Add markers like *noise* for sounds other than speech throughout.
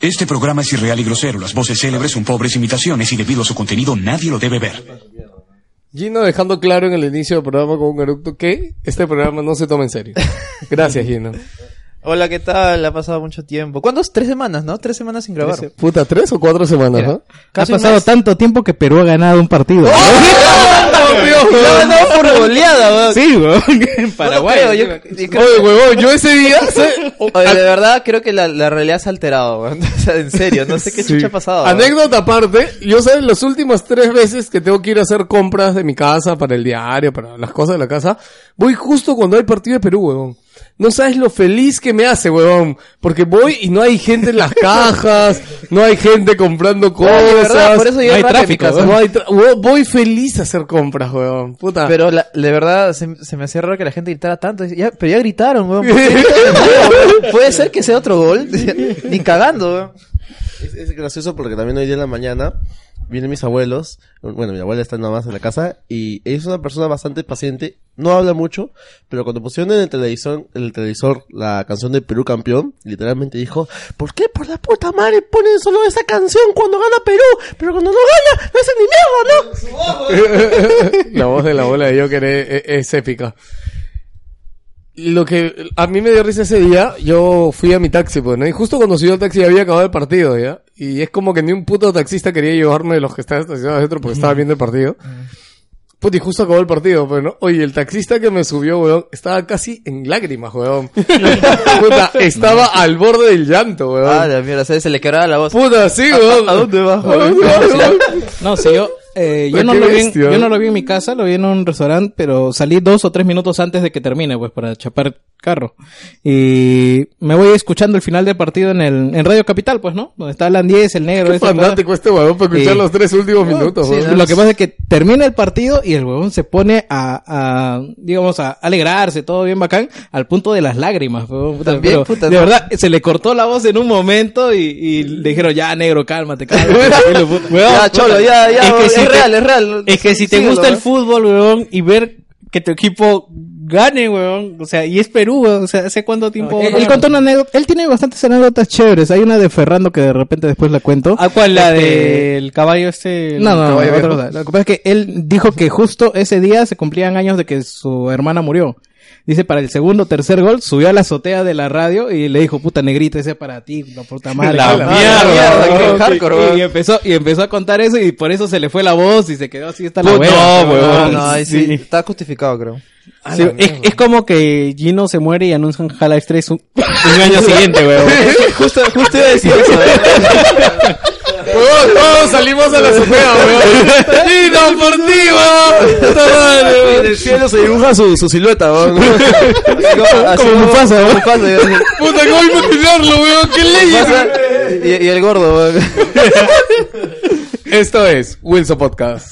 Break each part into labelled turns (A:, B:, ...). A: Este programa es irreal y grosero. Las voces célebres son pobres imitaciones y debido a su contenido nadie lo debe ver.
B: Gino dejando claro en el inicio del programa con un eructo que este programa no se toma en serio.
C: *laughs*
B: Gracias, Gino.
C: Hola, ¿qué tal? Ha pasado mucho tiempo. ¿Cuántos? Tres semanas, ¿no? Tres semanas sin grabar. *laughs*
B: Puta, tres o cuatro semanas,
C: Mira.
B: ¿no?
C: Casi
D: ha
C: un
D: pasado
C: mes.
D: tanto tiempo que Perú ha ganado un partido. *laughs*
C: ¡Lo ha ganado por goleada, weón.
B: Oh,
D: Sí, weón. *laughs* En Paraguay.
C: No lo creo, yo- yo creo-
B: Oye, huevón, yo ese día...
C: *laughs*
B: se- o-
C: Oye, de
D: ah.
C: verdad creo que la, la realidad se ha alterado, weón. *laughs* O sea, en serio, no sé qué
B: Sí.
C: chucha ha pasado. weón.
B: Anécdota aparte, yo sé las últimas tres veces que tengo que ir a hacer compras de mi casa, para el diario, para las cosas de la casa, voy justo cuando hay partido de Perú, huevón. No sabes lo feliz que me hace, huevón. Porque voy y no hay gente en
C: *laughs*
B: las cajas, no hay gente comprando
C: Oye, de
B: cosas.
C: verdad, por eso yo
D: no hay
C: rápido a mi
D: tráfico,
C: casa.
B: No hay tra- huevón, voy feliz a hacer compras, huevón. Puta.
C: Pero la, de verdad se, se me hacía raro que la gente gritara tanto. Dice, Ya, pero ya gritaron, weón.
B: *laughs*
C: Puede ser que sea otro gol. *laughs* Ni cagando, weón.
E: Es, es gracioso porque también hoy día en la mañana vienen mis abuelos. Bueno, mi abuela está nada más en la casa y ella es una persona bastante paciente. No habla mucho, pero cuando pusieron en el televisor, en el televisor la canción de Perú campeón, literalmente dijo: ¿Por qué por la puta madre ponen solo esa canción cuando gana Perú? Pero cuando no gana, no hacen ni mierda, ¿no?
B: *laughs* La voz de la bola de Joker es, es- es épica. Lo que a mí me dio risa ese día, yo fui a mi taxi, pues, ¿no? Y justo cuando subió el taxi ya había acabado el partido, ¿ya? Y es como que ni un puto taxista quería llevarme de los que estaban estacionados adentro porque estaba viendo el partido. Puta, y justo acabó el partido, pues, ¿no? Oye, el taxista que me subió, weón, estaba casi en lágrimas,
C: *laughs*
B: weón. Puta, estaba al borde del llanto, weón.
C: Ah, la mierda, se, se le quebraba la voz.
B: Puta, sí, weón.
C: ¿A dónde vas,
B: ¿A dónde vas, weón?
D: No, sí, yo, eh, yo,
B: Pero
D: no
B: qué
D: lo vi en,
B: bestia.
D: yo no lo vi en mi casa, lo vi en un restaurante, pero salí dos o tres minutos antes de que termine, pues, para chapar carro. Y me voy escuchando el final del partido en el en Radio Capital, pues, ¿no? Donde está Alan 10, el negro.
B: Qué
D: ese, toda-
B: fanático este weón para escuchar
D: Sí.
B: los tres últimos minutos,
D: Sí,
B: weón.
D: lo que pasa es que termina el partido y el huevón se pone a, a, digamos, a alegrarse, todo bien bacán, al punto de las lágrimas. huevón, puta,
C: También,
D: pero
C: puta,
D: de
C: no.
D: verdad, se le cortó la voz en un momento y, y le dijeron, ya, negro,
C: *laughs*
D: cálmate, cálmate. tranquilo, puta". Huevón,
C: Ya,
D: puta.
C: cholo, ya, ya, es,
D: te-
C: real, es real.
D: Es que si te
C: Síguelo, ¿eh?
D: gusta el
C: weón.
D: fútbol, huevón, y ver que tu equipo gane, huevón, o sea, y es Perú, huevón, o sea, ¿hace cuánto tiempo?
C: Él-
D: Él,
C: él contó
D: contó una anécdota, él tiene bastantes anécdotas chéveres, hay una de Ferrando que de repente después la cuento.
F: ¿A cuál? ¿La
D: Este-
F: del caballo este?
D: No, no, no,
C: Caballo
D: otra
C: viejo.
D: cosa. Lo que pasa es que él dijo que justo ese día se cumplían años de que su hermana murió. Dice, para el segundo tercer gol, subió a la azotea de la radio y le dijo, puta negrita, ese es para ti, la puta madre.
F: La
D: Ah,
C: mierda,
D: la
C: qué
D: Y-
C: hardcore, weón.
D: y, empezó, y empezó a contar eso y por eso se le fue la voz y se quedó así hasta la Ah,
F: Puta,
D: hueva.
F: no, weón.
C: No, no, ahí sí. Está justificado, creo.
B: Ah,
F: Sí, es, es como que Gino se muere y anuncian Half-Life 3
D: *laughs*
F: un, un
B: *laughs*
F: año siguiente, weón.
C: justo, justo iba a decir eso, weón.
B: Huevón, ¿eh? todos salimos a la azotea, huevón. *laughs* ¡Tino, por ti, huevón! Puta madre, huevón.
E: el cielo se dibuja su, su silueta, ¿no?
C: Así como- así como- como Mufasa, iba a decir.
B: Puta, ¿cómo imaginarlo, huevón? ¡Qué leyes!
C: Mufasa y, y el gordo, weón.
B: Esto es Wilson Podcast.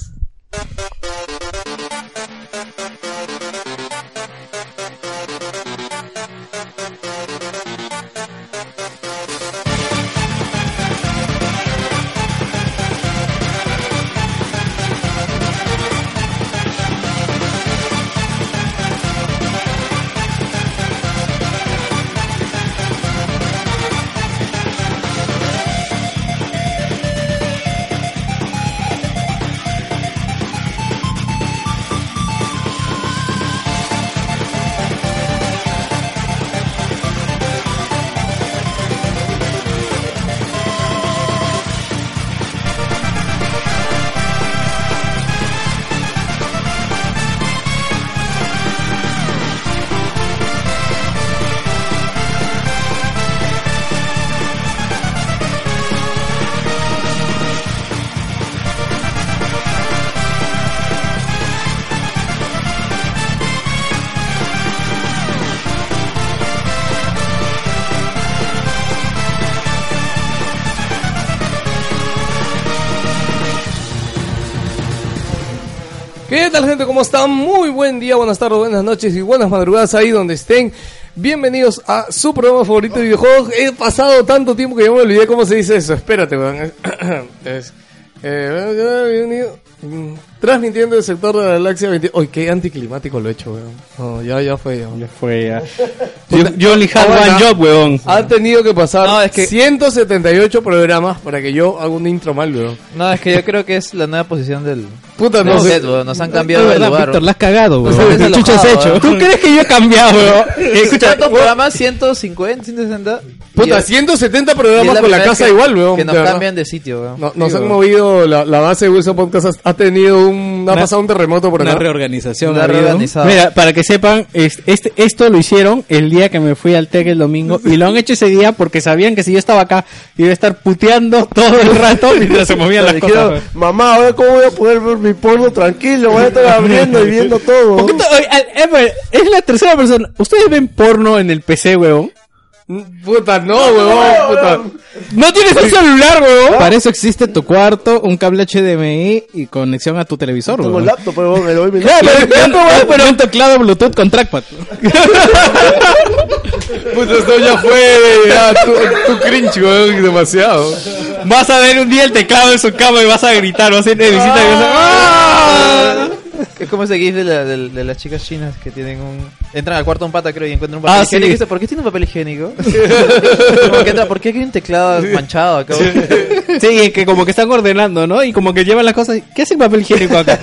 B: ¿Qué tal gente? ¿Cómo están? Muy buen día, buenas tardes, buenas noches y buenas madrugadas ahí donde estén. Bienvenidos a su programa favorito de videojuegos. He pasado tanto tiempo que ya me olvidé cómo se dice eso. Espérate, weón. *coughs* Es- Eh, mm, tras Nintendo del sector de la galaxia 20. Uy, qué anticlimático lo he hecho, weón. No, ya, ya fue, ya.
G: Ya fue ya. Yo, yo
D: Ah,
G: only had one job, weón.
B: Han tenido que pasar
C: No, es que-
B: 178 programas para que yo haga un intro mal, weón.
C: No, es que yo creo que es la nueva posición del...
B: Puta, no,
C: del
B: sé.
C: set, weón. Nos han
D: Es
C: cambiado de
D: verdad,
C: lugar.
D: Víctor, la has cagado,
F: Pues
C: Nos
D: weón.
C: han
D: ¿Qué chucha has
C: desalojado,
D: hecho? ¿Tú crees que yo
F: *laughs*
D: he cambiado, weón?
C: Escucha, programas? 150, 160.
B: Puta,
C: Y-
B: 170
C: y es
B: programas con la
C: primera
B: casa
C: vez que-
B: igual, weón.
C: Que nos
B: de verdad.
C: cambian de sitio, weón.
B: No- nos
C: Sí,
B: han
C: weón.
B: movido la, la base de Wilson Podcast. Ha tenido un. Ha
D: Una-
B: pasado un terremoto por
D: Una
B: acá.
D: reorganización.
C: Una
D: ha habido.
C: reorganizada.
D: Mira, para que sepan, es- este, esto lo hicieron el día que me fui al TEC el domingo y lo han hecho ese día porque sabían que si yo estaba acá iba a estar puteando todo el rato mientras se movían las cosas.
E: Dijeron,
D: weón.
E: mamá, ahora cómo voy a poder ver mi porno tranquilo, voy a estar abriendo y viendo todo.
D: Puta, oye, al- eh, pues, Es la tercera persona. ¿Ustedes ven porno en el PC, weón?
B: Mm, Puta, no, weón. Puta.
D: ¡No tienes el celular,
E: Ah.
D: weón! Para eso existe tu cuarto, un cable HDMI y conexión a tu televisor,
E: Tengo
D: weón.
E: laptop, pero me doy mi
D: Claro,
E: *laughs*
D: pero, pero un teclado Bluetooth con trackpad.
B: Puta, esto ya fue. Ya, tu, tu cringe, weón. Demasiado.
D: *laughs* Vas a ver un día el teclado en su cama y vas a gritar, vas a ir de visita y vas a... ¡Ah!
C: *laughs* Es como ese gif de, la- de- de las chicas chinas que tienen un... Entran al cuarto de un pata, creo, y encuentran un papel
D: Ah,
C: higiénico.
D: sí.
C: Y dice, ¿por qué tiene un papel higiénico? *laughs* Como que entra, ¿Por qué hay un teclado manchado acá? *laughs*
D: Sí, es que como que están ordenando, ¿no? Y como que llevan las cosas. y, ¿Qué hace el papel higiénico acá?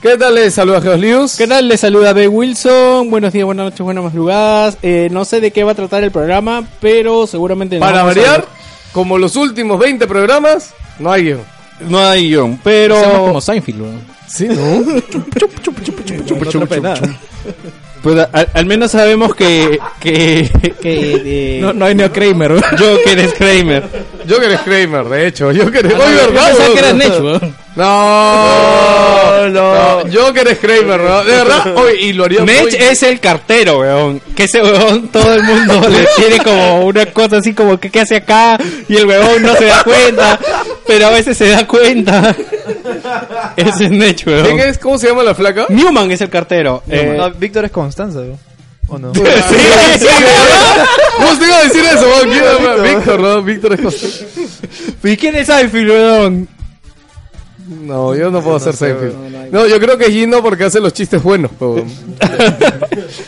B: ¿Qué tal les saluda Geos Lius?
D: ¿Qué tal? Les saluda B. Wilson. Buenos días, buenas noches, buenas madrugadas. Eh, no sé de qué va a tratar el programa, pero seguramente... no
B: Para
D: vamos a-
B: variar, como los últimos 20 programas, no hay guión.
D: No hay guión, pero...
G: Somos como Seinfeld, weón.
B: Sí, ¿no?
D: *laughs* Chupa, chupa, chupa, chupa. Pues a- al, al menos sabemos que... que,
B: *laughs*
C: Eh, *laughs*
D: que
G: No, no hay Neo Kramer, weón.
D: Yo que eres Kramer.
B: Joker es Kramer, de hecho. Joker
D: Ah,
B: es... ¡Ay,
G: Yo
B: verdad,
G: pensaba que
B: weón.
G: eras Nech, weón.
B: No, no, Joker es Kramer, ¿no? De
D: *laughs*
B: verdad, hoy, y lo haría muy-
D: Nech es el cartero, weón. Que ese weón todo el mundo le tiene como una cosa así como que qué hace acá y el weón no se da cuenta, pero a veces se da cuenta. Ese es Nech,
B: ¿Quién
D: weón.
B: es? ¿Cómo se llama la flaca?
D: Newman es el cartero. eh.
C: No, Víctor es Constanza, weón. ¿O no?
D: Sí,
B: Ah,
D: sí,
B: Justo iba a decir eso, ¿no? ¿Quién era? Víctor, ¿no? Víctor es Costa.
D: weón. ¿Y quién es Seinfeld, weón?
B: No, yo no puedo hacer Seinfeld. No, yo creo que Gino porque hace los chistes buenos, pero...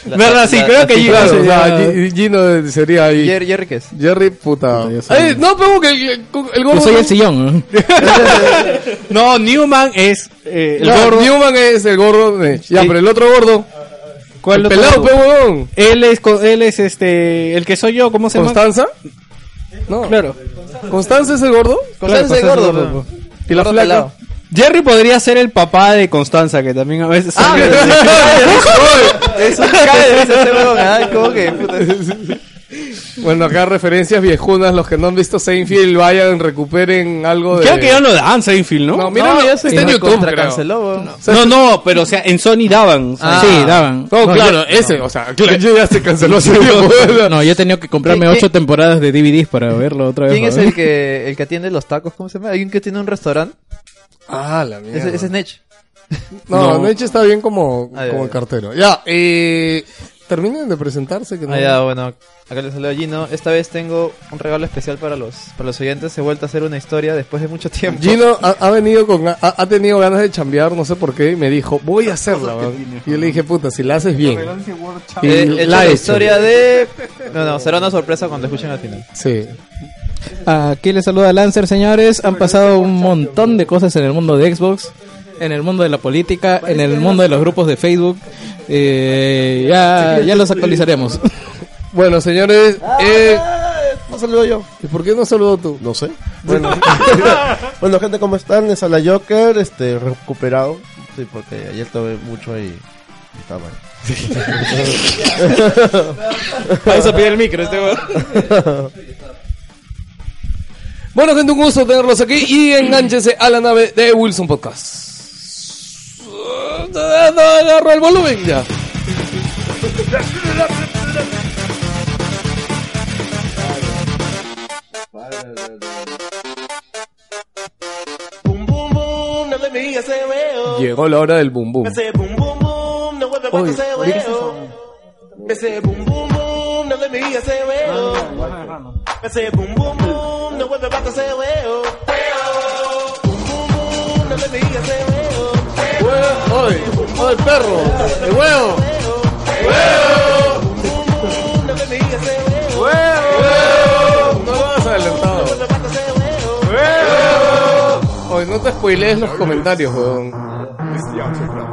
D: Verdad, sí,
C: la-
D: creo
C: la
D: que Gino
B: Claro, o
D: sería-
B: sea, Gi- Gino sería ahí.
C: Jer- Jerry, ¿qué es?
B: Jerry, puta. Ay, no, pero que el, el, el gordo.
G: Yo soy el sillón, weón.
D: *laughs* No, Newman es eh, el
B: Ya,
D: gordo.
B: Newman es el gordo. eh. Ya,
D: Sí.
B: pero el otro gordo.
D: ¿Cuál
B: el
D: otro
B: pelado, pues,
D: gordo?
G: pues,
B: pe huevón.
D: Él es, co- él es este, el que soy yo, ¿cómo se llama?
B: ¿Constanza? No.
D: Claro.
B: ¿Constanza es el gordo?
C: Constanza es
D: Claro,
C: gordo,
D: Constanza
C: weón.
B: ¿Y la
C: Gordo
B: flaca?
C: pelado.
D: Jerry podría ser el papá de Constanza, que también a veces
C: Ah,
D: sale-
G: *laughs*
C: Es un *laughs* cae ese weón, ah, es como que... puta,
B: *laughs* Bueno, acá referencias viejunas. Los que no han visto Seinfeld, vayan, recuperen algo de.
D: Creo que ya no dan Seinfeld, ¿no?
B: No,
D: No,
B: mira, no, ya
C: se
B: está en YouTube.
C: recontra
B: creo.
C: canceló, weón.
D: no, pero o sea, en Sony daban.
C: Ah.
G: Sí, daban.
B: No,
G: No,
B: claro,
G: *laughs*
B: ese,
D: *laughs*
B: o sea, claro, ya se canceló hace tiempo.
G: yo- No, yo he tenido que comprarme
C: ¿Qué- qué-
G: ocho temporadas de DVDs para verlo otra vez.
C: ¿Quién es
G: weón.
C: el que, el que atiende los tacos? ¿Cómo se llama? ¿Alguien que tiene un restaurante?
B: Ah, la
C: Ese, ese es Nech.
B: No, Nech está bien como,
C: Ah, ya,
B: como
C: ya.
B: cartero. Ya, eh, terminen de presentarse. Que no...
C: Ah, ya, bueno. Acá les saluda Gino. Esta vez tengo un regalo especial para los, para los oyentes. He vuelto a hacer una historia después de mucho tiempo. *laughs*
B: Gino ha, ha venido con, ha, ha tenido ganas de chambear, no sé por qué, y me dijo, voy a hacerla. weón". Y yo le dije, puta, si la haces bien. Y
C: Eh, He hecho
B: la
C: la
B: he hecho.
C: historia de... No, no, será una sorpresa cuando escuchen al final.
B: Sí.
G: Aquí les saluda Lancer, señores. Han pasado un montón de cosas en el mundo de Xbox, en el mundo de la política, en el mundo de los grupos de Facebook. Eh, ya, ya los
D: *laughs*
G: actualizaremos.
B: Bueno, señores, eh,
E: No saludo yo.
B: ¿y por qué no saludó tú?
E: No
B: *laughs*
E: sé. Bueno, *laughs* bueno gente, ¿cómo están? Es a la Joker, este, recuperado. Sí, porque ayer tomé mucho y, y estaba mal.
D: Vamos a pedir el micro, este weón.
B: Bueno, gente, un gusto tenerlos aquí y enganchense a la nave de Wilson Podcast. No, agarro el volumen ya.
H: Boom, boom, boom, no le mía ese veo.
B: Llegó la hora del boom boom.
H: Ese boom, boom, boom, no vuelve más
B: Uy,
H: que ese
B: ¿de qué es
H: veo. Ese boom, boom, boom, no le mía ese veo. Ese boom, boom, boom, no vuelve más que ese veo. Veo. alegría se veo.
B: ¡Oye! ¡Oye, perro! ¡El huevo!
H: Bum, bum, una alegría se veo.
B: No lo has adelantado.
H: Una pata se veo.
B: Oye, no te spoilees los comentarios, weón.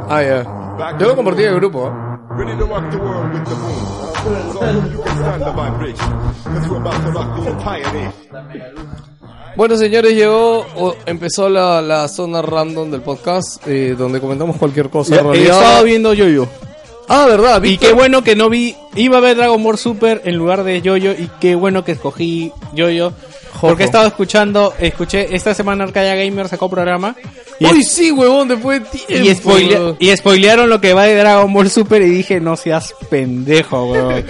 B: Ah, ya. Yo lo compartí en el grupo, ¿ah?
I: Ready to rock the world with the boom. So you can stand the vibration. Cause we're about to rock the entire nation.
B: Bueno, señores, llegó, o- empezó la, la zona random del podcast, eh, donde comentamos cualquier cosa. en realidad.
D: eh, estaba viendo Yoyo.
B: Ah, ¿verdad?
D: Y
B: Víctor?
D: qué bueno que no vi. Iba a ver Dragon Ball Super en lugar de Yoyo. Y qué bueno que escogí Yoyo. Porque he estado escuchando. Escuché. Esta semana Arcaya Gamer sacó programa. Y,
B: Uy, sí, huevón, después de tiempo.
D: y, spoile-
B: weón.
D: y spoilearon lo que va de Dragon Ball Super. Y dije, no seas pendejo, weón.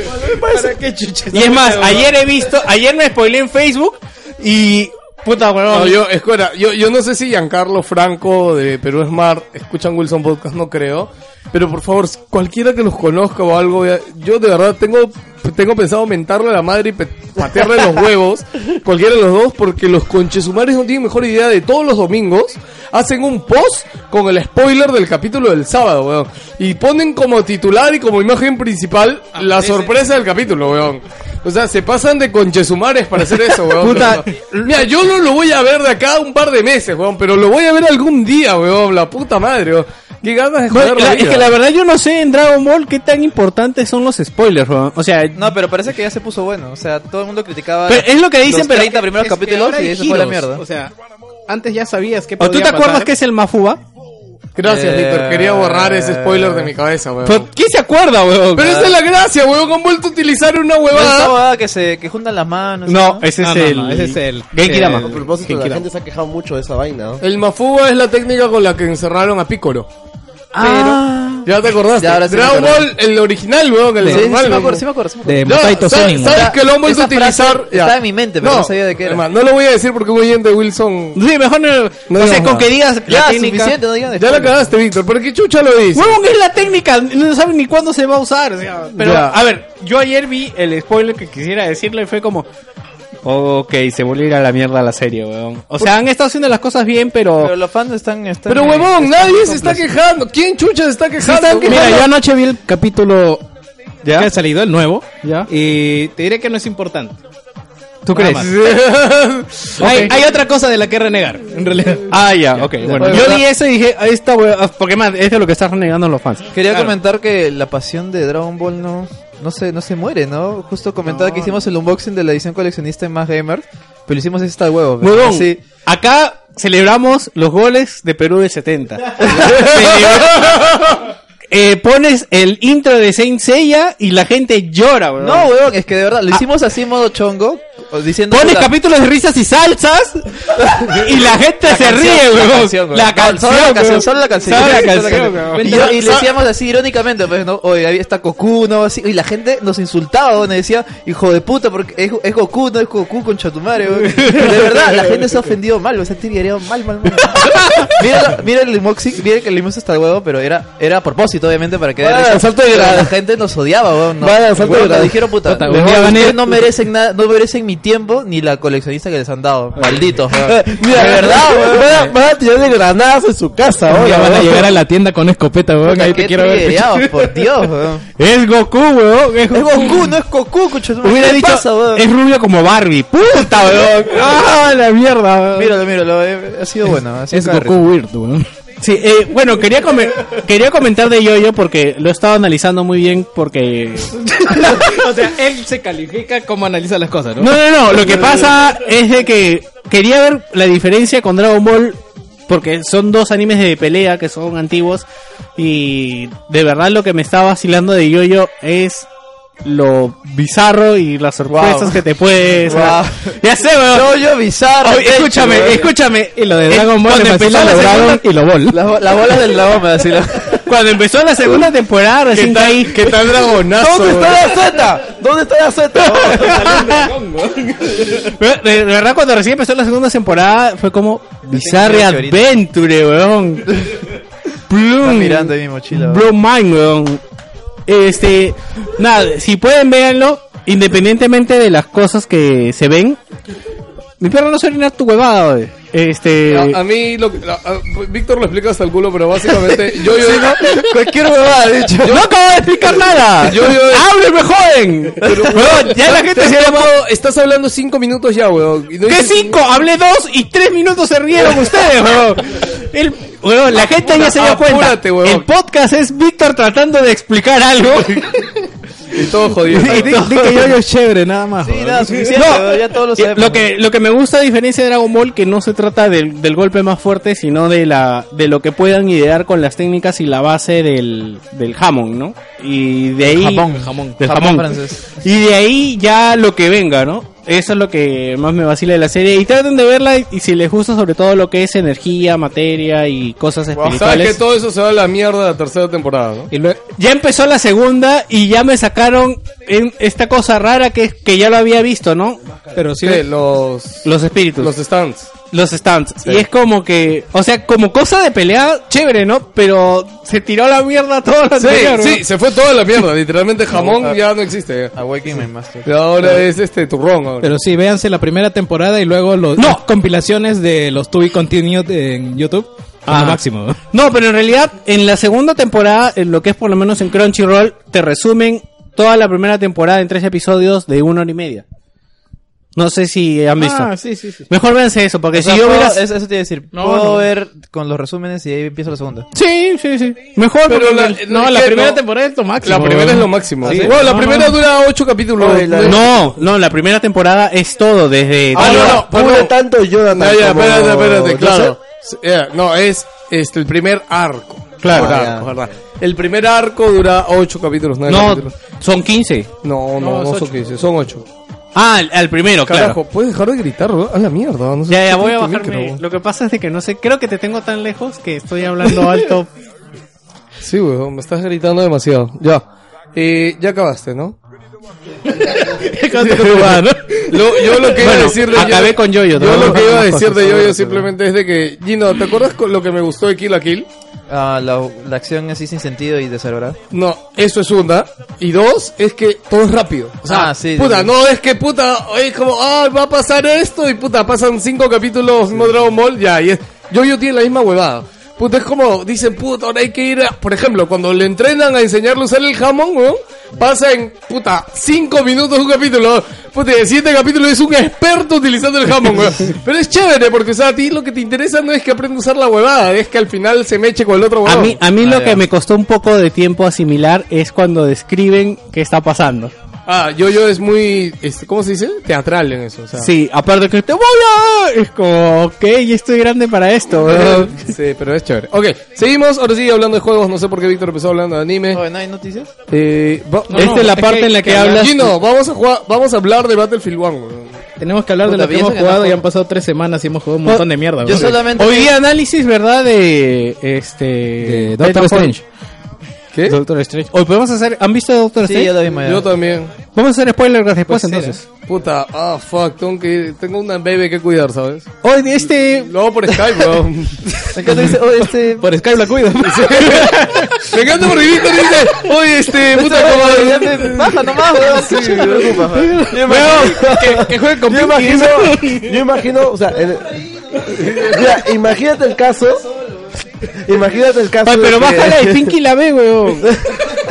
D: Y es más, ayer he visto. Ayer me spoileé en Facebook. Y. Puta, weón.
B: No, yo, escuela, yo, yo no sé si Giancarlo Franco de Perú Smart escuchan Wilson Podcast, no creo. Pero por favor, cualquiera que los conozca o algo, ya- yo de verdad tengo, tengo pensado mentarle a la madre y pe- patearle los huevos, cualquiera de los dos, porque los conchesumares no tienen mejor idea de todos los domingos. Hacen un post con el spoiler del capítulo del sábado, weón. Y ponen como titular y como imagen principal la sorpresa del capítulo, weón. O sea, se pasan de conchesumares para hacer eso, weón.
D: Puta,
B: Mira, yo no lo voy a ver de acá un par de meses, weón, pero lo voy a ver algún día, weón, la puta madre, weón. Qué ganas de
D: No,
B: joder la
D: la-
B: vida.
D: es que la verdad yo no sé en Dragon Ball qué tan importantes son los spoilers, weón. O sea,
C: No, pero parece que ya se puso bueno. O sea, todo el mundo criticaba.
D: Pero es lo que dicen,
C: los
D: pero
C: 30 primeros
D: es que
C: capítulos
D: ahora
C: y
D: hay
C: eso fue la
D: giros.
C: mierda.
D: O sea, antes ya sabías que ¿O tú te podía acuerdas pasar. que es el Mafuba?
B: Gracias,
C: Eh,
B: Víctor, quería borrar ese spoiler de mi cabeza, weón.
D: Pero, ¿Quién se acuerda, weón?
B: Pero esa es la gracia, weón, han vuelto a utilizar una
C: No, esa
B: huevada.
C: huevada ah, que se que juntan las manos.
D: No, ese es,
J: Ah, no,
D: el...
J: no, ese es el-
D: Genki Dama.
J: el-
E: A propósito, la
D: Genki
E: gente se ha quejado mucho de esa vaina, ¿no?
B: El mafuba es la técnica con la que encerraron a Piccolo.
C: Ah.
B: Ya te acordaste.
C: Ya, ahora sí me
B: Dragon
C: acordé.
B: Ball, el original, weón, el
C: Sí, sí, sí,
B: normal,
C: me
B: weón.
C: acuerdo, sí me acuerdo. sí me acuerdo.
J: De
B: Ya,
J: Mutaito
B: ¿sabes-
J: Sonin.
B: ¿Sabes que lo han vuelto a
C: Esa frase
B: utilizar? Ya.
C: estaba en mi mente, pero no sabía de qué era.
B: hermano, No lo voy a decir porque un oyente de Wilson...
D: Sí, mejor no...
B: No
D: o sea,
B: digas
D: con
B: nada.
D: que digas la
C: Ya,
D: técnica...
C: suficiente, no digan de
B: Ya la
C: spoiler.
B: cagaste, Víctor, ¿por qué chucha lo dice?
D: Huevón, es la técnica, no saben ni cuándo se va a usar. o sea, pero,
B: Ya.
D: a ver, yo ayer vi el spoiler que quisiera decirle y fue como... Ok, se volvió a ir a la mierda la serie, weón. O sea, han estado haciendo las cosas bien,
C: Pero los fans están. están
B: Pero
C: eh,
B: huevón,
C: están
B: nadie se
C: complacentes.
B: está quejando. ¿Quién chucha se está quejando?
J: Mira, yo anoche vi el capítulo
D: ¿Ya?
J: que ha salido, el nuevo.
D: ¿Ya?
J: Y te diré que no es importante.
D: ¿Tú
J: Nada
D: crees?
J: más.
D: *laughs* Ok.
J: Hay, hay otra cosa de la que renegar, en realidad.
D: Ah, ya, ok. Bueno, yo
C: ¿verdad?
D: vi eso y dije, "Ah, esta wea, porque más, es de lo que están renegando los fans.
C: Quería
D: Claro.
C: comentar que la pasión de Dragon Ball no, no, se, no se muere, ¿no? Justo comentaba que hicimos el unboxing de la edición coleccionista en Más Gamer, pero hicimos esta huevo. ¿verdad?
D: Huevón,
C: Sí.
D: acá celebramos los goles de Perú
C: *laughs*
D: del 70. *laughs* Eh, pones el intro de Saint Seiya y la gente llora, weón.
C: No, huevón, es que de
D: Ah.
C: verdad, lo hicimos así en modo chongo, o diciendo...
D: Pones
C: la-
D: capítulos de risas
C: *laughs*
D: y salsas y la gente Este se
C: canción,
D: ríe,
C: la
D: weón.
C: canción, weón.
D: La
C: No, solo la canción, solo la canción.
D: Solo la
C: *laughs* Solo la
D: canción,
C: canción.
D: weón.
C: Y, yo- y le decíamos así irónicamente, pues, ¿no? Oye, ahí está Goku, ¿no? Así, y la gente nos insultaba, weón, y decía, hijo de puta, porque es, es Goku, no es Goku con Chatumare, weón. De verdad, la gente se ha ofendido mal, weón, se ha tirado mal, mal, *laughs* mal. mira, la- mira el Limoxi, mira que le dimos hasta el huevo, pero era, era a propósito, obviamente, para que
B: Vaya,
C: risa.
B: salto de
C: Pero
B: grado.
C: La gente nos odiaba, weón. No,
B: Vaya, salto de
C: Weón,
B: grado.
C: dijeron, puta,
J: Puta,
C: weón,
J: un día van a ir-
C: ustedes no merecen nada, no merecen mi tiempo ni la coleccionista que les han dado. *laughs* Malditos, weón.
B: Mira,
C: de verdad, weón.
B: Van a- van a tirarle granadas en su casa,
J: Ya
B: weón.
J: van a llegar a la tienda con escopeta, weón. Ahí te
C: Qué
J: quiero ver.
C: trigueado, por Dios, weón.
D: *laughs* Es Goku, weón. Es
C: Es
D: Goku.
C: Goku, no es Goku, cucho.
D: Hubiera dicho, es rubio como Barbie.
C: *laughs*
D: Puta, weón. Ah, la mierda, weón.
C: Míralo, míralo, eh, ha sido bueno.
D: Ah,
C: ha sido
J: Es
C: cagarrisa.
J: Goku Weird, weón.
D: Sí, eh, bueno, quería, come- quería comentar de Yoyo porque lo he estado analizando muy bien porque...
J: *laughs* O sea, él se califica como analiza las cosas,
D: No, no, no, lo que pasa es de que quería ver la diferencia con Dragon Ball porque son dos animes de pelea que son antiguos y de verdad lo que me está vacilando de Yoyo es lo bizarro y las sorpresas
C: Wow.
D: que te puedes...
C: Wow.
D: Ya sé, weón.
C: No, yo bizarro.
D: Oye,
C: techo,
D: escúchame,
C: weón.
D: escúchame. Y lo de
J: Dragon Ball
D: cuando
J: le
D: empezó
J: pasó
D: la
J: lo
D: segunda,
J: Dragon y lo Ball.
C: Las bo- las bolas del lavabo, así la...
D: cuando empezó la segunda temporada recién caí.
B: ¿Qué tal dragonazo?
C: ¿Dónde
B: weón?
C: está la Z? ¿Dónde está la Z?
D: Pero, De, de verdad, cuando recién empezó la segunda temporada fue como Bizarre
C: tengo ocho ahorita.
D: Adventure, weón.
C: *laughs* Está
D: *laughs* Bloom.
C: mirando ahí mi mochila. weón.
D: Bloom Mind, weón. Este, nada, si pueden, véanlo. Independientemente de las cosas que se ven, Mi perro no se orina tu huevada, oye. Este.
B: A, a mí, lo, que- a- a- Víctor lo explica hasta el culo, pero básicamente yo, yo digo...
D: Cualquier huevada, de hecho. ¡No acabo de explicar nada!
B: Yo- yo-
D: ¡Ábreme, joven! Huevón, ya la gente se
B: Te he
D: llama.
B: llamado- estás hablando cinco minutos ya, weón. y no
D: ¿Qué
B: dices-
D: cinco? Hablé dos y tres minutos se rieron ustedes, huevón. El- huevón, la gente ya se dio cuenta.
B: Ah, apúrate, huevón.
D: El podcast es Víctor tratando de explicar algo.
B: Y todo jodido.
D: *laughs* Y di, di que *laughs* yo, yo es chévere, nada más.
H: Sí,
D: huevón.
H: nada, suficiente,
D: No,
H: ya todos lo
D: eh,
H: sabemos.
D: lo que, lo que me gusta a diferencia de Dragon Ball que no se trata del, del golpe más fuerte, sino de la de lo que puedan idear con las técnicas y la base del, del jamón, ¿no? Y de ahí
H: jamón, jamón.
D: del
H: Jamón
D: jamón.
H: francés.
D: Y de ahí ya lo que venga, ¿no? Eso es lo que más me vacila de la serie y traten de verla y, y si les gusta sobre todo lo que es energía, materia y cosas
B: Sabes que
D: espirituales.
B: todo eso se va a la mierda la tercera temporada, ¿no?
D: Y lue- ya empezó la segunda y ya me sacaron en esta cosa rara que es que ya lo había visto, ¿no? Pero sí
B: ¿Qué? Los...
D: los espíritus.
B: Los stands.
D: los stands.
B: Sí.
D: Y es como que, o sea, como cosa de pelea, chévere, ¿no? Pero se tiró la mierda todo lo
B: Sí,
D: anterior, ¿no?
B: sí, se fue toda la mierda. Literalmente jamón ya no existe. ya.
H: Awakening My Master.
B: Y ahora es este turrón. ahora.
K: Pero sí, véanse la primera temporada y luego los,
D: No.
K: las compilaciones de los To Be Continued en YouTube. A
D: Ajá.
K: lo máximo.
D: Ah. No, pero en realidad, en la segunda temporada, en lo que es por lo menos en Crunchyroll, te resumen toda la primera temporada en tres episodios de una hora y media. No sé si han visto.
K: sí, sí, sí.
D: Mejor véanse eso, porque
H: O sea,
D: si yo
H: puedo-
D: hubiera...
H: es- Eso te iba a decir.
K: No,
H: puedo
K: no.
H: ver con los resúmenes y ahí empiezo la segunda.
D: Sí, sí, sí. Mejor,
B: Pero
D: porque
B: la-
D: el-
B: no,
D: no,
B: es
D: la
B: que
D: primera
B: no.
D: temporada es lo máximo.
B: La primera es lo máximo. Bueno, la
D: No,
B: primera
D: no.
B: dura ocho capítulos.
E: Oye, la-
D: No, no, la primera temporada es todo, desde...
B: Ah, no, no,
E: Pura
B: perdón.
E: tanto Jonathan.
B: No, Ah, ya,
E: como-
B: espérate, espérate,
E: ¿No
B: claro.
E: sé?
B: Sí, ya, no, es este, el primer arco.
D: Claro. Ah,
B: Por arco, ¿verdad? El primer arco dura ocho capítulos, nueve
D: No,
B: capítulos.
D: son 15.
B: No, no, no, son 15, son 8.
D: Ah, al, al primero,
B: Carajo,
D: claro.
B: puedes dejar de gritar, bro? a la mierda. No sé
D: Ya, ya,
B: por qué
D: voy a
B: tu
D: bajarme.
B: micro, bro.
D: Lo que pasa es de que no sé, creo que te tengo tan lejos que estoy hablando
B: *laughs*
D: alto.
B: Sí, weón, me estás gritando demasiado. Ya. Eh, ya acabaste, ¿no? Lo- yo lo que iba a
D: Bueno,
B: decirle.
D: acabé
B: yo,
D: con Yoyo,
B: Yo
D: ¿no?
B: lo que iba a
D: Cosas,
B: decir de
D: cosas,
B: Yoyo
D: cosas.
B: simplemente es de que, Gino, ¿te acuerdas con lo que me gustó de Kill la Kill?
H: Ah, la, la acción así sin sentido y descerebrada.
B: No, eso es una. Y dos, es que todo es rápido. O sea,
H: Ah, sí,
B: puta,
H: sí.
B: no es que puta, es como, ah, va a pasar esto y puta, pasan cinco capítulos, no Dragon Ball, ya, y es, yo, yo tiene la misma huevada. Puta, es como, dicen, puta, ahora hay que ir a, por ejemplo, cuando le entrenan a enseñarle a usar el jamón, weón, pasa en, puta, cinco minutos un capítulo, puta, y el siguiente capítulo es un experto utilizando el jamón, weón. Pero es chévere, porque, o sea, a ti lo que te interesa no es que aprenda a usar la huevada, es que al final se meche con el otro
D: A
B: huevón.
D: mí, a mí lo
H: ya.
D: que me costó un poco de tiempo asimilar es cuando describen qué está pasando.
B: Ah, yo-yo es muy, este, ¿cómo se dice? Teatral en eso, o sea.
D: Sí, aparte que te voy a... Es como, ok, ya estoy grande para
B: *laughs*
D: esto. weón.
B: Ah, sí, pero es chévere. Ok, seguimos, ahora sí, hablando de juegos, no sé por qué Víctor empezó hablando de anime.
H: Oye, ¿No hay noticias?
B: Eh, va-
D: Esta es la parte en la que, hablas...
B: Gino, vamos a jugar, vamos a hablar de Battlefield 1. weón.
K: Tenemos que hablar de
H: Puta,
K: lo que
H: piensa
K: hemos
H: que no
K: jugado y
H: juego.
K: han pasado tres semanas y hemos jugado un montón de mierda.
H: Yo
K: bro.
H: solamente.
D: Hoy día análisis, ¿verdad? De... Este...
K: De Doctor
D: Beta
K: Strange.
B: ¿Qué?
K: Doctor Strange.
D: Hoy podemos hacer... ¿Han visto Doctor
H: Sí,
D: Strange?
H: yo la vi mañana.
B: Yo también.
D: Vamos a hacer spoilers después
K: Pues
D: entonces.
B: Puta, ah, fuck, tengo que ir- tengo una bebé que cuidar, ¿sabes?
D: Hoy de este...
B: Lo hago por Skype, bro.
H: Me encanta dice, oye, este.
K: Por Skype la
D: *laughs*
K: cuido.
B: Me encanta porque Víctor dice, oye, este, *laughs* puta, como...
H: Ya me- Baja nomás, weón. Sí,
B: *laughs*
H: no te preocupes, weón.
B: que, que juegue con
E: Yo
B: Pinky.
E: imagino, yo imagino, o sea, el- *laughs* mira, imagínate el caso. *laughs* Imagínate el
D: *laughs*
E: caso.
D: Ay,
E: de
D: pero
E: que-
D: bájala
E: *laughs*
D: y Pinky la ve, weón.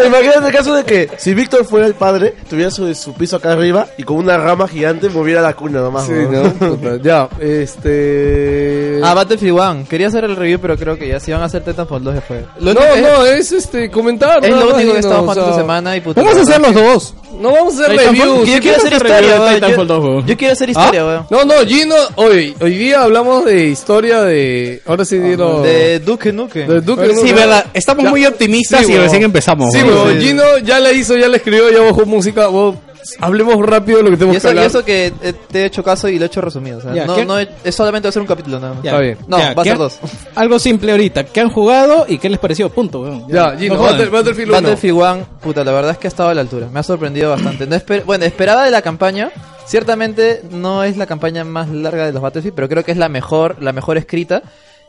E: Imagínate el caso de que si Víctor fuera el padre, tuviera su, su piso acá arriba y con una rama gigante moviera la cuna nomás.
B: Sí,
E: weón.
B: no, puta, ya, este...
H: Ah, Battlefield 1. Quería hacer el review, pero creo que ya si van a hacer Titanfall 2 después. Lo
B: no,
H: único es-
B: no, es este, comentar.
H: Es
B: nada
H: lo
B: más,
H: único que
B: no,
H: estamos
B: o sea,
H: jugando esta semana y puta.
B: Vamos a
H: madre.
B: hacer los dos. No vamos a hacer reviews.
H: Yo quiero hacer historia,
K: review de
H: weón.
K: Titanfall 2,
H: Yo-
K: weón.
H: Yo quiero hacer
B: ¿Ah?
H: historia, weón.
B: No, no, Gino, hoy, hoy día hablamos de historia de. Ahora sí,
C: Ah,
B: dilo.
H: De Duke Nukem.
B: de Duke Nukem.
D: Sí, verdad. Estamos
B: Ya.
D: muy optimistas
B: Sí,
D: y
B: weón.
D: recién empezamos.
B: Sí,
D: weón.
B: weón, Gino ya la hizo, ya la escribió, ya bajó música. vos- hablemos rápido de lo que
H: Y
B: tenemos que
H: eso, y
B: hablar.
H: eso que eh, te he hecho caso y lo he hecho resumido. O sea,
K: Ya,
H: no,
K: ¿qué-
H: no, he- es solamente va a ser un capítulo nada más.
K: Ya.
B: Está bien.
H: No,
K: Ya,
H: va a
K: ¿qué
H: ser
K: ha-
D: *laughs*
H: dos.
K: Algo simple ahorita. ¿Qué han jugado y qué les pareció? Punto, weón.
B: Ya, Gino,
K: No jodan.
B: Battle- Battlefield 1.
H: Battlefield 1, puta, la verdad es que ha estado a la altura. Me ha sorprendido bastante. No esper- bueno, esperaba de la campaña. Ciertamente no es la campaña más larga de los Battlefield, pero creo que es la mejor, la mejor escrita.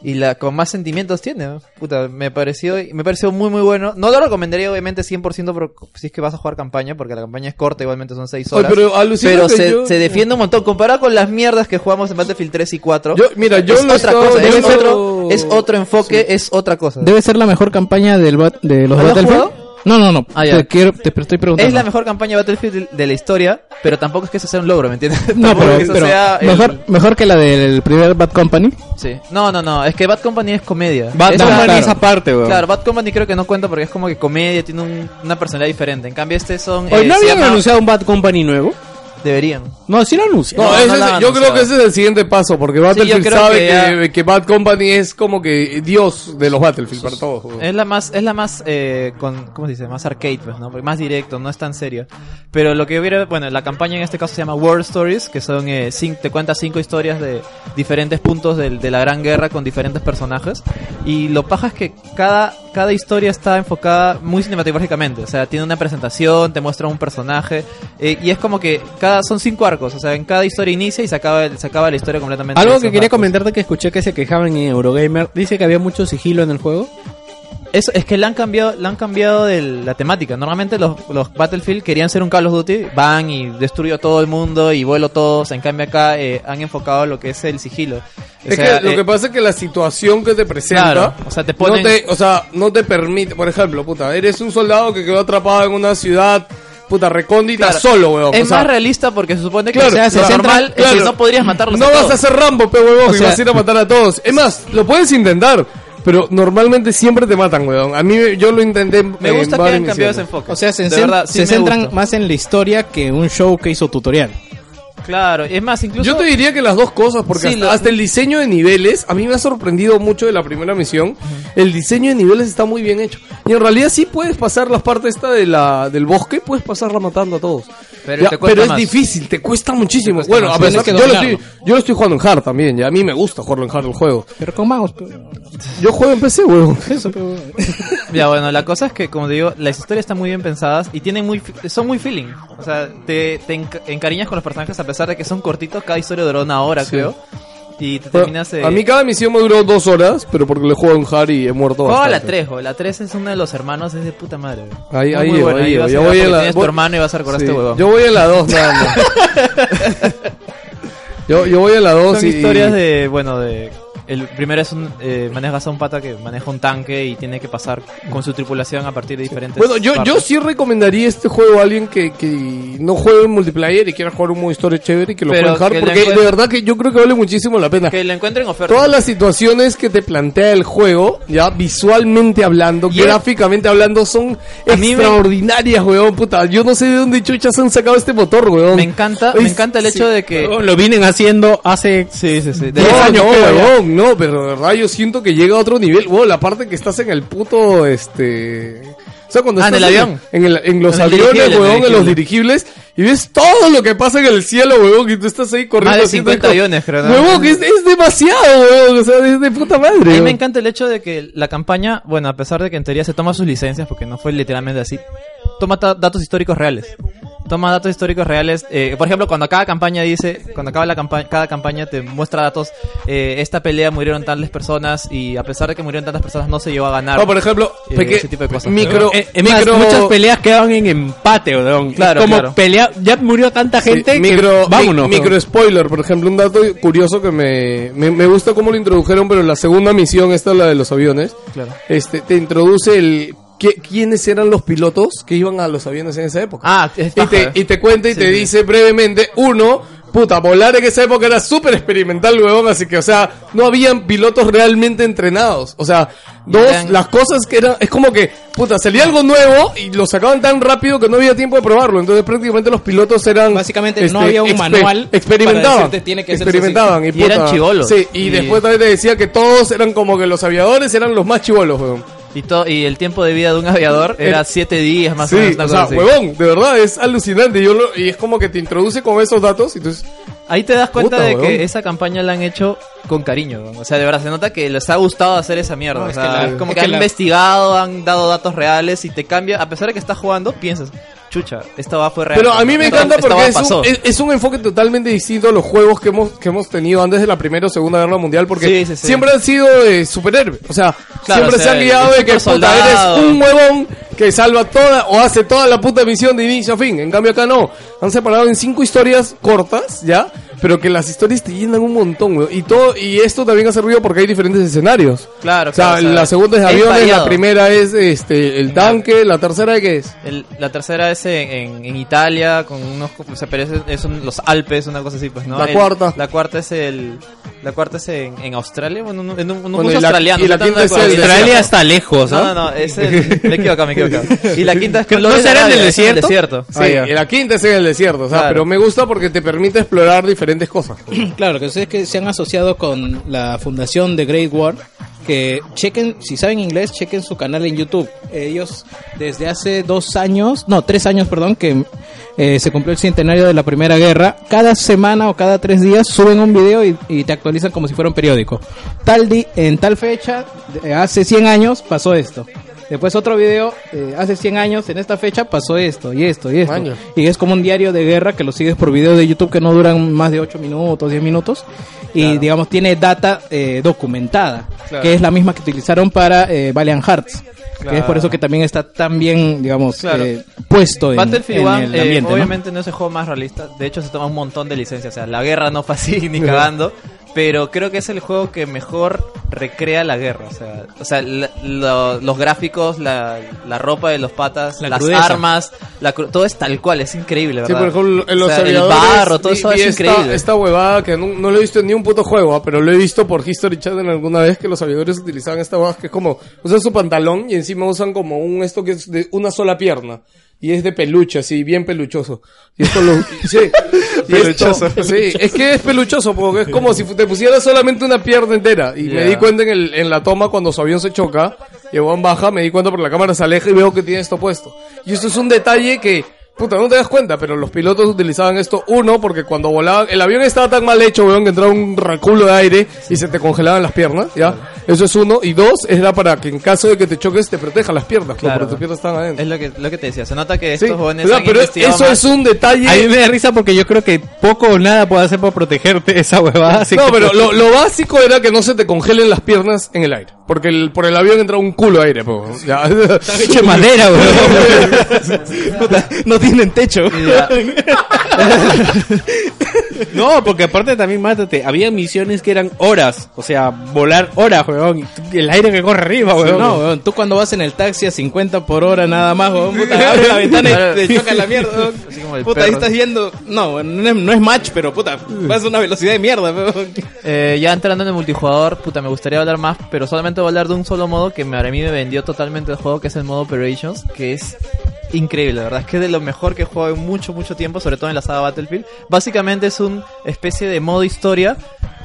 C: y la con más sentimientos tiene. ¿no? Puta, me pareció, me pareció muy muy bueno. No lo recomendaría obviamente 100% pero si es que vas a jugar campaña, porque la campaña es corta, igualmente son 6
B: Oye,
C: horas.
B: pero alucina
C: Pero
B: que
C: se,
B: yo-
C: se defiende un montón. Comparado con las mierdas que jugamos en Battlefield 3 y 4.
B: Yo- mira, yo
C: es
B: lo
C: otra
B: estaba-
C: cosa.
B: yo
C: Es
B: lo-
C: otro, es otro enfoque, es otra cosa.
D: Debe ser la mejor campaña del bat- de los
C: ¿Ah, lo has
D: Battlefield.
C: jugado?
D: No, no, no.
C: Ah, ya.
D: Te, quiero- te estoy preguntando.
C: Es la mejor campaña de Battlefield de la historia, pero tampoco es que eso sea un logro,
L: *laughs*
C: ¿me entiendes?
D: No,
C: Tampoco
D: pero,
C: que eso
D: pero
C: sea el-
D: mejor, mejor que la del primer Bad Company.
C: sí. No, no, no, es que Bad Company es comedia.
L: Bad
C: Esa-
L: Company
C: claro.
L: es aparte, weón.
C: Claro, Bad Company creo que no cuenta porque es como que comedia, tiene un- una personalidad diferente. En cambio, este son.
L: Oye,
C: eh,
L: ¿no
C: se
L: habían
C: llama-
L: anunciado un Bad Company nuevo?
C: Deberían.
L: No, sí lo anunciaron.
B: No,
C: No,
B: ese
C: no
B: es-
C: la van a
B: yo creo
C: anunciar.
B: que ese es el siguiente paso, porque Battlefield
C: creo
B: sabe
C: que
B: que,
C: ya-
B: que Bad Company es como que Dios de los Battlefield para todos. weón.
C: Es la más, es la más, eh, con, ¿cómo se dice? Más arcade, pues, ¿no? Porque más directo, no es tan serio. Pero lo que hubiera, bueno, la campaña en este caso se llama War Stories, que son, eh, cin- te cuenta cinco historias de diferentes puntos del- de la Gran Guerra con diferentes personajes. Y lo paja es que cada, cada historia está enfocada muy cinematográficamente. O sea, tiene una presentación, te muestra un personaje. eh, y es como que cada, son cinco arcos. O sea, en cada historia inicia y se acaba, se acaba la historia completamente.
L: Algo
C: en
L: que
C: esos
L: quería
C: arcos.
L: comentarte que escuché que se quejaban en Eurogamer. Dice que había mucho sigilo en el juego.
C: Eso, es que le han cambiado, le han cambiado de la temática. Normalmente los, los Battlefield querían ser un Call of Duty, van y destruyo a todo el mundo y vuelo todos. En cambio acá eh, han enfocado lo que es el sigilo. O
B: Es
C: sea,
B: que lo
C: eh,
B: que pasa es que la situación que te presenta,
C: Claro, o sea, te ponen-
B: no te, o sea, no te permite, por ejemplo, puta, eres un soldado que quedó atrapado en una ciudad, puta, recóndita
C: claro,
B: solo, weón.
C: Es
B: o sea,
C: más realista porque se supone que
B: Claro,
C: o sea, se
B: claro.
C: normal es que
B: Claro.
C: no podrías matarlos.
B: No
C: a
B: vas
C: todos.
B: a ser Rambo, pe huevón,
D: O
B: y
D: sea-
B: vas a ir a matar a todos. Es más, lo puedes intentar, pero normalmente siempre te matan, weón. A mí yo lo intenté.
C: Me gusta que hayan cambiado
B: ese
C: ese enfoque.
D: O sea, se,
C: De
D: cen-
C: verdad, sí
D: se
C: me
D: centran
C: gusta.
D: más en la historia que un show que hizo tutorial.
C: Claro, es más, incluso.
B: Yo te diría que las dos cosas, porque
C: Sí,
B: hasta,
C: lo-
B: hasta el diseño de niveles, a mí me ha sorprendido mucho de la primera misión, el diseño de niveles está muy bien hecho. Y en realidad sí puedes pasar la parte esta de la, del bosque, puedes pasarla matando a todos.
C: Pero
B: Ya,
C: te cuesta
B: pero
C: más.
B: es difícil, te cuesta muchísimo.
C: Te cuesta
B: bueno,
C: más.
B: a pesar
D: Tienes que
B: yo, lo
D: dominarlo.
B: estoy, yo lo estoy jugando en hard también, ya a mí me gusta jugarlo en hard el juego.
D: Pero con mouse. pues.
B: Yo juego en PC, huevón.
C: Ya, bueno, la cosa es que, como te digo, las historias están muy bien pensadas y tienen muy, fi- son muy feeling. O sea, te, te enca- encariñas con los personajes a pesar de que son cortitos, cada historia duró una hora, creo. Y te terminas... eh,
B: A mí cada misión me duró dos horas, pero porque le juego en hard y he muerto
C: Juega Oh, la
B: bastante.
C: 3, güey. La 3 es uno de los hermanos, es de puta madre, güey.
B: Ahí,
C: Muy,
B: ahí,
C: muy
B: llego,
C: bueno,
B: ahí,
C: vas
B: llego. Ya
C: a llorar
B: voy
C: porque
B: a la...
C: Tienes tu
B: voy-
C: hermano y vas a recordar
B: Sí,
C: este huevón.
B: Yo voy a la 2 nada
C: *laughs*
B: más. yo, yo voy a la 2
C: Son
B: y...
C: historias de, bueno, de... El primero es un... Eh, manejas a un pata que maneja un tanque y tiene que pasar con su tripulación a partir de diferentes...
B: Bueno, yo, yo
C: partes.
B: sí recomendaría este juego a alguien que, que no juegue en multiplayer y quiera jugar un modo historia chévere y que lo
C: Pero
B: juegue en hard,
C: que le
B: porque de
C: encuentre-
B: verdad que yo creo que vale muchísimo la pena.
C: Que le encuentren oferta.
B: Todas las situaciones que te plantea el juego, ya visualmente hablando,
C: Y es-
B: gráficamente hablando, son
C: mí me-
B: extraordinarias, weón, puta. Yo no sé de dónde chuchas han sacado este motor, weón.
C: Me encanta, me
B: Es-
C: encanta el hecho de que...
L: Lo vienen haciendo hace
C: Sí, sí, sí.
B: No,
C: De-
B: no,
L: creo, ya.
B: weón, no, pero de verdad yo siento que llega a otro nivel. Wow, la parte que estás en el puto, este... O sea, cuando
C: Ah,
B: estás
C: en el avión.
B: En, el- en los
C: En el
B: aviones,
C: dirigible, en el
B: weón, en los dirigibles, y ves todo lo que pasa en el cielo, weón, y tú estás ahí corriendo.
C: Más de
B: haciendo
C: 50
B: esto.
C: aviones, creo, ¿no?
B: Weón, que es, es demasiado, weón, o sea, es de puta madre.
C: A mí me
B: weón.
C: encanta el hecho de que la campaña, bueno, a pesar de que en teoría se toma sus licencias, porque no fue literalmente así, toma ta- datos históricos reales. Toma datos históricos reales. eh, por ejemplo, cuando cada campaña dice, cuando acaba la campaña, cada campaña te muestra datos. eh, esta pelea murieron tantas personas y a pesar de que murieron tantas personas no se llegó a ganar.
B: No, Oh, por ejemplo,
C: Eh,
B: peque-
C: ese tipo de cosas.
B: micro,
L: Eh, es más,
B: micro,
L: muchas peleas quedaban en empate, weón.
C: Claro,
L: Como
C: claro.
L: pelea, ya murió tanta
B: Sí,
L: gente que-
B: micro, mi-
L: vámonos.
B: micro spoiler, por ejemplo, un dato curioso que me, me, me gusta cómo lo introdujeron, pero en la segunda misión, esta la de los aviones,
C: Claro.
B: este, te introduce el qué- quiénes eran los pilotos que iban a los aviones en esa época.
C: Ah, es
B: y,
C: paja,
B: te,
C: eh.
B: y te cuenta y
C: Sí,
B: te
C: sí.
B: dice brevemente, uno, puta, volar en esa época era súper experimental, huevón, así que, o sea, no habían pilotos realmente entrenados. O sea, dos,
C: Eran-
B: las cosas que eran, es como que, puta, salía algo nuevo y lo sacaban tan rápido que no había tiempo de probarlo. Entonces prácticamente los pilotos eran... este,
D: Básicamente, no había un manual
B: Experimentaban.
D: para decirte, "Tiene que hacerse
B: experimentaban.
C: así". Y eran
B: puta,
C: chibolos.
B: Sí, y,
C: Y-
B: después también te decía que todos eran como que los aviadores eran los más chivolos, huevón.
C: Y, to- y el tiempo de vida de un
B: *laughs*
C: aviador era
B: El-
C: 7 días más
B: Eh, Sí,
C: o menos. una
B: o
C: cosa
B: sea,
C: así.
B: huevón, de verdad es alucinante. Yo lo- y es como que te introduce con esos datos y tú dices,
C: Ahí te das cuenta
B: Puta,
C: de
B: weón.
C: que esa campaña la han hecho con cariño. weón. O sea, de verdad se nota que les ha gustado hacer esa mierda. o sea, es como que, han investigado, han dado datos reales y te cambia. A pesar de que estás jugando, piensas, chucha, esta va fue real.
B: Pero a mí me
C: Esta-
B: encanta
C: esta
B: porque
C: huevada
B: es
C: pasó.
B: un, es- es un enfoque totalmente distinto a los juegos que hemos, que hemos tenido antes de la Primera o Segunda Guerra Mundial, porque
C: Sí, sí, sí.
B: siempre han sido de superhéroes. O sea,
C: Claro,
B: siempre
C: o sea,
B: se han
C: el-
B: guiado
C: el
B: de que
C: super
B: puta,
C: soldado.
B: eres un huevón que salva toda o hace toda la puta misión de inicio a fin. En cambio acá no. Han separado en cinco historias cortas, ¿ya? Pero que las historias te llenan un montón, weón. Y todo, y esto también hace ruido porque hay diferentes escenarios.
C: Claro,
B: O sea,
C: claro, o sea,
B: la segunda es
C: es
B: aviones, la
C: variado.
B: primera es este el tanque, la tercera ¿qué es?
C: El- la tercera es en, en- en Italia, con unos... O sea, pero es, es un- los Alpes, una cosa así, pues, ¿no?
B: La
C: El-
B: cuarta.
C: La cuarta es el... La cuarta es en, en Australia, bueno, en un, en un- en un
B: Bueno,
C: bus
B: y la-
C: australiano.
B: y la
C: no tanto
B: quinta es
C: de
B: el
C: Colombia.
M: Australia está lejos, ¿ah?
C: No, no, no, es el... Me equivoco, me
M: *laughs*
C: equivoco. Y la quinta es
M: ¿No
C: Colombia,
M: será en el
C: Arabia, es
M: desierto?
B: Sí, y la quinta es en el desierto, o sea,
C: Claro.
B: pero me gusta porque te permite explorar diferentes cosas.
D: *clears throat* Claro, que ustedes que se han asociado con la fundación de Great War, que chequen, si saben inglés, chequen su canal en YouTube. Ellos desde hace dos años, no, tres años, perdón, que eh, se cumplió el centenario de la Primera Guerra, cada semana o cada tres días suben un video y, y te actualizan como si fuera un periódico. Tal di- en tal fecha, de- hace 100 años, pasó esto. Después otro video, eh, hace 100 años, en esta fecha pasó esto y esto y esto.
B: Maño.
D: Y es como un diario de guerra que lo sigues por videos de YouTube que no duran más de 8 minutos, 10 minutos. Y digamos, tiene data eh, documentada,
C: Claro.
D: que es la misma que utilizaron para eh, Valiant Hearts. Que es por eso que también está tan bien, digamos,
C: Claro.
D: eh, puesto en,
C: Battlefield
D: en
C: 1,
D: el
C: eh,
D: ambiente. ¿no?
C: obviamente ¿no? es el juego más realista. De hecho, se toma un montón de licencias. O sea, la guerra no fue así *laughs* ni cagando. Pero creo que es el juego que mejor recrea la guerra. O sea, o sea, la- lo- los gráficos, la, la ropa de los patas,
D: La
C: las
D: crudeza.
C: armas, la cru- todo es tal cual, es increíble, ¿verdad?
B: Sí, por ejemplo, en los
C: O sea, el
B: aviadores
C: barro, todo
B: vi-
C: eso
B: vi
C: es
B: esta,
C: increíble.
B: Esta huevada que no, no lo he visto en ni un puto juego, ah, pero lo he visto por History Channel alguna vez que los aviadores utilizaban esta huevada que es como usan su pantalón y encima usan como un esto que es de una sola pierna. Y es de peluche, así, bien peluchoso. Y esto lo... *laughs* Sí. Y esto-
E: Peluchoso.
B: *laughs* sí, es que es peluchoso, porque es como si te pusieras solamente una pierna entera. Y me
C: Ya.
B: di cuenta en, el, en la toma cuando su avión se choca, y el huevón baja, me di cuenta por la cámara se aleja y veo que tiene esto puesto. Y esto es un detalle que, puta, no te das cuenta, pero los pilotos utilizaban esto, uno, porque cuando volaban, el avión estaba tan mal hecho, weón, que entraba un raculo de aire y se te congelaban las piernas, ¿ya? Eso es uno. Y dos, era para que en caso de que te choques te protejan las piernas,
C: Claro.
B: porque tus piernas están adentro.
C: Es lo que, lo que te decía. Se nota que
B: Sí,
C: estos jóvenes
B: o sea,
C: han
B: pero
C: investigado
B: eso
C: más.
B: es un detalle...
M: A mí me da risa porque yo creo que poco o nada puedo hacer para protegerte de esa huevada. así
B: No,
M: que-
B: pero lo, lo básico era que no se te congelen las piernas en el aire. Porque el- por el avión entra un culo de aire, po. Ya. *laughs*
M: Pinche madera,
C: *laughs*
D: *laughs*
M: weón. Puta, no tienen techo.
B: *laughs*
C: Ya.
M: No, porque aparte también mátate. Había misiones que eran horas. O sea, volar horas, weón. y tú- El aire que corre arriba,
D: Sí,
M: weón.
D: No, weón, tú cuando vas en el taxi a 50 por hora nada más, weón, puta,
N: *laughs*
D: abre la ventana y te choca la mierda, weón.
C: Así como el
D: Puta, ahí
C: perro.
D: estás yendo, no, weón, no es, no es match, pero puta, vas a una velocidad de mierda, weón.
C: Eh, ya entrando en el multijugador, puta, me gustaría hablar más, pero solamente voy a hablar de un solo modo que me, a mí me vendió totalmente el juego, que es el modo Operations, que es increíble, la verdad es que es de lo mejor que he jugado en mucho, mucho tiempo, sobre todo en la saga Battlefield. Básicamente es una especie de modo historia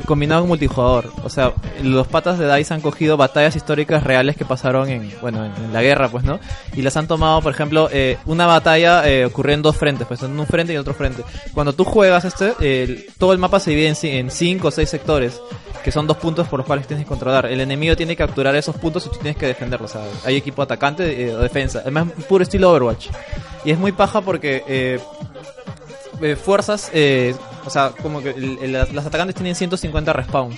C: combinado con multijugador. O sea, los patas de DICE han cogido batallas históricas reales que pasaron en, bueno, en, en la guerra, pues, ¿no? Y las han tomado, por ejemplo, eh, una batalla eh, ocurrió en dos frentes, pues, en un frente y en otro frente. Cuando tú juegas este, el- todo el mapa se divide en, ci- en cinco o seis sectores, que son dos puntos por los cuales tienes que controlar. El enemigo tiene que capturar esos puntos y tú tienes que defenderlos. O sea, hay equipo atacante eh, o defensa. Además, puro estilo Overwatch. Y es muy paja porque... eh, eh, fuerzas, eh, o sea, como que el- el- las las atacantes tienen 150 respawn.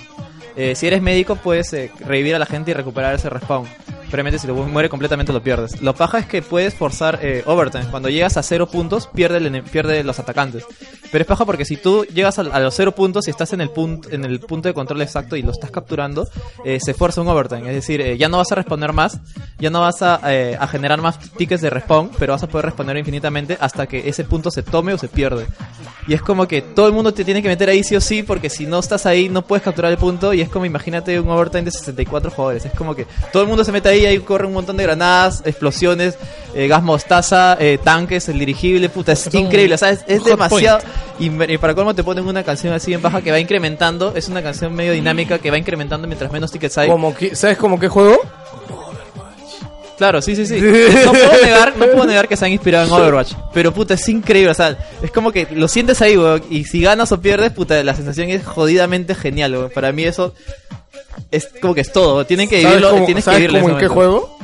C: Eh, si eres médico puedes eh, revivir a la gente y recuperar ese respawn. Previamente si lo mu- muere completamente lo pierdes. Lo paja es que puedes forzar eh, overtime. Cuando llegas a cero puntos pierde, el ene- pierde los atacantes. Pero es paja porque si tú llegas al- a, los cero puntos y estás en el, punto en el punto de control exacto y lo estás capturando, eh, se fuerza un overtime. Es decir, eh, ya no vas a responder más, ya no vas a, eh, a generar más tickets de respawn, pero vas a poder responder infinitamente hasta que ese punto se tome o se pierde. Y es como que todo el mundo te tiene que meter ahí sí o sí, porque si no estás ahí no puedes capturar el punto. Y es como, imagínate un overtime de 64 jugadores. Es como que todo el mundo se mete ahí, ahí corre un montón de granadas, explosiones, eh, gas mostaza, eh, tanques, el dirigible, puta, es increíble. O sea, es, es demasiado. Y, me- y para colmo te ponen una canción así en baja que va incrementando. Es una canción medio dinámica que va incrementando mientras menos tickets hay.
B: Como que- ¿Sabes cómo qué juego?
C: Claro, sí, sí, sí.
B: *laughs*
C: No puedo negar, no puedo negar que se han inspirado en Overwatch. Pero puta, es increíble. O sea, es como que lo sientes ahí, weón. Y si ganas o pierdes, puta, la sensación es jodidamente genial, weón. Para mí eso es como que es todo. Tienen que
B: ¿Sabes
C: vivirlo,
B: cómo,
C: Eh, tienes que
B: sabes
C: vivirlo.
B: cómo
C: ese
B: en qué
C: momento.
B: juego?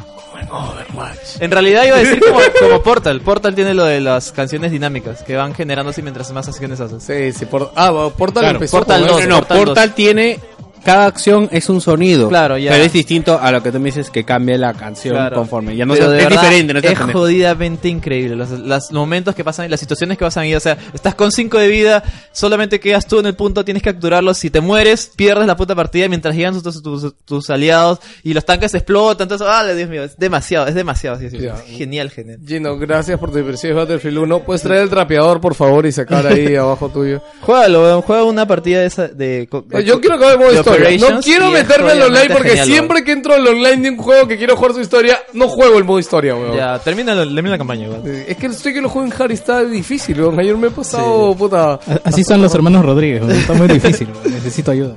C: En realidad iba a decir
B: *laughs*
C: como, como Portal. Portal tiene lo de las canciones dinámicas que van generándose mientras más acciones haces.
B: Sí, sí, por, ah, bueno, Portal
N: Claro,
B: empezó
C: Portal
B: con
C: dos.
N: No, no,
C: Portal
N: Portal tiene. Cada acción es un sonido.
C: Claro, ya.
N: Pero es distinto a lo que tú me dices que cambia la canción
C: Claro.
N: conforme. Ya no
C: Pero
N: sé,
C: de
N: es
C: verdad,
N: diferente, no seas
C: Es
N: pendejo.
C: jodidamente increíble. Los, los momentos que pasan y las situaciones que pasan y, o sea, estás con 5 de vida, solamente quedas tú en el punto, tienes que capturarlo. Si te mueres, pierdes la puta partida mientras llegan tus, tus, tus aliados y los tanques explotan. Entonces, ah, Dios mío, es demasiado, es demasiado. sí, sí, sí.
B: Ya.
C: Genial, genial.
B: Gino, gracias por tu diversión de Battlefield 1. Puedes traer el trapeador, por favor, y sacar ahí
C: *laughs*
B: abajo tuyo.
C: Juégalo, weón, juega una partida de esa de, co- de-
B: Yo quiero acabar el modo
C: de
B: historia. No
C: Operations
B: quiero
C: y
B: meterme en el
C: obviamente
B: online porque
C: genial, weón.
B: siempre que entro al online de un juego que quiero jugar su historia, no juego el modo historia, weón.
C: Ya, termina, la- termina la campaña, weón.
B: Eh, Es que estoy que lo juego en hard está difícil, weón. Ayer me he pasado, puta.
D: Así son los hermanos Rodríguez, weón. está muy difícil, weón. necesito ayuda.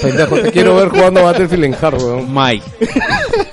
B: Pendejo, te quiero ver jugando Battlefield en hard, weón.
N: Mike.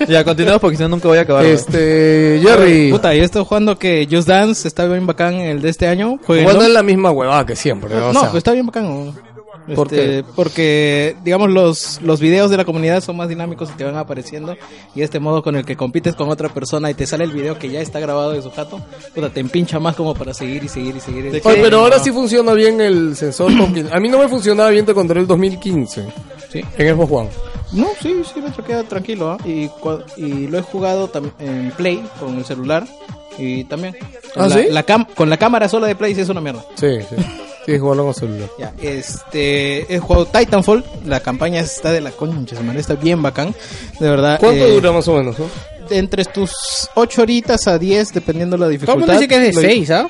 C: Ya, continuamos porque si no nunca voy a acabar. weón.
B: Este, Jerry.
D: Puta, y esto jugando que Just Dance está bien bacán el de este año. jueguenlo.
B: Jugando es la misma huevada que siempre, o
D: no,
B: sea.
D: pues está bien bacán. weón.
B: ¿Por
D: Este, Porque, digamos, los, los videos de la comunidad son más dinámicos y te van apareciendo. Y este modo con el que compites con otra persona y te sale el video que ya está grabado de su jato, puta, te empincha más como para seguir y seguir y seguir.
B: Oye, pero ahora sí funciona bien el sensor. porque A mí no me funcionaba bien, te control el 2015.
D: Sí.
B: En Xbox One.
D: No, sí, sí, me queda tranquilo. ¿ah? Y, cua- y lo he jugado tam- en Play con el celular. Y también.
B: ¿Ah,
D: la,
B: sí?
D: la cam- con la cámara sola de Play sí es una mierda.
B: Sí,
D: *laughs*
B: sí. Sí, jugando con celular.
D: Ya, este, he jugado Titanfall, la campaña está de la concha, su madre, está bien bacán, de verdad.
B: ¿Cuánto
D: eh,
B: dura más o menos? no?
D: Entre tus 8 horitas a 10, dependiendo la
O: Todo
D: dificultad.
O: el mundo dice que es de
D: Lo-
O: 6, ¿ah?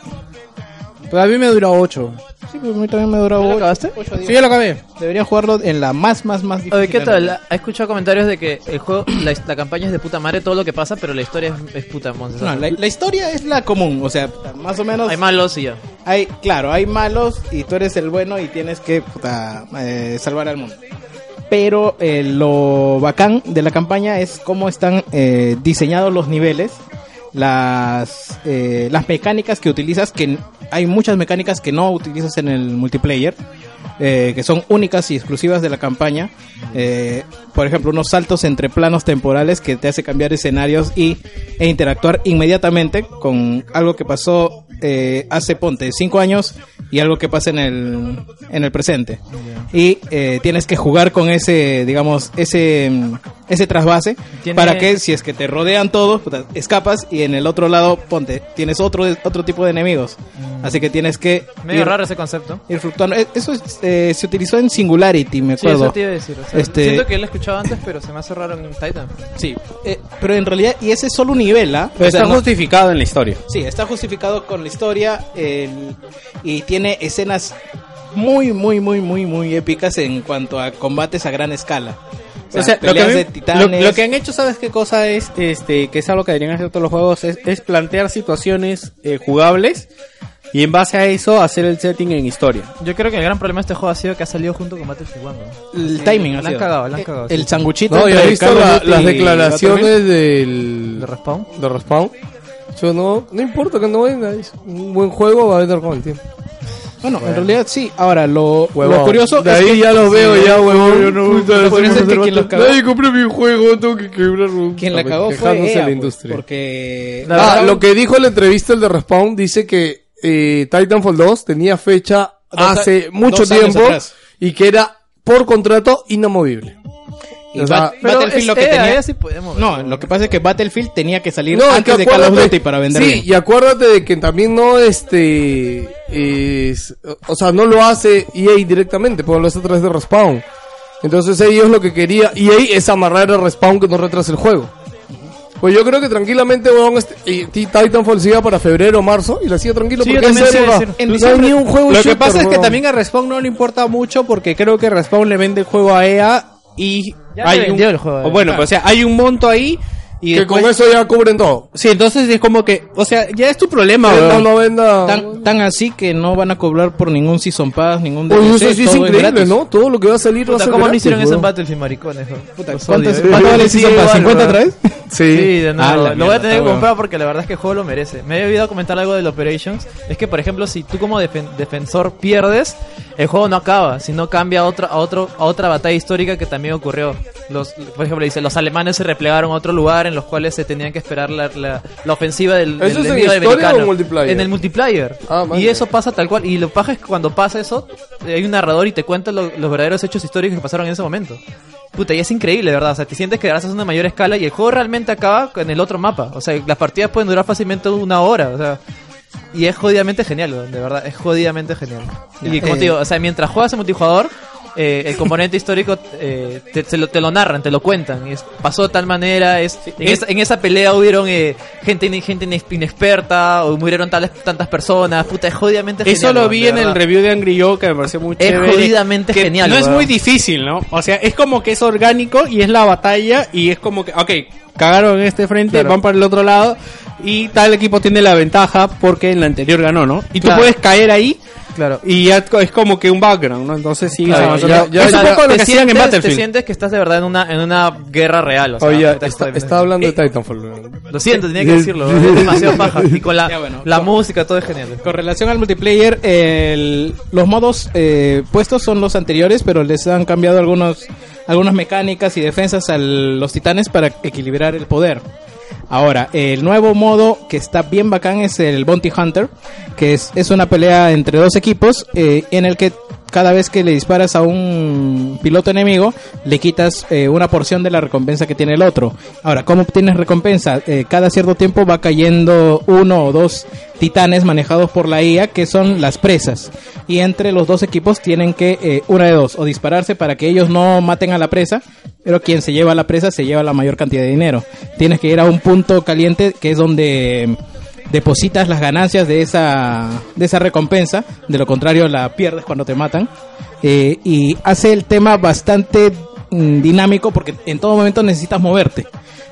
O: Pero a mí me duró 8.
D: Sí, pero a mí también me ha durado 8.
O: Sí, yo lo acabé.
D: Debería jugarlo en la más, más, más difícil.
C: Oye, ¿qué tal? He escuchado comentarios de que el juego, la, la campaña es de puta madre, todo lo que pasa, pero la historia es, es puta monstruo.
D: No, la, la historia es la común, o sea, más o menos...
C: Hay malos y ya.
D: hay, claro, hay malos y tú eres el bueno y tienes que puta, eh, salvar al mundo. Pero eh, lo bacán de la campaña es cómo están eh, diseñados los niveles, las, eh, las mecánicas que utilizas, que n- hay muchas mecánicas que no utilizas en el multiplayer, eh, que son únicas y exclusivas de la campaña. Eh, por ejemplo, unos saltos entre planos temporales que te hace cambiar escenarios y, e interactuar inmediatamente con algo que pasó eh, hace ponte cinco años y algo que pasa en el, en el presente. Y eh, tienes que jugar con ese, digamos, ese, mm, ese trasvase
C: Tiene-
D: para que si es que te rodean todos, puta, escapas y en el otro lado, ponte, tienes otro, otro tipo de enemigos. Así que tienes que...
C: Mm. Medio
D: ir-
C: raro ese concepto.
D: ir fluctuando. Eh, Eso es, eh, se utilizó en Singularity, me
C: Sí,
D: acuerdo.
C: eso te iba a decir. o sea,
D: Este-
C: Siento que lo he escuchado antes, pero se me hace raro en Titan.
D: Sí, eh, pero en realidad, y ese es solo un nivel, ¿ah?
N: Pero
D: O sea,
N: está
D: no-
N: justificado en la historia.
D: Sí, está justificado con la historia el- y tiene escenas muy, muy, muy, muy, muy épicas en cuanto a combates a gran escala. O sea,
O: O sea, lo que, a
D: peleas
O: mí-
D: de titanes.
O: lo- lo que han hecho, ¿sabes qué cosa es? Este, que es algo que deberían hacer todos los juegos, es, es plantear situaciones eh, jugables y en base a eso hacer el setting en historia.
C: Yo creo que el gran problema de este juego ha sido que ha salido junto con Battlefield 1.
D: el timing, ha
C: la han
D: sido.
C: cagado, la han
D: Eh,
C: cagado,
D: El
C: sí.
D: sanguchito.
B: No, yo
D: entre
B: he visto
D: Call of
B: la-
D: Duty
B: las
D: y Battlefield.
B: declaraciones del.
C: ¿De Respawn?
B: de Respawn. Yo no, no importa que no venga, es un buen juego va a vender con el tiempo.
D: Bueno, en realidad sí. Ahora, lo, lo
B: Huevón.
D: curioso
B: de
D: es
B: ahí
D: que-
B: ya los veo ya, huevón. Yo no
D: Lo curioso es que quien los cagó-
B: Nadie compró mi juego, tengo que quebrarlo.
D: quien la
B: Ah,
D: cagó fue
B: quejándose
D: EA,
B: la
D: pues,
B: industria.
D: porque...
B: Ah, lo que dijo en la entrevista el de Respawn dice que eh, Titanfall 2 tenía fecha
D: Dos a-
B: hace mucho
D: Ah, dos años
B: tiempo
D: atrás.
B: y que era por contrato inamovible.
D: y
B: o
D: Bat-
B: sea,
C: Pero
D: Battlefield
C: es
D: lo que
C: EA,
D: tenía...
C: EA sí podemos ver.
D: No, lo que pasa es que Battlefield tenía que salir
B: es
D: antes
B: que
D: de Call of
B: acuérdate-
D: Duty para vender
B: Sí,
D: bien.
B: y acuérdate de que también no este es- o sea, no lo hace EA directamente, porque lo hace a través de Respawn. Entonces ellos lo que quería EA es amarrar a Respawn que no retrase el juego. Pues yo creo que tranquilamente weón, este, y- y Titanfall siga para febrero o marzo y la siga tranquilo
O: Sí, yo
B: porque en
O: también
B: esa
O: sé
B: época
O: decir. En
B: no hay
O: diciembre-
B: ni un juego
O: Lo que
B: shooter,
O: pasa es que
B: weón.
O: también a Respawn no le importa mucho porque creo que Respawn le vende el juego a EA y
C: Ya le vendió
O: un,
C: el juego a
O: o
C: EA.
O: bueno, pues, o sea, hay un monto ahí y
B: que
O: después-
B: con eso ya cubren todo.
O: sí, entonces es como que, o sea, ya es tu problema,
B: Venda o
O: Ah, weón.
B: no venda.
D: Tan, tan así que no van a cobrar por ningún Season Pass, ningún
B: Oye,
D: DLC,
B: Pues eso sí es
D: todo
B: increíble,
D: gratis.
B: ¿no? Todo lo que va a salir va a
C: Puta,
B: ser
C: ¿cómo no
B: gratis,
C: hicieron eso en
B: weón.
C: Battlefield, maricones?
D: ¿Cuánto, cuánto vale el
C: eh. Sí,
D: Season Pass?
C: igual,
D: ¿50
C: bro.
D: otra vez?
C: Sí, de nuevo.
P: Ah, la
C: lo voy
P: mierda,
C: a tener
P: está
C: que
P: bueno.
C: comprar porque la verdad es que el juego lo merece. Me he olvidado comentar algo del Operations. Es que, por ejemplo, si tú como defen- defensor pierdes, el juego no acaba, sino cambia a, otra, a, otro, a otra batalla histórica que también ocurrió. Los, por ejemplo, dice, los alemanes se replegaron a otro lugar en los cuales se tenían que esperar la, la- la ofensiva del, del
B: ¿Eso es en
C: enemigo
B: historia
C: americano.
B: o en multiplayer?
C: En el multiplayer.
B: Ah, man.
C: y eso pasa tal cual. Y lo paja es que cuando pasa eso, eh, hay un narrador y te cuenta lo- los verdaderos hechos históricos que pasaron en ese momento. Puta, y es increíble, de verdad. O sea, te sientes que gracias a una mayor escala y el juego realmente acaba en el otro mapa. O sea, las partidas pueden durar fácilmente una hora. O sea, y es jodidamente genial, weón, de verdad, es jodidamente genial. Y como te digo, o sea, mientras juegas en multijugador, eh,
P: *laughs*
C: el componente histórico eh, te, se lo, te lo narran, te lo cuentan. Y es- pasó de tal manera, es, en, esa, en esa pelea hubieron eh, gente, in- gente inex- inexperta, o murieron tales, tantas personas, puta, es jodidamente genial.
P: Eso lo
C: weón,
P: vi
C: de
P: en el
C: verdad.
P: review de Angry Joe que me pareció muy
C: Es
P: chévere.
C: jodidamente
P: Que
C: genial,
P: No es
C: weón.
P: muy difícil, ¿no? O sea, es como que es orgánico y es la batalla y es como que, ok, cagaron en este frente, van para el otro lado y tal equipo tiene la ventaja porque en la anterior ganó, ¿no? Y
C: Claro.
P: tú puedes caer ahí
C: Claro.
P: y ya co- es como que un background, ¿no? Entonces sí,
B: Claro,
P: o sea,
B: ya- ya-
P: es un
B: ya-
P: poco lo
C: Te
P: que hacían en
C: sientes- Te
P: Battlefield.
C: sientes que estás de verdad en una, en una guerra real. O sea,
B: Oye,
C: puta, es
B: está,
C: jodidamente
B: está
C: genial.
B: hablando de Titanfall. weón.
C: Lo siento, tenía que decirlo, weón, es demasiado paja. Y con la,
D: Ya, bueno,
C: la música, todo es genial.
D: Con relación al multiplayer, el- los modos eh, puestos son los anteriores, pero les han cambiado algunos, algunas mecánicas y defensas a los titanes para equilibrar el poder. Ahora, el nuevo modo que está bien bacán es el Bounty Hunter, que es, es una pelea entre dos equipos eh, en el que cada vez que le disparas a un piloto enemigo, le quitas eh, una porción de la recompensa que tiene el otro. Ahora, ¿cómo obtienes recompensa? Eh, cada cierto tiempo va cayendo uno o dos titanes manejados por la IA, que son las presas. Y entre los dos equipos tienen que, eh, una de dos, o dispararse para que ellos no maten a la presa, pero quien se lleva a la presa se lleva la mayor cantidad de dinero. Tienes que ir a un punto caliente que es donde depositas las ganancias de esa, de esa recompensa, de lo contrario la pierdes cuando te matan. Eh, y hace el tema bastante mm, dinámico porque en todo momento necesitas moverte.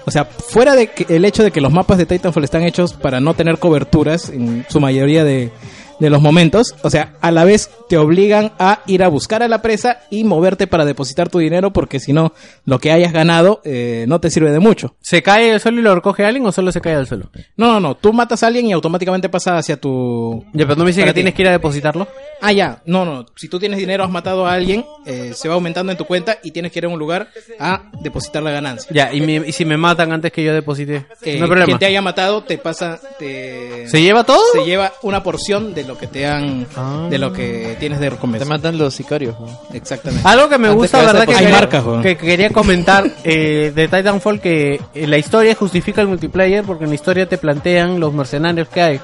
D: O sea, fuera de que- el hecho de que los mapas de Titanfall están hechos para no tener coberturas en su mayoría de, de los momentos, o sea, a la vez te obligan a ir a buscar a la presa y moverte para depositar tu dinero porque si no, lo que hayas ganado eh, no te sirve de mucho.
Q: ¿Se cae el suelo y lo recoge alguien o solo se cae al suelo?
D: No, no, no. Tú matas a alguien y automáticamente pasa hacia tu.
Q: Ya, pero no me dice
D: Para
Q: que
D: ti.
Q: tienes que ir a depositarlo.
D: Ah, ya. No, no. Si tú tienes dinero, has matado a alguien, eh, se va aumentando en tu cuenta y tienes que ir a un lugar a depositar la ganancia.
Q: Ya, y, me- y si me matan antes que yo deposite.
D: Eh,
Q: no hay problema.
D: Quien te haya matado te pasa. Te...
Q: ¿Se lleva todo?
D: se lleva una porción de lo que te han.
Q: Ah.
D: de lo que tienes de
C: Te
D: recompensa.
C: matan los sicarios.
D: Exactamente.
Q: Algo que me
D: Antes
Q: gusta,
D: que
Q: ¿verdad?
D: esa
Q: Que,
D: hay
Q: quería-
D: marcas, weón.
Q: que quería comentar eh, de Titanfall que eh, la historia justifica el multiplayer porque en la historia te plantean los mercenarios que hay.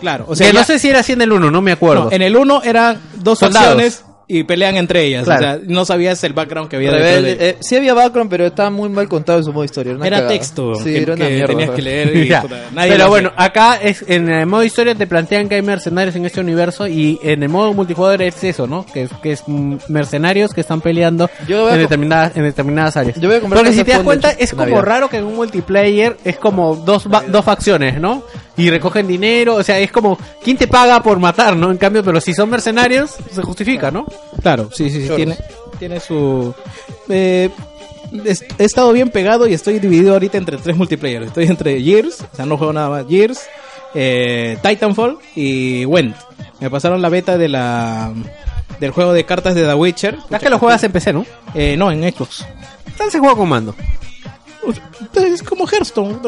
D: Claro. O
Q: O
D: sea,
Q: sea, que no
D: ya-
Q: sé si era así en el 1, no me acuerdo.
D: no, en el 1 eran dos
Q: Soldados.
D: opciones y pelean entre ellas.
Q: Claro.
D: O sea, no sabías el background que había detrás de
C: Rebelde, eh, sí había background, pero estaba muy mal contado en su modo de historia. una
D: Era
C: cagada.
D: texto
C: Sí,
D: que,
C: era una
D: que
C: mierda.
D: tenías que leer y
Q: *laughs* Ya.
D: puta, nadie
Q: Pero
D: lo
Q: bueno,
D: hacía.
Q: acá es en el modo historia te plantean que hay mercenarios en este universo y en el modo multijugador es eso, ¿no? Que, es- que es mm, mercenarios que están peleando
C: Yo voy a
Q: en
C: co-
Q: determinadas, en determinadas áreas.
C: Yo voy a comprar
Q: Porque
C: Casa
Q: si te das
C: Fondo
Q: cuenta
C: de
Q: es como
C: Navidad.
Q: raro que en un multiplayer es como dos, va- dos facciones, ¿no? Y recogen dinero, o sea, es como ¿quién te paga por matar, no? En cambio, pero si son mercenarios se justifica, ¿no?
D: Claro, sí, sí, sí,
C: Choros.
D: tiene, tiene su... eh, es- he estado bien pegado y estoy dividido ahorita entre tres multiplayer. Estoy entre Gears, o sea, no juego nada más, Gears, eh, Titanfall y Went. Me pasaron la beta de la del juego de cartas de The Witcher.
Q: Es que lo juegas en PC, ¿no?
D: Eh, no, en Xbox.
Q: Tal se juega con mando.
D: pues, Es como Hearthstone,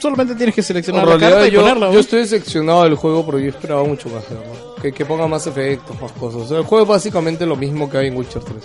D: solamente tienes que seleccionar
B: En
D: la
B: realidad,
D: carta y
B: yo,
D: ponerla.
B: yo estoy decepcionado del juego porque yo esperaba mucho más. ¿no? Que, que ponga más efectos, más cosas. O sea, el juego es básicamente lo mismo que hay en Witcher 3.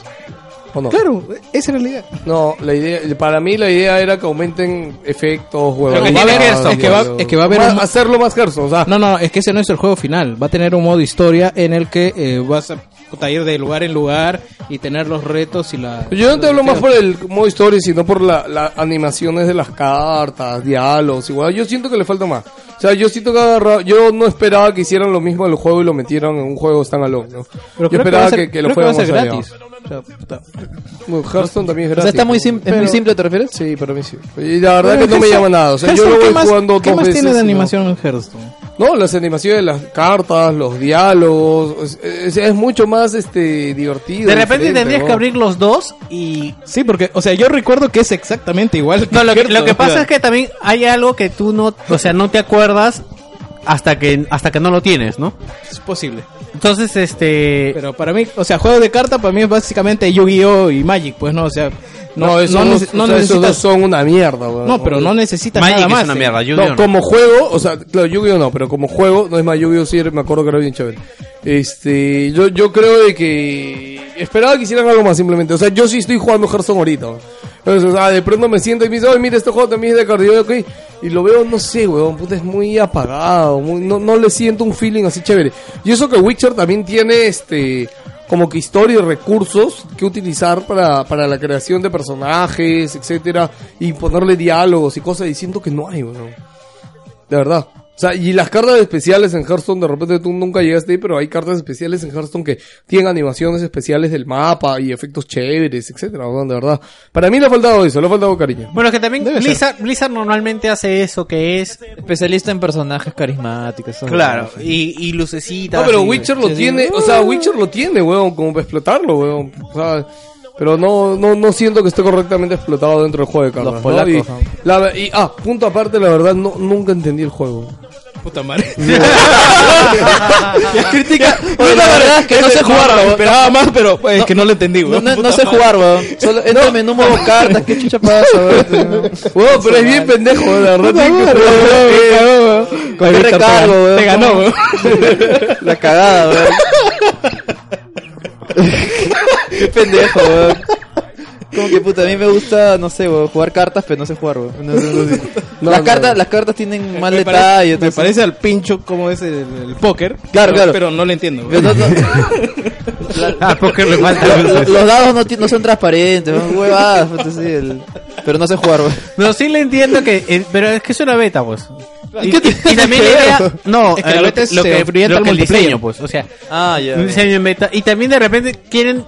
B: ¿O no?
D: Claro, esa era la idea.
B: No, la idea, para mí la idea era que aumenten efectos, huevos.
Q: Lo que tiene Hearthstone.
D: Es que va- es que va a haber un-
B: hacerlo más Hearthstone, o sea,
D: No, no, es que ese no es el juego final. Va a tener un modo historia en el que eh, vas a puta, ir de lugar en lugar y tener los retos y la.
B: Yo no te hablo más por el modo story, sino por las animaciones de las cartas, diálogos, igual. Yo siento que le falta más. O sea, yo siento que agarra- yo no esperaba que hicieran lo mismo al juego y lo metieron en un juego tan alone, ¿no?
D: Pero creo
B: Yo
D: que va
B: esperaba
D: a
B: que,
D: ser-
B: que lo
D: creo que va a
B: fueran más
D: ser
B: allá.
D: gratis. O sea, puta.
B: Bueno, Hearthstone también es
C: O
B: gratis.
C: sea, está muy sim- es muy
B: pero-
C: simple, ¿te refieres?
B: Sí, para mí sí. Y la verdad
D: Pero
B: que no me
D: Hearthstone-
B: llama nada. O sea, yo
D: Hearthstone,
B: lo
D: ¿qué
B: voy
D: más-
B: jugando
D: ¿Qué
B: dos
D: más
B: veces.
D: tiene de
B: y no-
D: animación en Hearthstone?
B: No, las animaciones, las cartas, los diálogos, es, es- es mucho más este divertido.
C: De repente
B: diferente,
C: tendrías
B: ¿no?
C: que abrir los dos y...
D: Sí, porque, o sea, yo recuerdo que es exactamente igual.
C: No, lo que,
D: ¿cierto?
C: lo que
D: O sea,
C: pasa es que también hay algo que tú no, o sea, no te acuerdas hasta que hasta que no lo tienes, ¿no?
D: Es posible.
C: Entonces, este,
D: *laughs* Pero para mí, o sea, juego de carta para mí es básicamente Yu-Gi-Oh y Magic, pues no, o sea, no,
B: No,
D: no,
B: esos,
D: nece-
B: dos,
D: no
B: o sea, esos dos
D: necesitas.
B: son una mierda, weón.
D: No, pero no necesitas
C: Magic
D: nada
C: es
D: más.
C: una
D: eh.
C: mierda, Yu-Gi-Oh
B: No,
C: no.
B: como juego, o sea, claro, Yu-Gi-Oh no, pero como juego, no es más, Yu-Gi-Oh sí, me acuerdo que era bien chévere. Este, yo, yo creo de que esperaba que hicieran algo más simplemente. O sea, yo sí estoy jugando Hearthstone ahorita. ¿no? Entonces, o sea, de pronto me siento y me dice, ay, mira, este juego también es de cardio, ok. Y lo veo, no sé, weón, puta, es muy apagado, muy- no, no le siento un feeling así chévere. Y eso que Witcher también tiene, este, como que historia y recursos que utilizar para, para la creación de personajes, etcétera, y ponerle diálogos y cosas, y siento que no hay, weón. De verdad. O sea, y las cartas especiales en Hearthstone, de repente tú nunca llegaste ahí, pero hay cartas especiales en Hearthstone que tienen animaciones especiales del mapa y efectos chéveres, etcétera, weón, de verdad. Para mí le ha faltado eso, le ha faltado cariño.
C: bueno, es que también Blizzard, Blizzard normalmente hace eso que es
H: Especialista en personajes carismáticos. esos
C: claro,
H: personajes.
C: y, y lucecita.
H: Ah,
B: No, Ah, pero
C: así.
B: Witcher lo tiene, o sea, Witcher lo tiene, weón, como para explotarlo, weón. O sea, pero no, no, no siento que esté correctamente explotado dentro del juego de cartas. ¿no?
H: Los polacos,
B: Y
H: ¿no?
B: la- y, ah, punto aparte, la verdad, no, nunca entendí el juego.
D: Puta madre.
B: *laughs*
D: *laughs*
H: Crítica. Yo la verdad es que no sé jugar, weón.
D: Esperaba más, pero pues, es que no lo entendí,
H: No,
D: weón.
H: no- no sé jugar, weón. Solo entrame en un modo cartas. ¿Qué chucha pasa,
B: *laughs*
H: weón?
B: Weón, pero es bien pendejo, la verdad. tiene que-
H: Con el recargo, weón. Te ganó,
B: *laughs*
H: weón. La cagada, weón. Qué pendejo, weón. Como que puta, a mí me gusta, no sé, weón, jugar cartas, pero no sé jugar, weón. No, no, no, sí.
B: No,
H: las,
B: no,
H: cartas,
B: no.
H: las cartas tienen mal
D: me parece-
H: detalle.
D: me
H: entonces-
D: parece al pincho como es el, el póker.
H: Claro,
D: pero,
H: claro.
D: Pero no lo entiendo.
H: Pero
D: weón.
H: no- no-
C: Ah, porque le
B: *laughs*
C: falta.
H: Lo- lo- los dados no, ti- no son transparentes, weón, huevadas, puta, sí, el- pero no sé jugar, weón.
C: No, sí le entiendo que, eh, pero es que es una beta, pues. Y,
H: ¿Qué
C: y- y también la
H: tiene que
C: idea,
H: ver?
C: no,
D: Es que
C: eh,
D: la
C: lo
D: beta
C: que,
D: es,
C: lo
D: eh,
C: que
D: orienta
C: lo
D: al
C: que el
D: multiplayer.
C: diseño, pues, o sea,
H: Ah, *laughs* ya.
C: un diseño en beta. Y también de repente quieren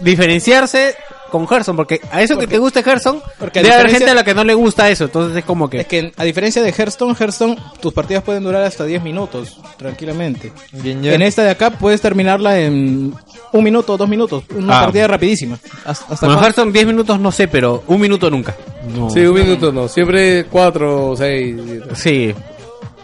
C: diferenciarse con Gerson, porque a eso que te gusta Gerson,
D: porque a
C: debe haber
D: diferencia-
C: gente a la que no le gusta eso, entonces es como que...
D: Es que a diferencia de Hearthstone, Hearthstone, tus partidas pueden durar hasta 10 minutos, tranquilamente.
H: Bien, ya.
D: En esta de acá puedes terminarla en un minuto o dos minutos. Una
C: Ah.
D: partida rapidísima.
H: Hasta, hasta
C: Bueno,
H: cuándo?
C: Hearthstone 10 minutos no sé, pero un minuto nunca.
B: Sí, un minuto no, siempre cuatro, seis. siete.
C: Sí.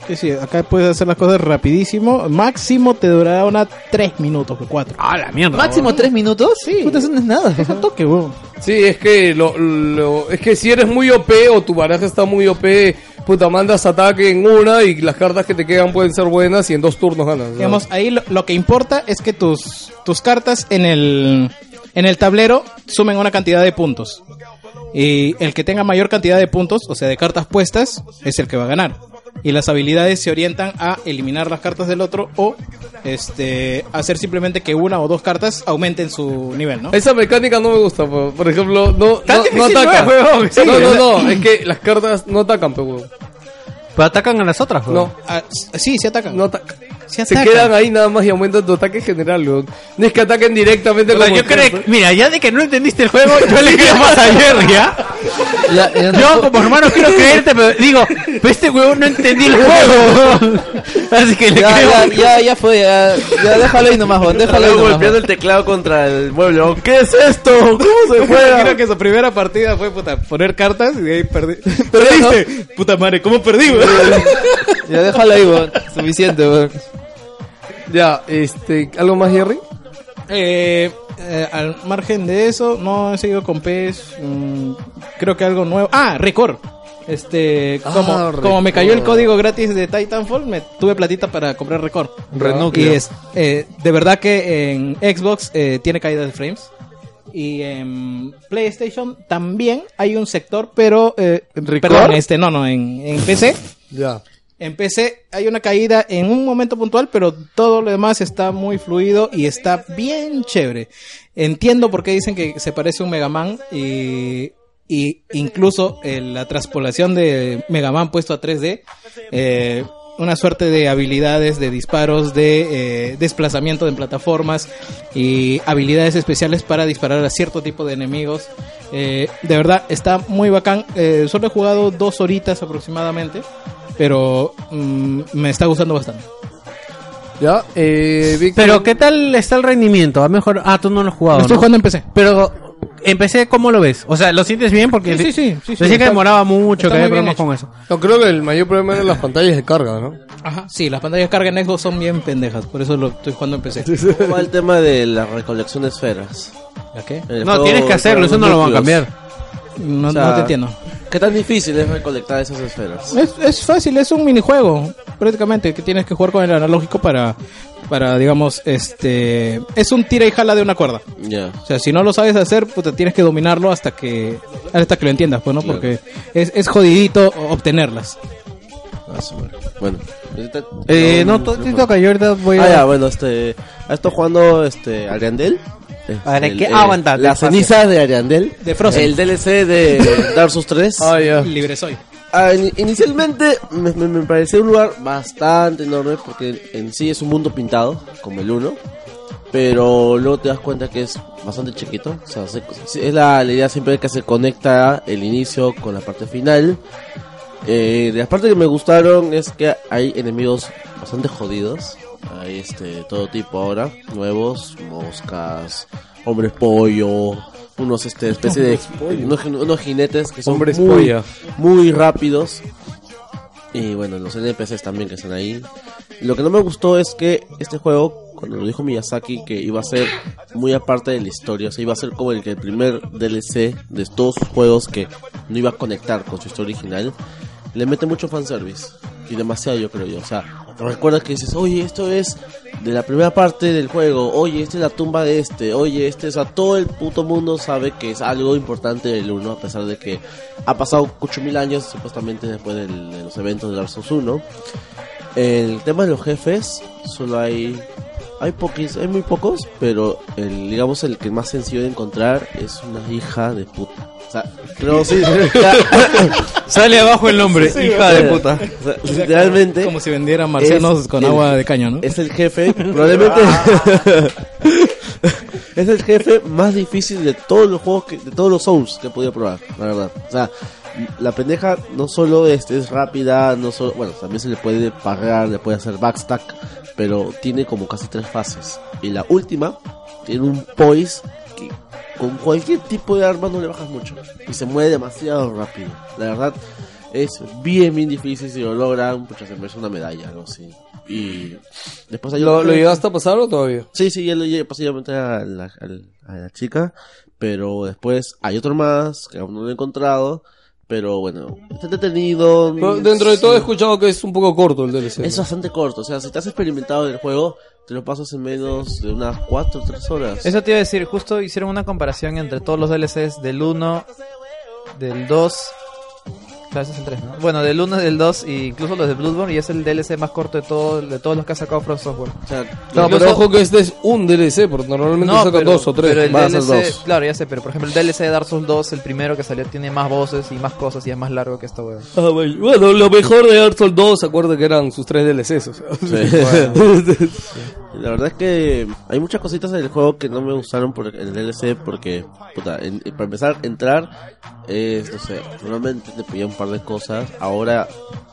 D: Sí, sí, acá puedes hacer las cosas rapidísimo. Máximo te durará una 3 minutos o 4.
C: Ah, la mierda.
H: ¿Máximo tres minutos? Sí. Puta, eso no es nada.
D: toque, weón.
B: Sí, es que lo, lo- es que si eres muy OP o tu baraja está muy OP, puta mandas ataque en una y las cartas que te quedan pueden ser buenas y en dos turnos ganas. ¿no?
D: Digamos, ahí lo, lo que importa es que tus, tus cartas en el, en el tablero sumen una cantidad de puntos. Y el que tenga mayor cantidad de puntos, o sea, de cartas puestas, es el que va a ganar. Y las habilidades se orientan a eliminar las cartas del otro o este hacer simplemente que una o dos cartas aumenten su nivel, ¿no?
B: Esa mecánica no me gusta, po. por ejemplo, no,
C: Tan
B: no, no
C: difícil
B: ataca.
C: no es, huevón. Sí,
B: no,
C: o Ah.
B: no, no, es que las cartas no atacan, pe, huevón.
C: Pero atacan a las otras, pues.
B: No,
D: Ah, s- sí, se atacan.
B: no atacan.
D: Se
B: Se
D: atacan.
B: quedan ahí nada más y aumentan tu ataque general, huevón. No es que ataquen directamente como
C: yo
B: el
C: creo
B: jefe.
C: que, mira, ya de que no entendiste el juego, yo le creo más ayer, ¿ya?
H: Ya, ya no-
C: Yo como hermano quiero creerte, pero digo, pero este huevón no entendí el juego. Así que le
H: ya,
C: creo.
H: ya, ya, ya fue, ya, ya déjalo ahí nomás, weón, déjalo ahí
E: Estaba
H: nomás.
E: golpeando
H: weón.
E: el teclado contra el mueble. weón. ¿Qué es esto? ¿Cómo
D: *laughs*
E: se juega?
D: Creo que su primera partida fue puta, poner cartas y de ahí perdí.
H: ¿no?
D: Perdiste. Puta madre, ¿cómo perdí? weón?
H: Ya déjalo ahí, weón. Suficiente, weón.
B: Ya, este, ¿algo más, Jerry?
D: Eh, eh, al margen de eso, no he seguido con PES. mm, creo que algo nuevo. Ah, Record. Este,
B: Ah,
D: como, como me cayó el
B: Record.
D: código gratis de Titanfall, me tuve platita para comprar Record.
H: Renuncio.
D: Y es, eh, de verdad que en Xbox eh, tiene caída de frames. Y en PlayStation también hay un sector, pero. Eh, perdón, este, no, no, en, en PC.
B: Ya.
D: En PC hay una caída en un momento puntual, pero todo lo demás está muy fluido y está bien chévere. Entiendo por qué dicen que se parece a un Mega Man y, y incluso eh, la traspolación de Mega Man puesto a 3D, eh, una suerte de habilidades, de disparos, de eh, desplazamiento en plataformas y habilidades especiales para disparar a cierto tipo de enemigos. Eh, de verdad, está muy bacán. Eh, solo he jugado dos horitas aproximadamente. Pero mm, me está gustando bastante.
B: Ya, eh, Víctor.
C: Pero ¿qué tal está el rendimiento? ¿Ha mejor Ah, tú no lo has jugado.
D: Estoy
C: ¿no?
D: jugando en PC.
C: Pero empecé, ¿cómo lo ves? O sea, ¿lo sientes bien? Porque
D: Sí, sí, sí, sí, sí,
C: decía que
D: está-
C: demoraba mucho,
D: está
C: que había
D: muy bien
C: problemas con eso.
B: Yo creo que el mayor problema *laughs* eran las pantallas de carga, ¿no?
D: Ajá. Sí, las pantallas de carga en Xbox son bien pendejas. Por eso lo estoy jugando en PC.
E: ¿Cómo va el tema de la recolección de esferas?
D: ¿La qué?
E: El
C: No,
E: juego
C: tienes que hacerlo,
E: con
C: eso no lo van a
E: núcleos.
C: cambiar.
D: No,
E: O sea,
D: no te entiendo.
E: ¿Qué tan difícil es recolectar esas esferas?
D: Es, es fácil, es un minijuego, prácticamente, que tienes que jugar con el analógico para, para digamos, este... Es un tira y jala de una cuerda.
E: Ya.
D: O sea, si no lo sabes hacer, puta, tienes que dominarlo hasta que hasta que lo entiendas, pues, ¿no? Porque es, es jodidito obtenerlas.
E: Ah, su madre. Bueno. ahorita-
K: Eh, no,
E: no,
K: tú te toca, yo ahorita voy a...
E: Ah, ya, bueno, este. Ha estado jugando este, Ariandel.
K: Ahora,
E: el-
K: ¿qué?
E: eh,
K: Aguanta,
E: La
K: despacio.
E: ceniza de Ariandel.
D: De Frozen.
E: El DLC de Dark Souls 3.
B: Ah, ya.
D: Libre soy.
E: Ah, in- inicialmente me, me- me pareció un lugar bastante enorme porque en sí es un mundo pintado, como el 1. Pero luego te das cuenta que es bastante chiquito. O sea, se- se- es la, la idea siempre que se conecta el inicio con la parte final. Eh, de las partes que me gustaron es que hay enemigos bastante jodidos. Hay este, todo tipo ahora. Nuevos, moscas, hombres pollo, unos este, especie de... Unos, jin- unos jinetes que son
B: Hombres
E: muy,
B: polla.
E: muy rápidos. Y bueno, los NPCs también que están ahí. Lo que no me gustó es que este juego, cuando lo dijo Miyazaki, que iba a ser muy aparte de la historia, o sea, iba a ser como el, que el primer DLC de todos sus juegos que no iba a conectar con su historia original, le mete mucho fanservice. Y demasiado, yo creo yo. O sea, recuerdas que dices, oye, esto es de la primera parte del juego, oye, esta es la tumba de este, oye, este, o sea, todo el puto mundo sabe que es algo importante del 1, a pesar de que ha pasado 8000 años supuestamente después del- de los eventos de Dark Souls 1. El tema de los jefes, solo hay. Hay poquis, hay muy pocos, pero el, digamos el que más sencillo de encontrar es una hija de puta. O sea, creo sí.
C: Sale abajo el nombre, hija de puta.
E: O sea, literalmente.
D: Como si vendieran marcianos
E: Es
D: con
E: el-
D: agua de caño, ¿no?
E: Es el jefe, probablemente. *laughs* es el jefe más difícil de todos los juegos, que- de todos los Souls que he podido probar, la verdad. O sea, la pendeja no solo es, es rápida, no solo. Bueno, también se le puede pagar, le puede hacer backstack, pero tiene como casi tres fases. Y la última tiene un poise que con cualquier tipo de arma no le bajas mucho. Y se mueve demasiado rápido. La verdad, es bien, bien difícil. Si lo logran, pues se merece una medalla, algo así. Y después hay
B: ¿Lo,
E: otro-
B: ¿Lo llegaste a pasar o todavía?
E: Sí, sí, ya lo llegué posiblemente a la, al- a la chica. Pero después hay otro más que aún no lo he encontrado. Pero bueno, está entretenido.
B: Pero dentro de
E: sí.
B: todo he escuchado que es un poco corto el DLC.
E: Es
B: ¿no?
E: bastante corto. O sea, si te has experimentado en el juego, te lo pasas en menos de unas 4 o 3 horas.
H: Eso te iba a decir, justo hicieron una comparación entre todos los DLCs del 1, del 2. Claro, ese es el 3, ¿no? Bueno, del 1, del 2 e incluso los de Bloodborne y es el DLC más corto de, todo, de todos los que ha sacado From Software.
E: O sea,
B: No, pero
H: Incluso-
B: ojo que este es un DLC, porque normalmente sacan dos o tres.
H: pero el
E: van a ser
H: DLC,
E: dos.
H: claro, ya sé, pero por ejemplo el DLC de Dark Souls 2, el primero que salió, tiene más voces y más cosas y es más largo que esta hueá.
B: Ah, bueno, Bueno, lo mejor de Dark Souls 2, se acuerda que eran sus tres DLCs. o sea. *laughs*
E: La verdad es que hay muchas cositas en el juego que no me gustaron por en el DLC porque, puta, en- eh, para empezar, entrar es, no sé, normalmente te pedía un par de cosas. Ahora,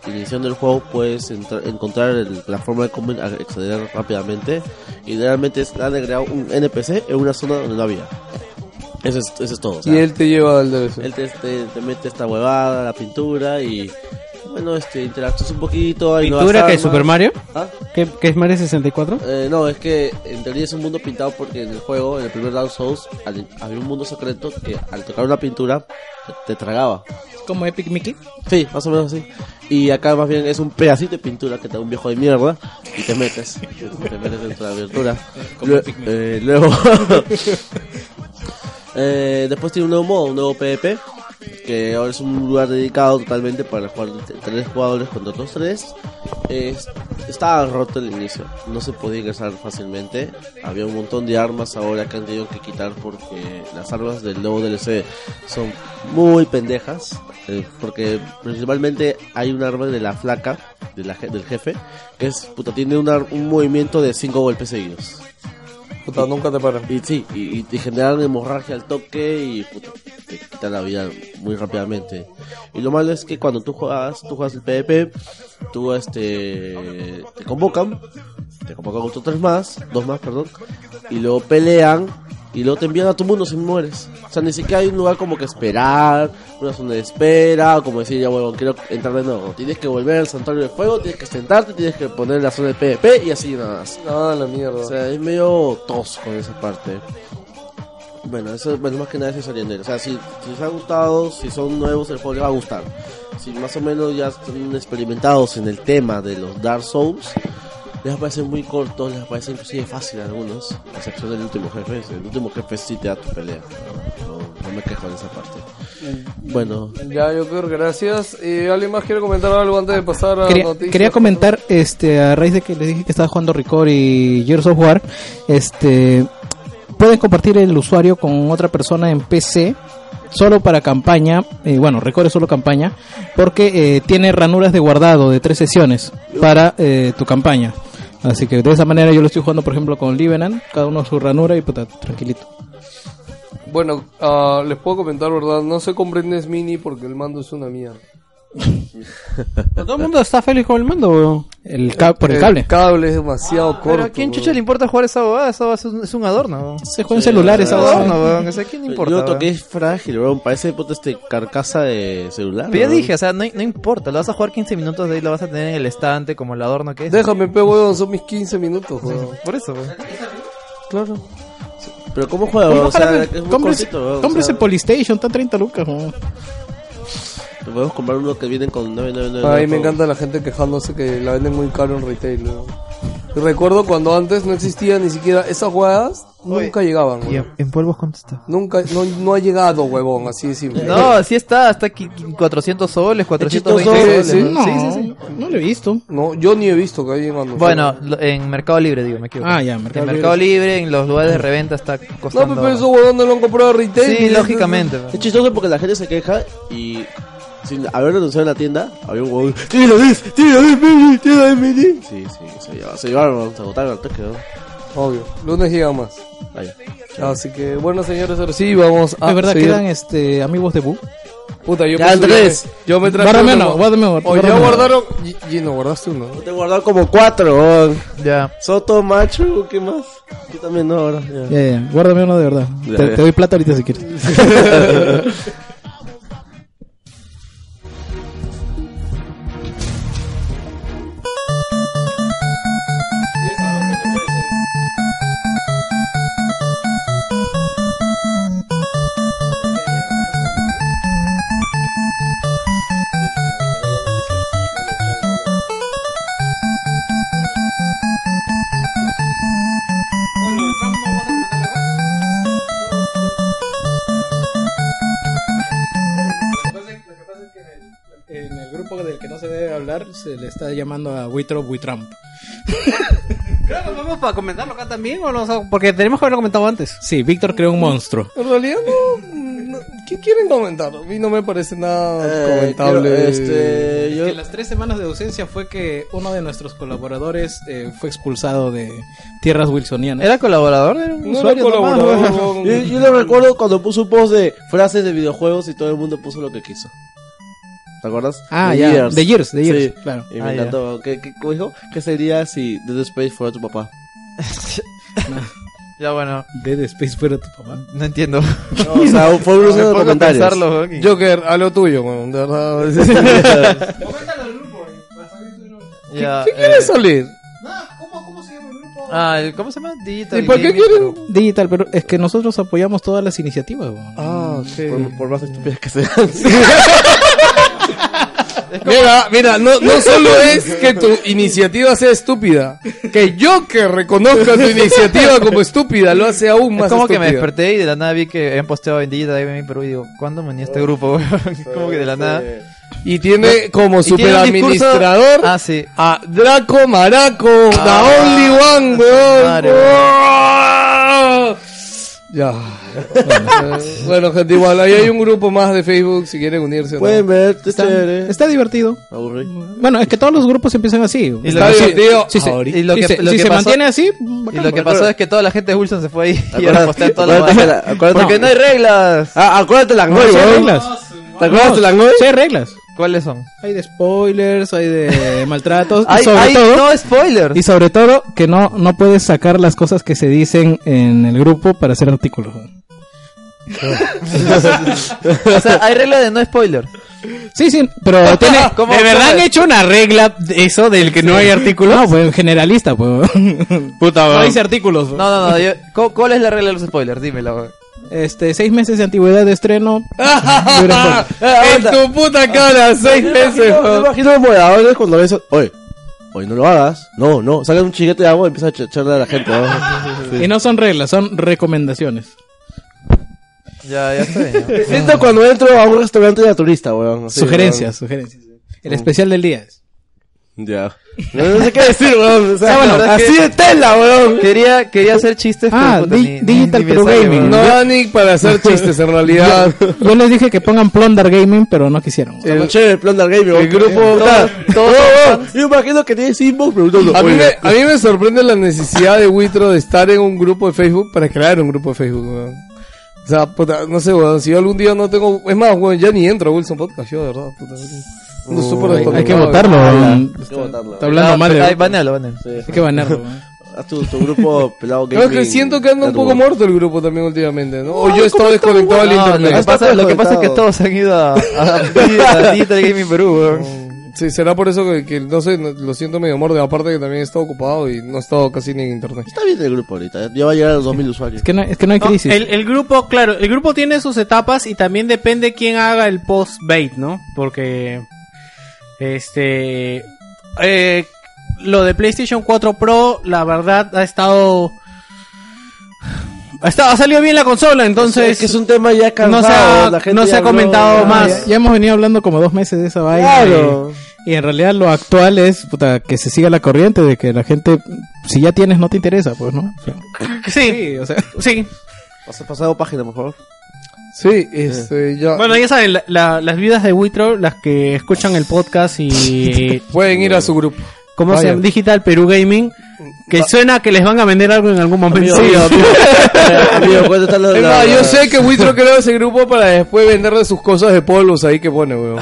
E: iniciando el juego, puedes entrar- encontrar el- la forma de cómo a- acceder rápidamente. Y realmente es, han agregado un NPC en una zona donde no había. Eso es, eso es todo. o sea.
B: y él te lleva al DLC.
E: Él te, te- te mete esta huevada, la pintura y... Bueno, este, interactúas un poquito. hay nuevas
C: ¿Pintura que es
E: armas.
C: Super Mario?
E: ¿Ah?
C: ¿Que, es Mario 64?
E: Eh, no, es que en teoría es un mundo pintado porque en el juego, en el primer Dark Souls, al- había un mundo secreto que al tocar una pintura te, te tragaba.
D: Como Epic Mickey.
E: Sí, más o menos así. Y acá más bien es un pedacito de pintura que te da un viejo de mierda y te metes. te metes dentro de la pintura. Lue- eh, luego... *laughs* Eh, después tiene un nuevo modo, un nuevo PvP, que ahora es un lugar dedicado totalmente para jugar de t- tres jugadores contra otros tres. Es- estaba roto el inicio, no se podía ingresar fácilmente. Había un montón de armas ahora que han tenido que quitar porque las armas del nuevo DLC son muy pendejas. eh, porque principalmente hay un arma de la flaca, de la je- del jefe, que es, puta, tiene un, ar- un movimiento de cinco golpes seguidos.
B: Puta, nunca te paran.
E: Y sí, y, y te generan hemorragia al toque y puta, te quitan la vida muy rápidamente. Y lo malo es que cuando tú juegas, tú juegas el PvP, tú este te convocan, te convocan otros tres más, dos más, perdón, y luego pelean y luego te envían a tu mundo si mueres. O sea, ni siquiera hay un lugar como que esperar, una zona de espera, o como decir, ya bueno, quiero entrar de nuevo. Tienes que volver al santuario de fuego, tienes que sentarte, tienes que poner la zona de PvP y así nada más.
B: Ah, la mierda.
E: O sea, es medio tosco esa parte. Bueno, eso bueno, más que nada es eso, Ariandel. O sea, si, si les ha gustado, si son nuevos, el juego les va a gustar. Si más o menos ya están experimentados en el tema de los Dark Souls, les parece muy corto, les parece inclusive fácil a algunos, a excepción del último jefe. El último jefe sí te da tu pelea. No, no me quejo de esa parte. Bueno,
B: Ya, yo creo, gracias. ¿Y alguien más quiere comentar algo antes de pasar a
D: Quería,
B: noticias?
D: quería comentar, este, a raíz de que les dije que estaba jugando Record y Gears of War, este, pueden compartir el usuario con otra persona en PC, solo para campaña, eh, bueno, Record es solo campaña, porque eh, tiene ranuras de guardado de tres sesiones para eh, tu campaña. Así que de esa manera yo lo estoy jugando, por ejemplo, con Livenan, cada uno su ranura y puta, tranquilito.
B: Bueno, ah, les puedo comentar, ¿verdad? No se compren NES Mini porque el mando es una mierda.
C: Todo el mundo está feliz con el mando, weón.
D: El ca- por el cable.
B: El cable es demasiado corto.
H: Ah, Pero a quién
B: weón.
H: chucha le importa jugar esa bobada, esa bobada es un- es un adorno. weón.
D: Se juega en celulares
H: Es
D: ahora. ¿eh?
H: adorno, weón. O sea, ¿a quién le importa?
E: yo lo
H: weón?
E: toqué es frágil, weón. Parece puta este carcasa de celular.
H: Pero ya
E: weón.
H: dije, o sea, no, no importa, lo vas a jugar 15 minutos, de ahí lo vas a tener en el estante como el adorno que es.
B: Déjame, pe, weón, son mis 15 minutos, weón.
H: Por eso, weón.
B: Claro.
E: Pero ¿cómo juega? weón? O sea, es muy cortito, weón. O
D: Cómprese
E: sea,
D: Polystation, está 30 lucas. weón.
E: Podemos comprar uno que vienen con 999.
B: Ay, me encanta la gente quejándose que la venden muy caro en retail, weón. Y Recuerdo cuando antes no existía ni siquiera esas jugadas,
H: Oye,
B: nunca llegaban, weón.
H: Y en, en polvos, ¿cuánto está?
B: Nunca, no, no ha llegado, huevón, así de simple.
H: No, sí está, hasta aquí 400 soles, 420
B: soles,
H: soles.
B: sí.
H: weón.
D: No,
H: sí, sí.
D: no lo he visto.
B: No, yo ni he visto que haya mando.
H: Bueno, lo- en Mercado Libre, digo, me equivoco.
D: Ah, ya, Mercado
H: en Mercado Libre, en los lugares de reventa está
B: no,
H: costando.
B: pero esos huevón no lo han comprado a retail.
H: sí,
B: ni-
H: lógicamente. pues.
E: Es chistoso porque la gente se queja y sin haberlo anunciado en la tienda, había un huevón. ¡Tiene la vez! ¡Tiene la vez, baby! ¡Tiene la vez, baby! Sí, sí, se llevaron, se llevaron, se agotaron al toque, ¿no?
B: Obvio, lunes llega más.
E: Ahí.
B: Así que, bueno, señores, ahora sí, vamos a.
E: Ah,
D: es Ah, verdad,
B: seguir.
D: quedan este, amigos de Boo.
B: Puta, yo
E: Ya,
B: pensé-
E: Andrés.
B: Yo me traje.
D: Guárdame
B: uno.
D: uno, guárdame uno.
B: O ya
D: guárdame uno.
B: guardaron. G- Gino, guardaste uno.
E: Yo te he guardado como cuatro, weón.
H: Ya.
E: Soto, macho, ¿qué más? Yo también no, ahora. ya.
D: Ya, ya, guárdame uno de verdad.
E: Ya,
D: Te,
E: ya.
D: te doy plata ahorita si quieres. En el grupo del que no se debe hablar se le está llamando a Witro Witramp.
C: Claro, vamos para comentarlo acá también, o no? O sea, porque tenemos que haberlo comentado antes.
D: Sí, Víctor creó un monstruo.
B: En realidad, no. no- ¿Qué quieren comentar? A mí no me parece
H: Ah,
B: nada
E: Eh,
B: comentable.
E: quiero, Este, yo.
D: Que las tres semanas de ausencia fue que uno de nuestros colaboradores eh, fue expulsado de tierras wilsonianas.
H: ¿Era colaborador? Era un
B: No era
H: usuario nomás,
B: colaborador.
H: weón.
B: huevón.
E: Yo, yo lo recuerdo cuando puso un post de frases de videojuegos y todo el mundo puso lo que quiso. ¿Te acuerdas?
D: Ah,
E: De
D: ya.
E: Gears.
D: De Years, de Years,
E: Sí.
D: claro.
E: Y me
H: Ah, ya.
E: encantó. ¿Qué, qué, cómo dijo? ¿Qué sería si Dead Space fuera tu
H: *laughs*
E: papá?
H: Ya, bueno,
D: Dead Space fuera tu papá.
H: no entiendo.
E: No, o sea, fue un
H: Me
E: uso de
H: pongo a
E: comentarios.
H: pensarlo, weón, y-
B: Joker, a lo tuyo, weón, de verdad. *laughs*
H: Ya,
B: ¿Qué
H: eh,
B: quieres salir?
H: Ah, ¿cómo se llama? Digital
B: ¿Y por qué
H: Gaming
B: quieren?
D: Digital, pero es que nosotros apoyamos todas las iniciativas. weón.
B: Ah, sí.
E: Por, por más estúpidas que sean.
B: Mira, mira, no, no solo es que tu iniciativa sea estúpida, que yo que reconozca tu iniciativa como estúpida lo hace aún más
H: Es como que me
B: estúpida.
H: desperté y de la nada vi que habían posteado en Digital Gaming Perú y digo, ¿cuándo me uní a este grupo? *laughs* weón? como que de la nada.
B: Y tiene como
H: Y tiene un discurso-
B: superadministrador
H: Ah, sí.
B: a Draco Maraco,
H: Ah,
B: the only one, weón.
H: madre,
B: ¡Oh! Ya. Bueno, eh, bueno, gente, igual ahí hay un grupo más de Facebook si quieren unirse. o no.
E: Pueden ver, está
D: Está,
E: chévere.
D: está divertido.
E: Aburrido.
D: Bueno, es que todos los grupos empiezan así.
B: Está divertido.
D: Si se,
B: ahorita.
H: y lo
D: si
H: que-
D: se-
H: lo
D: si
H: que
D: se
H: pasó-
D: mantiene así, bacán,
H: Y lo que
D: bacán.
H: pasó es que toda la gente de Wilson se fue ahí y ahora posté
E: Acuérdate,
H: todo lo
E: acuérdate que la- acuérdate
H: Porque
E: que-
H: no hay reglas.
E: Ah, acuérdate la
D: No,
E: Goy,
D: sí hay
E: weón.
D: reglas.
E: ¿Te acuerdas
D: No,
E: de la Goy?
D: sí hay reglas.
H: ¿Cuáles son?
D: Hay de spoilers, hay de maltratos. y
H: Hay,
D: sobre
H: hay
D: todo,
H: no
D: *laughs*
H: spoilers.
D: y sobre todo que no, no puedes sacar las cosas que se dicen en el grupo para hacer artículos.
H: O sea, hay reglas de no spoilers.
D: Sí, sí, pero tiene...
H: ¿Cómo-
C: ¿De verdad han
H: cómo-
C: hecho una regla de eso del que no hay artículos?
D: No, pues generalista, pues. *laughs*
C: Puta,
D: No
C: weón.
D: dice artículos.
H: No, no, no. yo- ¿cu- ¿Cuál es la regla de los spoilers? Dímela, weón.
D: Este, seis meses de antigüedad de
H: *laughs*
D: estreno. Dura por-
B: En tu puta cara,
H: Ah,
B: seis meses.
E: Me
B: weón.
E: imagino los moderadores cuando ven eso. Oye, oye, no lo hagas. No, no. Sacan un chiquete de agua y empiezan a ch- echarle a la gente. ¿no? *laughs* Sí.
D: Y no son reglas, son recomendaciones.
H: Ya, ya está bien. ya.
E: Siento cuando entro a un restaurante de turista, weón. así,
D: sugerencias, sugerencias. El
H: Mm.
D: especial del día. es-
E: weón. Ya. No, no sé qué decir, weón. O sea,
H: Ah, bueno,
E: la verdad
H: así
E: es que-
H: de tela, weón. Quería, quería hacer chistes, pero
D: Ah,
H: puta,
D: di-
H: ni-
D: Digital
H: ni me
D: Pro
H: sale,
D: Gaming.
H: weón.
B: No dan ni para hacer chistes en
H: *laughs*
B: realidad.
D: Yo les dije que pongan Plondar Gaming, pero no quisieron.
E: Está más chévere el plan del game,
B: el grupo-
E: Todo, Yo imagino que tienes inbox preguntando.
B: A mí,
E: oye,
B: me, a mí me sorprende la necesidad de Witro de estar en un grupo de Facebook para crear un grupo de Facebook, weón. O sea, puta, no sé, weón, si yo algún día no tengo... Es más, weón, ya ni entro a Wilson Podcast, yo, de verdad, puta. Uno súper
D: Hay que
B: desconectado,
D: votarlo.
B: weón.
E: hay que botarlo.
D: Está hablando
H: Ah,
D: mal de-
H: Ay, banealo, banealo.
D: Hay que banearlo. weón.
E: Haz tu, tu grupo *laughs* pelado
B: No, es que siento que anda un poco
E: morto.
B: muerto el grupo también últimamente, ¿no? O yo he estado desconectado al
H: No, lo, que
B: internet.
H: pasa, lo que pasa es que
E: desconectado.
H: todos han ido a, a, a Digital Gaming Perú, weón.
D: *laughs*
B: Sí, será por eso que, que, no sé, no- lo siento medio muerto. Aparte que también he estado ocupado y no he estado casi ni en internet.
E: Está bien el grupo ahorita. Ya va a llegar a los 2000 usuarios.
D: Es que no, es que no hay
C: No,
D: crisis. Ah,
C: el, el grupo, claro, el grupo tiene sus etapas y también depende quién haga el post bait, ¿no? Porque este eh, lo de PlayStation 4 Pro, la verdad ha estado ha, estado- ha salido bien la consola, entonces
E: es que es un tema ya cansado.
C: no se ha,
E: la gente
C: no se
E: ya
C: ha
E: habló,
C: comentado
E: ya-
C: más.
D: Ya hemos venido hablando como dos meses de esa vaina.
E: Claro.
D: Y, y en realidad lo actual es puta, que se siga la corriente de que la gente, si ya tienes, no te interesa, pues, ¿no?
C: Sí,
D: o sea.
C: sí.
E: Has pasado página, por favor.
H: Eh.
B: Sí, este, ya...
C: Bueno, ya saben, la- la- las vidas de Witro, las que escuchan el podcast y
B: Pueden ir a su grupo.
C: ¿Cómo se
B: Vaya.
C: llama? Digital Perú Gaming. Que suena que les van a vender algo en algún momento.
E: Sí, amigo. amigo, ¿cuánto está la,
B: Es
E: la-
B: más, yo sé que Witro creó ese grupo para después venderle sus cosas de polos ahí que pone, weón.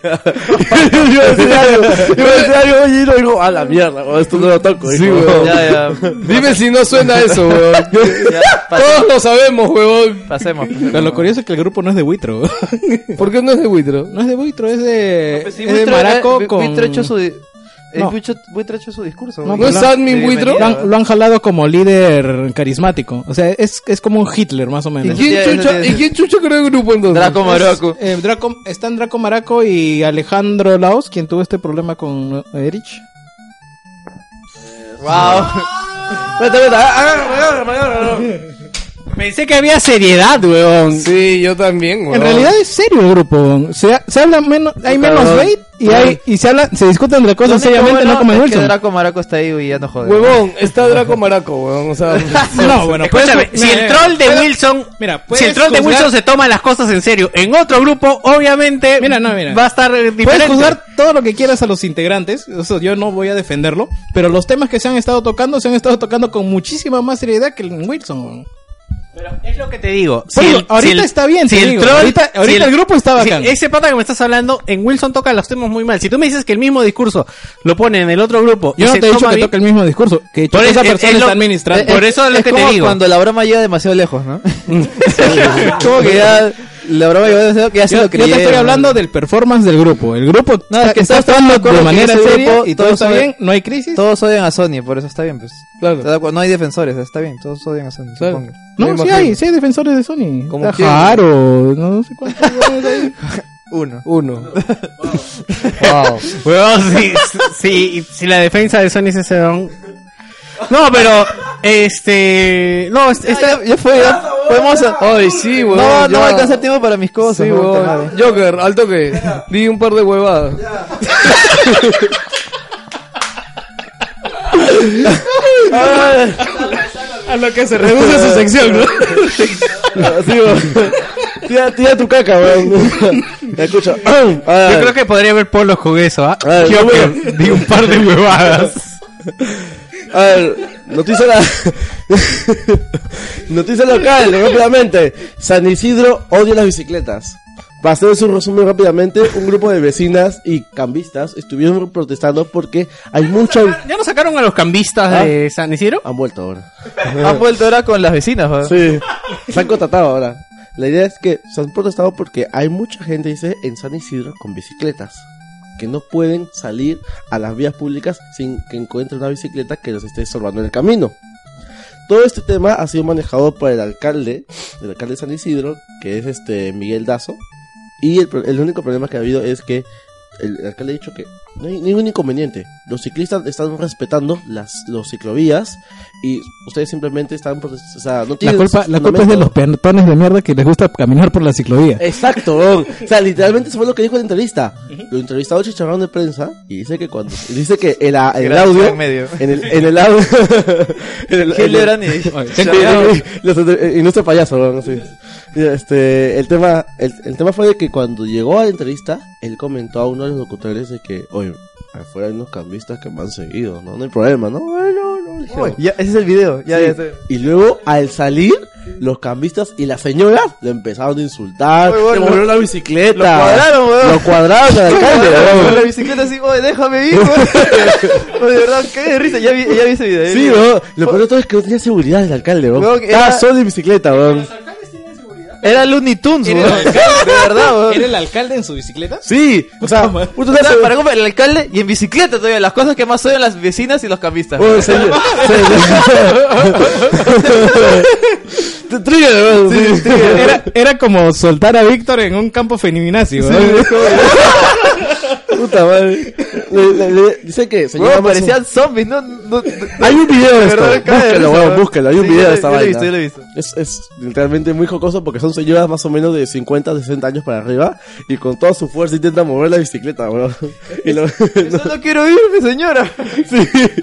E: Yo decía algo. Yo decía algo. Oye, y no digo, a la mierda, weón, esto no lo toco.
B: Sí,
E: hijo.
B: weón.
H: Ya, ya.
B: Dime si no suena eso, weón.
H: *laughs* ya
B: Todos lo sabemos, weón.
H: pasemos.
D: Pero lo curioso es que el grupo no es de Buitro. *laughs*
B: ¿Por qué no es de Witro?
D: no es de Buitro, es de,
H: Sí,
D: es de
H: Buitro-
D: Maraco
H: eh,
D: con...
H: Buitro hecho su... di- eh,
D: No.
H: Buitro- Buitro hecho su discurso.
D: No,
B: ¿No es admin Witro?
D: Lo han, lo han jalado como líder carismático. O sea, es, es como un Hitler, más o
B: ¿Y
D: menos.
B: quién chucha, ¿y quién chucha creó el grupo entonces?
H: Draco Moroco.
D: Eh, Draco, están Draco Maraco y Alejandro Laos, quien tuvo este problema con Erich.
H: *laughs* Wow.
E: Vete, vete, agarra, agarra, agarra, agarra.
C: *laughs* Pensé que había seriedad, weón.
B: Sí, yo también, weón.
D: En realidad es serio el grupo. Se, ha- se habla menos, hay menos bait y hay y se habla, se discuten de
H: Lo
D: cosas
H: único
D: seriamente,
C: Ah,
H: bueno
D: no como en
H: es
D: Wilson.
H: que Draco Maraco está ahí y ya no jode.
B: Huevón, está Draco Maraco, weón. O sea,
D: *laughs* No, bueno,
C: Escúchame,
D: puedes-
C: si el
D: mira,
C: troll de
D: puedes-
C: Wilson,
D: mira,
C: si el
D: puedes
C: troll de
D: juzgar-
C: Wilson se toma las cosas en serio, en otro grupo, obviamente,
D: Mira, no, mira.
C: va a estar eh,
D: Puedes
C: diferente.
D: juzgar todo lo que quieras a los integrantes, eso yo no voy a defenderlo, pero los temas que se han estado tocando se han estado tocando con muchísima más seriedad que en Wilson.
C: Pero es lo que te digo.
D: Por eso, Pues ahorita está bien,
C: si
D: te
C: el
D: digo.
C: troll-
D: Ahorita- ahorita el grupo está
C: si
D: bacán.
C: ese pata que me estás hablando, en Wilson toca los temas muy mal. Si tú me dices que el mismo discurso lo pone en el otro grupo, y
D: Yo no
C: se
D: te he dicho
C: toma
D: que
C: bien-
D: toque el mismo discurso, que he dicho
C: Por
D: que
C: eso-
D: esa
C: es-
D: persona
C: es lo-
D: está administrando.
C: Por eso es lo que te
H: como
C: digo.
H: cuando la broma llega demasiado lejos, ¿no? como que *laughs* ya la broma llegó demasiado que ya se
D: Yo,
H: lo
D: yo
H: creyeron.
D: te estoy hablando del performance del grupo. El grupo
H: No,
D: está,
H: es que
D: está
H: todos están de
D: actuando
H: acuerdo
D: de
H: que
D: manera
H: ese
D: seria
H: grupo
D: y
H: y
D: todo
H: todos
D: está
H: saben-
C: ¿eh?
D: bien, no hay crisis.
H: Todos odian a Sony, por eso está bien, pues.
B: Claro.
H: Está de acuerdo, No hay defensores, está bien, todos odian a Sony,
B: Claro.
H: supongo.
B: Me
D: No, sí
B: imagino.
D: hay, sí hay defensores de Sony.
B: ¿Cómo
D: Está
B: quién?
D: Jaro, no sé cuántos *laughs* huevones hay.
H: Uno.
D: *laughs*
B: Uno. Wow.
C: Huevón, si, si, si la defensa de Sony se se don- No, pero, este. No, es-
H: Ya, Ah,
C: está.
H: ya fue, ya. Podemos.
B: Ay, sí, weón.
H: no, no
B: ya.
H: va a alcanzar tiempo para mis cosas.
B: Sí,
H: no,
B: weón.
H: puta madre.
B: Joker, al toque. Di un par de huevadas. A lo que se reduce su sección, ¿no?
E: *laughs* Así, weón. Tira, tira tu caca, *laughs* weón. Escucha. *clears throat*
D: Yo creo que podría haber polos con eso, ¿ah?
E: A ver,
D: Yo
E: yo
D: que di un par de huevadas.
E: A ver, noticia, la... *laughs* noticia local, rápidamente. San Isidro odia las bicicletas. Para hacerles un resumen rápidamente, un grupo de vecinas y cambistas estuvieron protestando porque hay mucha...
C: ¿Ya no sacaron a los cambistas de San Isidro?
E: Han vuelto ahora.
H: Han vuelto ahora con las vecinas, weón.
E: Sí. Se han contratado ahora. La idea es que se han protestado porque hay mucha gente, dice, en San Isidro con bicicletas. Que no pueden salir a las vías públicas sin que encuentren una bicicleta que los esté estorbando en el camino. Todo este tema ha sido manejado por el alcalde, el alcalde de San Isidro, que es este Miguel Dazo. Y el, pro- el único problema que ha habido es que el, el alcalde ha dicho que no hay ningún inconveniente. Los ciclistas están respetando las los ciclovías y ustedes simplemente están protest- o sea, no
D: La
E: tienen
D: culpa, la culpa es de
E: fundamento.
D: los peatones de mierda que les gusta caminar por la ciclovía.
E: Exacto,
D: *laughs*
E: weón. O sea, literalmente eso fue lo que dijo el entrevista. Lo entrevistado chicharrón de prensa y dice que cuando. y Dice que el, a- el
H: Gran
E: audio.
H: en medio.
E: En el, en el audio. *laughs* en el, en el-
H: Hildebrand y-
E: Sí, sí, sí. Los entre- y no este payaso, weón, sí. Mira, Este, el tema, el, el tema fue de que cuando llegó a la entrevista, él comentó a uno de los locutores de que, oye, afuera hay unos cambistas que me han seguido, ¿no? No hay problema, ¿no? "Ay, no, no", le dije,
H: Uy, ya, ese es el video. Ya,
E: Sí.
H: ya sé.
E: Y luego, al salir, los cambistas y las señoras le empezaron a insultar,
H: Oye, bueno,
E: le volvieron
H: lo-
E: la bicicleta.
H: Lo cuadraron, weón.
E: Lo cuadraron al
H: *laughs*
E: alcalde,
H: Weón,
E: weón.
H: La bicicleta así, oye, déjame ir, weón. *laughs* Oye, de verdad, qué de risa. Ya vi, ya vi ese video. ya vi
E: Sí,
H: ese video.
E: weón. Lo peor de todo es que no tenía seguridad el alcalde, weón.
H: Weón,
E: Estaba
H: era-
E: solo en bicicleta, weón.
H: Era Looney Tunes, weón. *laughs* De verdad, weón.
D: el alcalde en su bicicleta?
E: Sí, o sea, puta,
H: O sea,
E: se-
H: para comprar el alcalde y en bicicleta todavía, las cosas que más odian las vecinas y los cambistas.
E: Bueno, se-
H: *laughs*
E: se- Te trigger, weón, sí.
D: Era, era como soltar a Víctor en un campo feminazi, weón.
E: Puta madre. Le- le- le- dice que se
H: Weón,
E: llama-
H: parecían zombies, no, no, no-
E: Hay un video de esto.
H: verdad, cae de
E: Búscalo,
H: risa,
E: weón,
H: weón.
E: búscalo. Hay un
H: Sí,
E: video
H: yo
E: de
H: lo-
E: esta
H: yo lo he
E: vaina.
H: visto, yo lo he
E: *laughs*
H: visto.
E: Es, es literalmente muy jocoso porque son señoras más o menos de 50, 60 años para arriba y con toda su fuerza intentan mover la bicicleta, weón. *laughs* Y lo-
H: Yo no quiero irme, señora.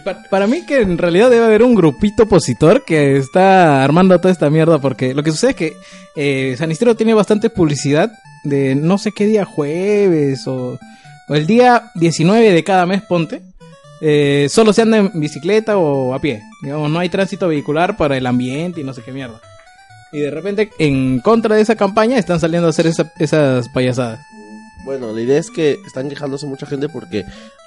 D: Pa- Para mí que en realidad debe haber un grupito opositor que está armando toda esta mierda porque lo que sucede es que eh, San Isidro tiene bastante publicidad de no sé qué día jueves o, o el día 19 de cada mes ponte. eh, solo se anda en bicicleta o a pie. Digamos, no hay tránsito vehicular para el ambiente y no sé qué mierda. Y de repente, en contra de esa campaña, están saliendo a hacer esa- esas payasadas.
E: Bueno, la idea es que están quejándose mucha gente porque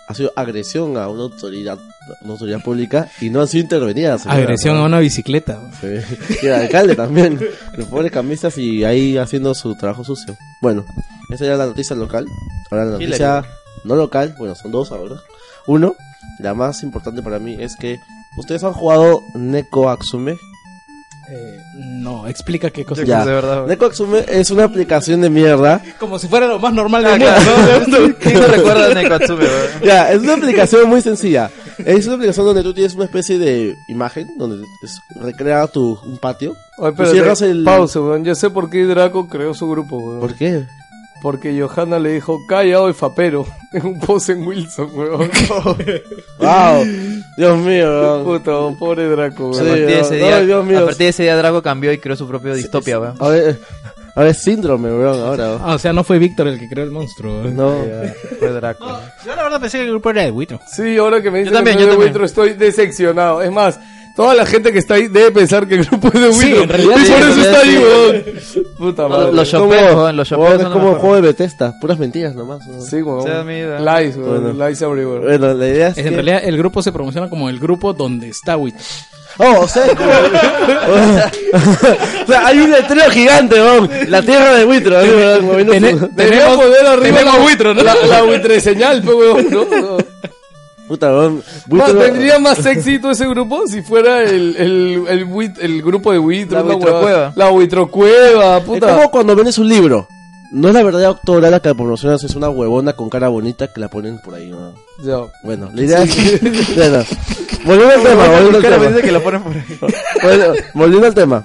E: ha sido agresión a una autoridad, una autoridad pública y no han sido intervenidas. señora,
D: Agresión
E: weón.
D: a una bicicleta. weón.
E: Sí. Y el alcalde también. Los pobres camistas y ahí haciendo su trabajo sucio. Bueno, esa era la noticia local. Ahora la noticia no local. Bueno, son dos ahora. Uno, la más importante para mí es que ustedes han jugado Neko Aksume.
D: Eh, no, explica qué cosa.
E: Ya. Neko Aksume es una aplicación de mierda.
D: Como si fuera lo más normal del
H: Ah,
D: mundo.
H: claro, ¿no? ¿Quién no recuerda *laughs* a Nekatsume, weón?
E: Ya, es una aplicación muy sencilla. Es una aplicación donde tú tienes una especie de imagen donde es- recrea tu un patio.
B: Oye,
E: Tú cierras el-
B: Pausa, weón. Yo sé por qué Draco creó su grupo, weón.
E: ¿Por qué?
B: Porque Johanna le dijo, callado el fapero. *laughs* Es un pose en Wilson,
E: *laughs*
B: weón.
E: Wow. Dios mío.
B: *laughs*
E: weón.
B: Puta, weón, pobre Draco,
E: Sí,
H: A
B: weón.
H: partir de ese
E: ay,
H: día,
E: Dios mío.
H: a partir de ese día Drago cambió y creó su propio distopia, weón.
E: A ver, a ver, síndrome, weón, ahora. weón.
D: Ah, o sea, no fue Víctor el que creó el monstruo. ¿eh?
E: No.
H: Fue Draco.
C: Yo la verdad pensé que el grupo era de Buitro.
B: Sí, ahora que me dicen
C: también,
B: que
C: yo
B: no es de
C: también.
B: Wintro, estoy decepcionado. Es más, toda la gente que está ahí debe pensar que el grupo es de Wintro.
D: en realidad
B: y
D: sí,
B: por
H: en
B: eso está
H: realidad
B: ahí,
H: sí.
B: weón. Puta
H: Los
B: madre.
H: los
E: Como-
H: shopeos, weón, los
E: weón,
H: shopeos
E: es
H: son
E: como
H: los
E: un juego de Bethesda, puras mentiras nomás. weón.
B: Sí, weón.
H: Sea mía.
B: Lies, weón.
E: Bueno.
B: Lies
E: *laughs*
B: everywhere.
E: Bueno, la idea es,
D: En
E: que...
D: realidad, el grupo se promociona como el grupo donde está *laughs* Víctor.
E: Oh, o sea, es como- *laughs* o sea, hay un letrero gigante, weón. La tierra de buitro, así, weón, moviendo su-
B: Deberíamos poner arriba
D: tenemos
B: la-
D: Wintro, ¿no?
B: la,
D: *laughs*
B: la buitre señal, pues, weón. ¿no?
E: *laughs*
B: No.
E: Puta, weón.
B: Ma,
E: Buitro-
B: tendría más éxito ese grupo si fuera el, el, el, buit- el grupo de buitro.
H: La
B: una
H: buitrocueva.
B: huevada. La buitrocueva,
E: Es
B: puta.
E: como cuando vendes un libro. No es la verdadera autora la que promocionas, es una huevona con cara bonita que la ponen por ahí, weón.
B: Ya.
E: Bueno, la idea es que... *laughs* Bueno, volviendo al tema, volviendo al tema.
H: que lo ponen por ahí.
E: *laughs* Bueno, volviendo al tema.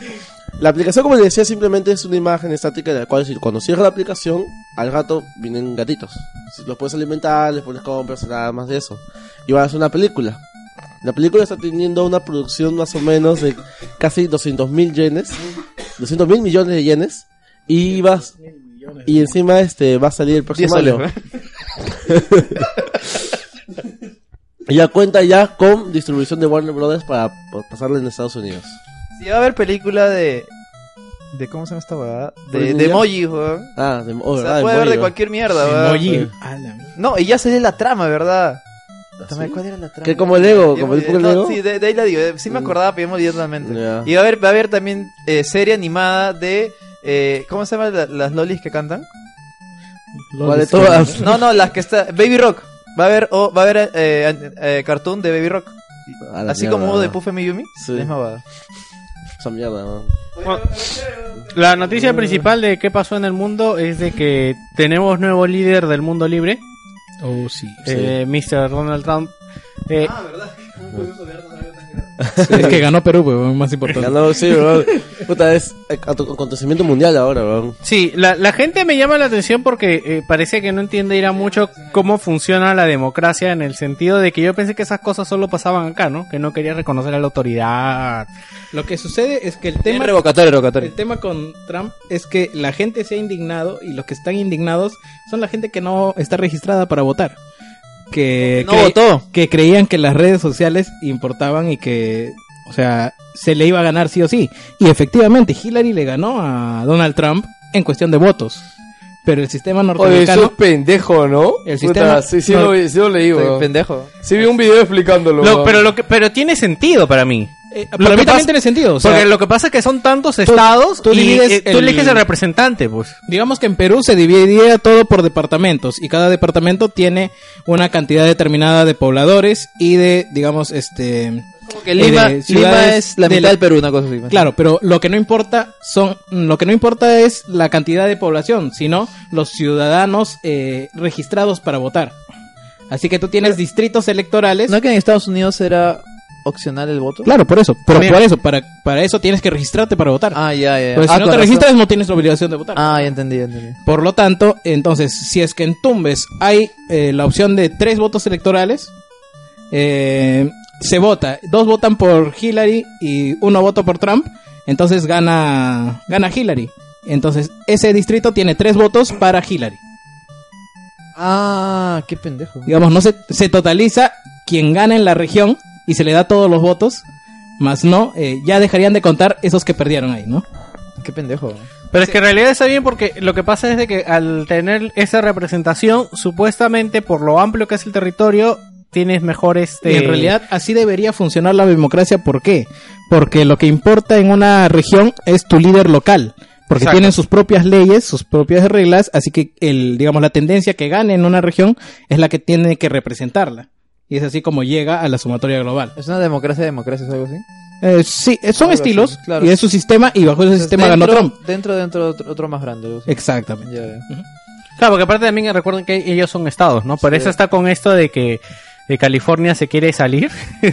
E: La aplicación, como les decía, simplemente es una imagen estática en la cual si- cuando cierras la aplicación, al gato vienen gatitos. Si Los puedes alimentar, les pones compras, nada más de eso. Y van a hacer una película. La película está teniendo una producción más o menos de casi 200 mil yenes, 200 mil millones de yenes, y vas, y encima este va a salir el próximo año. ya cuenta ya con distribución de Warner Brothers para para pasarla en Estados Unidos.
H: Si va a haber película de. de ¿Cómo se llama esta huevada? De,
E: Pues,
H: de
E: ya.
H: emoji, weón.
E: Ah, de, oh,
H: O sea,
E: ah,
H: puede haber
E: Moira.
H: de cualquier mierda,
D: Ah,
H: weón. No, y ya salió la trama, ¿verdad?
E: ¿Sí?
H: ¿Cuál era la trama?
E: Que como Lego, como
H: Ya me
E: el poco
H: olvidé.
E: Lego.
H: No, Sí, de, de ahí la digo. eh, Sí me acordaba, pero ya me olvidé totalmente.
E: Ya.
H: Y va a haber, va a haber también eh, serie animada de... eh, ¿Cómo se llaman la- las lolis que cantan?
E: Vale, todas.
H: No, no, las que está... Baby Rock. Va a haber, oh, va a haber eh, an- eh, cartoon de Baby Rock.
E: A la
H: Así
E: mierda,
H: como hubo de
E: ¿no?
H: Puff y Yumi.
E: Sí.
H: Misma va.
E: Esa mierda, ¿no?
C: La noticia principal de qué pasó en el mundo es de que tenemos nuevo líder del mundo libre,
D: Oh, sí.
C: eh, Mr. Donald Trump. Eh,
D: es que ganó Perú, pues, más
E: Ya
D: importante.
E: no, sí, weón.
H: *laughs*
E: Puta, es ac- acontecimiento mundial ahora, weón.
C: Sí, la, la gente me llama la atención porque eh, parece que no entiende ir a mucho cómo funciona la democracia en el sentido de que yo pensé que esas cosas solo pasaban acá, ¿no? Que no quería reconocer a la autoridad.
D: Lo que sucede es que el tema...
H: revocatorio,
D: El tema con Trump es que la gente se ha indignado y los que están indignados son la gente que no está registrada para votar. Que,
H: No
D: que-
H: votó.
D: que creían que las redes sociales importaban y que, o sea, se le iba a ganar sí o sí. Y efectivamente, Hillary le ganó a Donald Trump en cuestión de votos. Pero el sistema
C: Pues,
B: Oye, eso es
D: norteamericano...
B: pendejo, ¿no?
D: El sistema-
B: sí, sí,
D: no.
B: lo, vi- sí lo leí,
H: Soy
B: weón.
H: pendejo.
B: Sí vi un video explicándolo.
C: Lo-
B: weón.
C: pero lo que pero tiene sentido para mí.
D: Eh,
C: Lo
D: para mí
C: que pasa-
D: también tiene sentido. o sea,
C: porque lo que pasa es que son tantos estados
D: tú
C: y
D: divides
C: eh, tú
D: el-
C: eliges el representante, pues.
D: Digamos que en Perú se dividía todo por departamentos y cada departamento tiene una cantidad determinada de pobladores y de, digamos, este...
H: Que Lima,
D: eh, de
H: Lima
D: ciudades
H: es la
D: de
H: mitad del Perú, una cosa así. pues.
D: Claro, pero lo que no importa son, lo que no importa es la cantidad de población, sino los ciudadanos eh, registrados para votar. Así que tú tienes distritos electorales.
H: ¿No que en Estados Unidos era opcional el voto?
D: Claro, por eso, por,
C: También.
D: por eso, para, para eso tienes que registrarte para votar.
H: Ah, ya,
D: Porque
H: ya. Ah,
D: Pues si no te
H: con razón.
D: registras no tienes la obligación de votar.
H: Ah, ya entendí, ya entendí.
D: Por lo tanto, entonces, si es que en Tumbes hay eh, la opción de tres votos electorales, eh, se vota, dos votan por Hillary y uno vota por Trump, entonces gana, gana Hillary. Entonces, ese distrito tiene tres votos para Hillary.
H: Ah, qué pendejo.
D: Digamos, no se, se totaliza quien gana en la región y se le da todos los votos, más no, eh, ya dejarían de contar esos que perdieron ahí, ¿no?
H: Qué pendejo.
C: Pero es que en realidad está bien porque lo que pasa es de que al tener esa representación, supuestamente por lo amplio que es el territorio, tienes mejor este
D: Y en realidad así debería funcionar la democracia. ¿Por qué? Porque lo que importa en una región es tu líder local. Porque
C: Exacto.
D: tienen sus propias leyes, sus propias reglas, así que el, digamos, la tendencia que gane en una región es la que tiene que representarla. Y es así como llega a la sumatoria global.
H: ¿Es una democracia, democracia o algo así?
D: Eh, sí, eh, son
H: Algo así,
D: estilos
H: claro.
D: y es su sistema y bajo
C: Pues
D: ese sistema ganó
H: dentro,
D: Trump. Eh.
H: Dentro, dentro, otro, otro más grande. algo así.
D: Exactamente.
H: Ya, ya.
C: Claro, porque aparte también recuerden que ellos son estados, ¿no? Por eso está con esto de que de California se quiere
D: *laughs*
C: salir. Ah,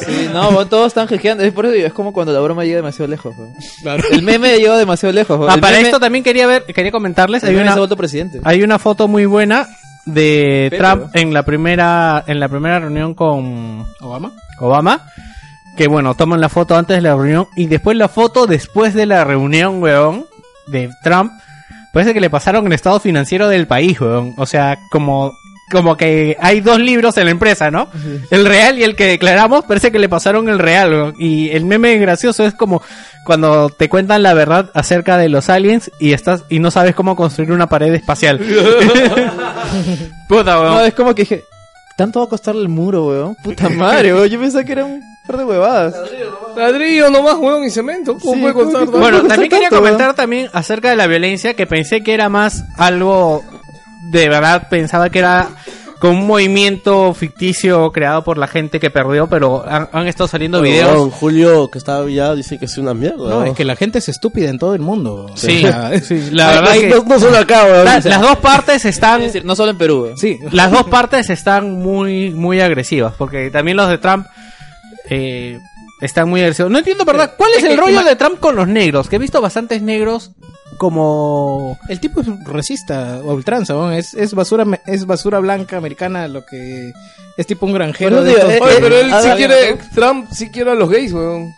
H: Sí, no, vos todos están jequeando. Es por eso digo, es como cuando la broma llega demasiado lejos. weón. El meme llegó demasiado lejos. weón.
C: Ah,
H: El
C: para
H: meme-
C: esto también quería ver, quería comentarles,
H: el
C: hay
H: meme
C: una,
H: se ha vuelto presidente.
C: hay una foto muy buena de
H: Pero-
C: Trump en la primera en la primera reunión con
D: Obama.
C: Obama. Que bueno, toman la foto antes de la reunión y después la foto después de la reunión, weón, de Trump. Parece que le pasaron el estado financiero del país, weón. O sea, como, como que hay dos libros en la empresa, ¿no? El real y el que declaramos, parece que le pasaron el real, weón. Y el meme gracioso es como cuando te cuentan la verdad acerca de los aliens y estás, y no sabes cómo construir una pared espacial. Puta, weón.
H: No, es como que dije, tanto va a costar el muro, weón. Puta madre, weón. Yo pensaba que era un par de huevadas.
B: Ladrillo nomás, weón, y cemento. ¿Cómo
H: Sí,
B: puede
H: ¿cómo
B: costar
H: que-
B: tanto?
C: Bueno,
H: gusta
C: también quería
H: tanto,
C: comentar también acerca de la violencia que pensé que era más algo de verdad, pensaba que era con un movimiento ficticio creado por la gente que perdió, pero han, han estado saliendo
E: Weón,
C: videos.
E: Julio, que estaba ya, dice que es una mierda.
D: No,
E: weón.
D: es que la gente es estúpida en todo el mundo.
C: Sí,
D: O sea,
C: *laughs* sí, la
E: Ay,
C: verdad
E: no,
C: que
E: no- no solo acá, weón.
C: la- las dos partes están
H: Es decir, no solo en Perú, weón.
D: sí.
C: las dos partes están muy muy agresivas, porque también los de Trump eh, están muy agresivos. No entiendo, ¿verdad? ¿Cuál es
D: es
C: el
D: que-
C: rollo de Trump con los negros? Que he visto bastantes negros como
D: El tipo es racista, ultranza, ¿no? es, es basura me- es basura blanca americana lo que es tipo un granjero
H: Bueno,
D: de
H: digo,
D: estos-
H: eh,
B: Oye, pero él
H: Ah,
B: sí
H: dale,
B: quiere. Trump sí quiere a los gays, weón.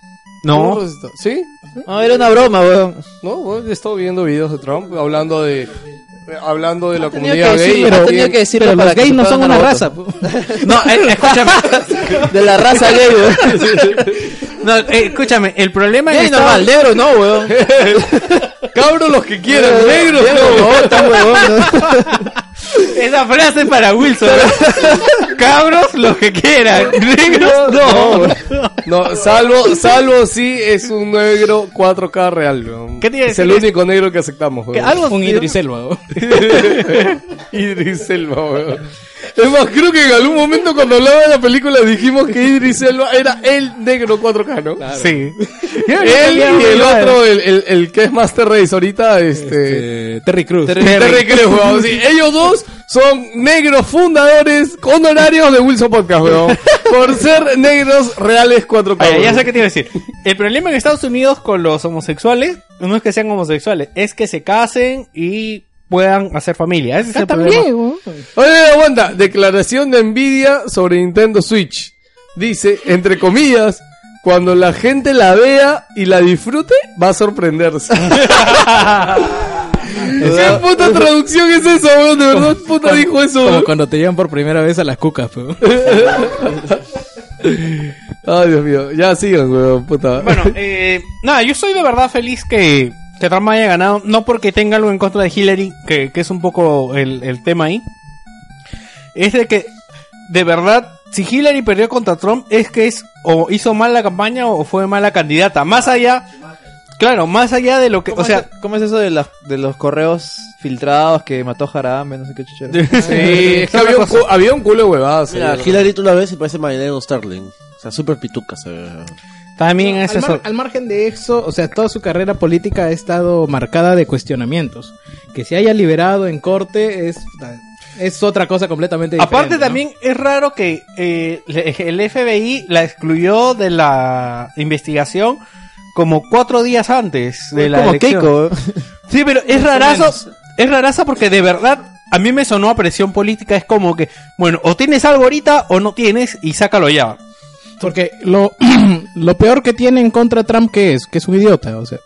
C: No.
B: ¿Cómo resultó? ¿Sí?
H: No, era una broma, weón.
B: No, bueno, he estado viendo videos de Trump hablando de hablando de la
H: Tenía
B: comunidad
H: que
B: gay.
H: decirlo,
B: Pero
H: tenía que decirlo
K: eh, Pero
H: para
K: los
H: que
K: gays
H: se
K: no
H: puedan
K: son una
H: ganar
K: raza.
H: votos.
C: No, *laughs* eh, escúchame.
H: De la raza gay, weón.
C: *laughs* No, eh, escúchame, el problema
H: Gay
C: es
H: normal, negro no, weón.
B: Cabros los que quieran, negros.
H: Negro,
B: no.
H: votan, weón.
C: Esa frase es para Wilson. ¿no? Cabros, los que quieran. Negros, no.
B: No, salvo, salvo si es un negro 4K real. ¿no?
C: ¿Qué te iba a
B: es el
C: decir?
B: único negro que aceptamos. weón.
K: Un Idris Elba, weón.
B: Idris Elba, weón. Es más, creo que en algún momento cuando hablaba de la película dijimos que Idris Elba era el negro 4K, ¿no?
C: Sí.
B: Él y el otro, el, el, el que es Master Race ahorita, este...
K: Eh, Terry Cruz.
B: Terry Crews, weón. Sí, ellos dos son negros fundadores honorarios de Wilson Podcast,
C: *laughs*
B: weón. Por ser negros reales 4K.
C: Oye, ya
B: weón.
C: sé qué te iba a decir. El problema en Estados Unidos con los homosexuales no es que sean homosexuales, es que se casen y puedan hacer familia. Ese es el problema.
B: Oye, aguanta. Declaración de envidia sobre Nintendo Switch. Dice, entre comillas, cuando la gente la vea y la disfrute, va a sorprenderse. ¿Qué puta traducción es eso, weón? De verdad, puta dijo eso.
K: Como cuando te llevan por primera vez a las cucas,
D: pues.
K: *laughs* weón.
B: Ay, Dios mío. Ya sigan, weón, puta. *laughs*
H: *laughs*
C: Bueno, eh, nada, yo soy de verdad feliz que, que Trump haya ganado, no porque tenga algo en contra de Hillary, que, que es un poco el, el tema ahí. Es de que, de verdad, si Hillary perdió contra Trump, es que es o hizo mal la campaña o fue mala candidata. Más allá, claro, más allá de lo que,
H: ¿Cómo,
C: o sea,
H: es, ¿Cómo es eso de, las- de los correos filtrados que mató Jarambe? No sé qué chuchero.
C: eh,
B: Sí, es que había un, cu- había un culo de huevadas. eh.
E: Mira,
B: weón.
E: Hillary tú la ves y parece Marilena Sterling. O sea, súper pituca se ve.
C: *laughs* también es
K: Al, mar-
C: eso.
K: al margen de eso, o sea, toda su carrera política ha estado marcada de cuestionamientos. Que se haya liberado en corte es, es otra cosa completamente diferente.
C: Aparte
K: ¿no?
C: también es raro que eh, le- el FBI la excluyó de la investigación como cuatro días antes de la
H: Como
C: elección.
H: Keiko, weón.
C: Sí, pero es rarazo, es rarazo porque de verdad a mí me sonó a presión política. Es como que, bueno, o tienes algo ahorita o no tienes y sácalo ya.
K: Porque lo, *clears throat* lo peor que tiene en contra Trump que es, que es un idiota, o sea.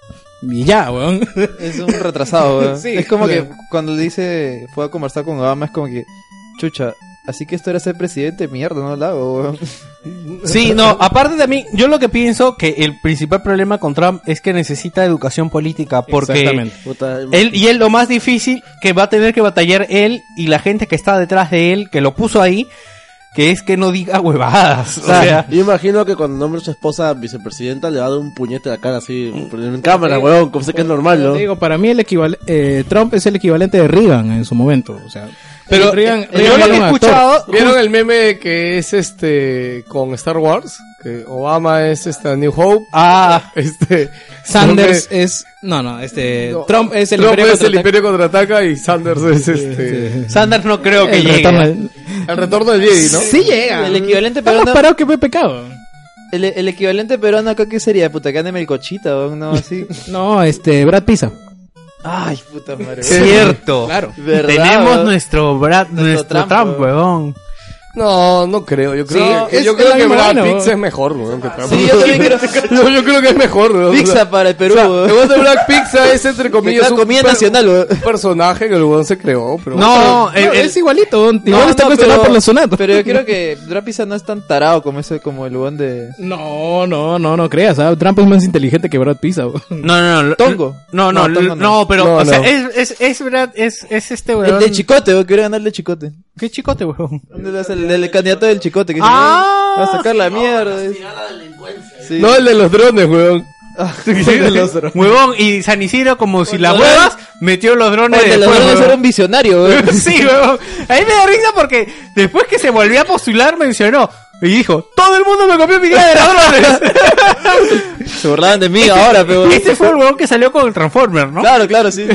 K: Y ya, weón. *laughs*
H: Es un retrasado, weón.
K: Sí,
H: es como
K: o sea.
H: que cuando le dice, fue a conversar con Obama, es como que, chucha, así que esto era ser presidente, mierda, no lo hago, weón.
C: Sí, no, aparte de mí, yo lo que pienso que el principal problema con Trump es que necesita educación política porque
K: Exactamente.
E: Puta,
C: él y él lo más difícil que va a tener que batallar él y la gente que está detrás de él, que lo puso ahí, que es que no diga huevadas, o sea,
E: yo imagino que cuando nombre a su esposa vicepresidenta le va a dar un puñete a la cara así
H: Mm.
E: en cámara, weón, como sé que es normal,
K: Te
E: ¿no?
K: digo, para mí el equival- eh, Trump es el equivalente de Reagan en su momento, o sea.
B: Pero,
K: Reagan,
B: eh,
K: Reagan
C: yo lo
K: era
C: que he
K: un actor.
C: escuchado
B: ¿Vieron el meme que es este con Star Wars? Que Obama es este a New Hope.
C: ah,
B: Este
K: Sanders es no, no,
H: Eh,
K: este
B: no,
K: Trump es el
B: Trump
K: imperio
B: es el
K: contraataca.
B: Imperio contraataca y Sanders es este
C: Sanders no creo que
K: El retorno
C: llegue.
K: al-
B: el retorno del Jedi, ¿no?
K: Sí llega.
H: El equivalente
K: Está más
H: peruano-
K: parado que pecado.
H: El, el equivalente peruano acá, ¿qué sería? Puta, que ándeme el cochita, weón, no, *laughs* así.
K: No, este Brad Pisa.
H: Ay, puta madre.
C: Cierto.
K: Claro.
H: ¿Verdad,
C: Tenemos
H: weón?
C: nuestro Brad, nuestro,
H: Trump,
C: Trump, weón.
B: No, no creo. Yo creo
K: Sí,
B: que,
K: es-
B: yo
K: es
B: creo
K: la
B: que
K: misma
B: Brad
K: vaina,
B: Pitt
K: weón.
B: es mejor, weón, que Trump.
H: Sí, yo también
B: *laughs*
H: creo.
B: No, yo creo que es mejor, weón.
H: Pizza para el Perú,
B: O sea,
H: weón.
B: el Black Pizza es entre comillas
H: Es
B: un
H: comida
B: per-
H: nacional, weón.
B: un personaje que el weón se creó, pero
C: No, eh, el-
K: No,
C: el-
K: es igualito. don. Igual
H: No,
K: está
H: no,
K: cuestionado
H: pero-
K: por los sonatos.
H: Pero
K: *laughs*
H: yo creo que Drapisa no es tan tarado como ese, como el weón de...
K: No, no, no, no creas. ¿ah? Trump es más inteligente que Brad Pisa. weón.
C: No, no, no.
H: Tongo.
C: No, no,
H: No, Tongo
C: no,
H: no.
C: pero,
B: No,
C: o sea,
B: no.
C: es, es, es Brad, es, es este
H: El
C: weón.
H: de Chicote, weón, quiero ganarle Chicote.
C: ¿Qué chicote,
H: *laughs*
C: weón?
H: ¿Dónde lo hace? El, del candidato del Chicote. Que dice,
C: Ah,
H: "Ay, va a sacar la mierda. Sí.
B: no el de los drones, weón.
H: Ah, *laughs*
B: *laughs*
C: *laughs* Huevón, y San Isidro, como si
H: Con
C: la
H: los
C: huevas, metió los drones
H: Oye, de los
C: después,
H: drones
C: huevón.
H: era un visionario,
B: *laughs*
H: weón.
C: *laughs* Sí, huevón. A mí me da risa porque después que se volvió a postular mencionó y dijo, todo el mundo me copió mi idea de los *laughs* drones.
H: Se burlaban de mí ahora, pero...
C: Este fue el huevón que salió con el Transformer, ¿no?
H: Claro, claro, sí.
C: *laughs*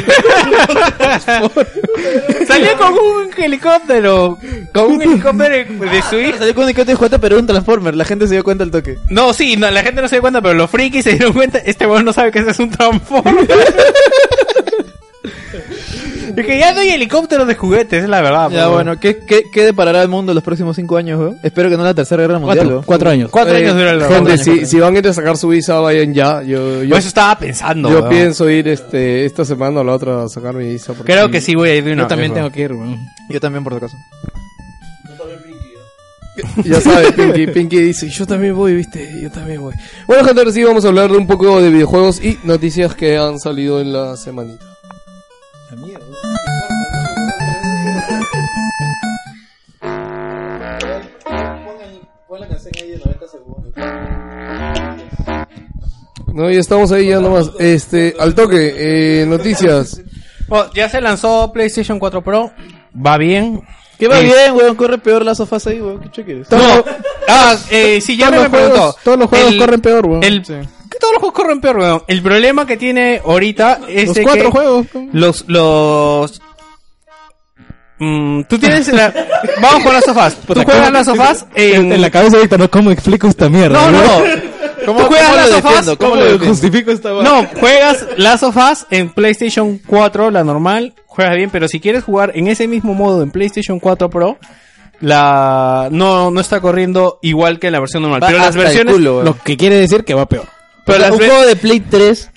C: Salió con un helicóptero. Con un helicóptero de su hija.
H: Salió con un de Juata, pero era un Transformer. La gente se dio cuenta al toque.
C: No, sí, no, la gente no se dio cuenta, pero los frikis se dieron cuenta. Este weón no sabe que ese es un transformer. *laughs* Es que ya no hay helicópteros de juguetes, es la verdad.
H: Ya,
C: pero-
H: bueno, ¿qué, qué, qué deparará el mundo en los próximos cinco años,
B: eh?
H: weón? Espero que no la tercera guerra mundial,
K: Cuatro,
H: weón.
K: cuatro años.
C: Cuatro años dura el
B: Gente,
H: años,
B: si, si van a ir a sacar su visa, vayan ya. Yo, yo,
H: Pues
C: Yo eso estaba pensando.
B: yo
C: weón.
B: pienso ir este, esta semana o la otra a sacar mi visa. porque-
C: Creo que sí voy a ir de una
K: Yo también
C: vez,
K: tengo que ir, weón.
H: Yo también, por si acaso.
B: Ya sabes, Pinky, Pinky dice, yo también voy, viste, yo también voy. Bueno, gente, ahora sí vamos a hablar de un poco de videojuegos y noticias que han salido en la semanita. No, ya estamos ahí ya nomás. Este, al toque, eh, noticias.
C: Bueno, Oh, ya se lanzó PlayStation 4 Pro. Va bien.
H: Que va
C: Eh,
H: bien, weón. Corre peor la sofás ahí, weón. ¿Qué cheque eres?
C: No. Ah, eh, sí,
B: Todos
C: ya me
B: los juegos-
C: preguntó.
B: todos los juegos corren peor, weón.
C: el- que Todos los juegos corren peor, weón. El problema que tiene ahorita es
K: Los
C: de
K: cuatro
C: que
K: juegos.
C: Los, los... Mm, tú tienes la... Vamos con las sofás. Tú juegas las sofás en...
K: En la cabeza ahorita no, ¿cómo explico esta mierda?
C: No, no,
K: weón?
C: ¿Tú juegas las sofás?
H: ¿Cómo lo defiendo?
K: Justifico esta weón.
C: No, juegas Last of Us en PlayStation 4, la normal, juegas bien, pero si quieres jugar en ese mismo modo en PlayStation 4 Pro, la no, no está corriendo igual que en la versión normal.
H: Va
C: pero las
H: hasta el
C: versiones.
H: culo, weón.
K: Lo que quiere decir que va peor.
C: pero
H: O sea,
C: las
H: un
C: ve-
H: juego de Play 3.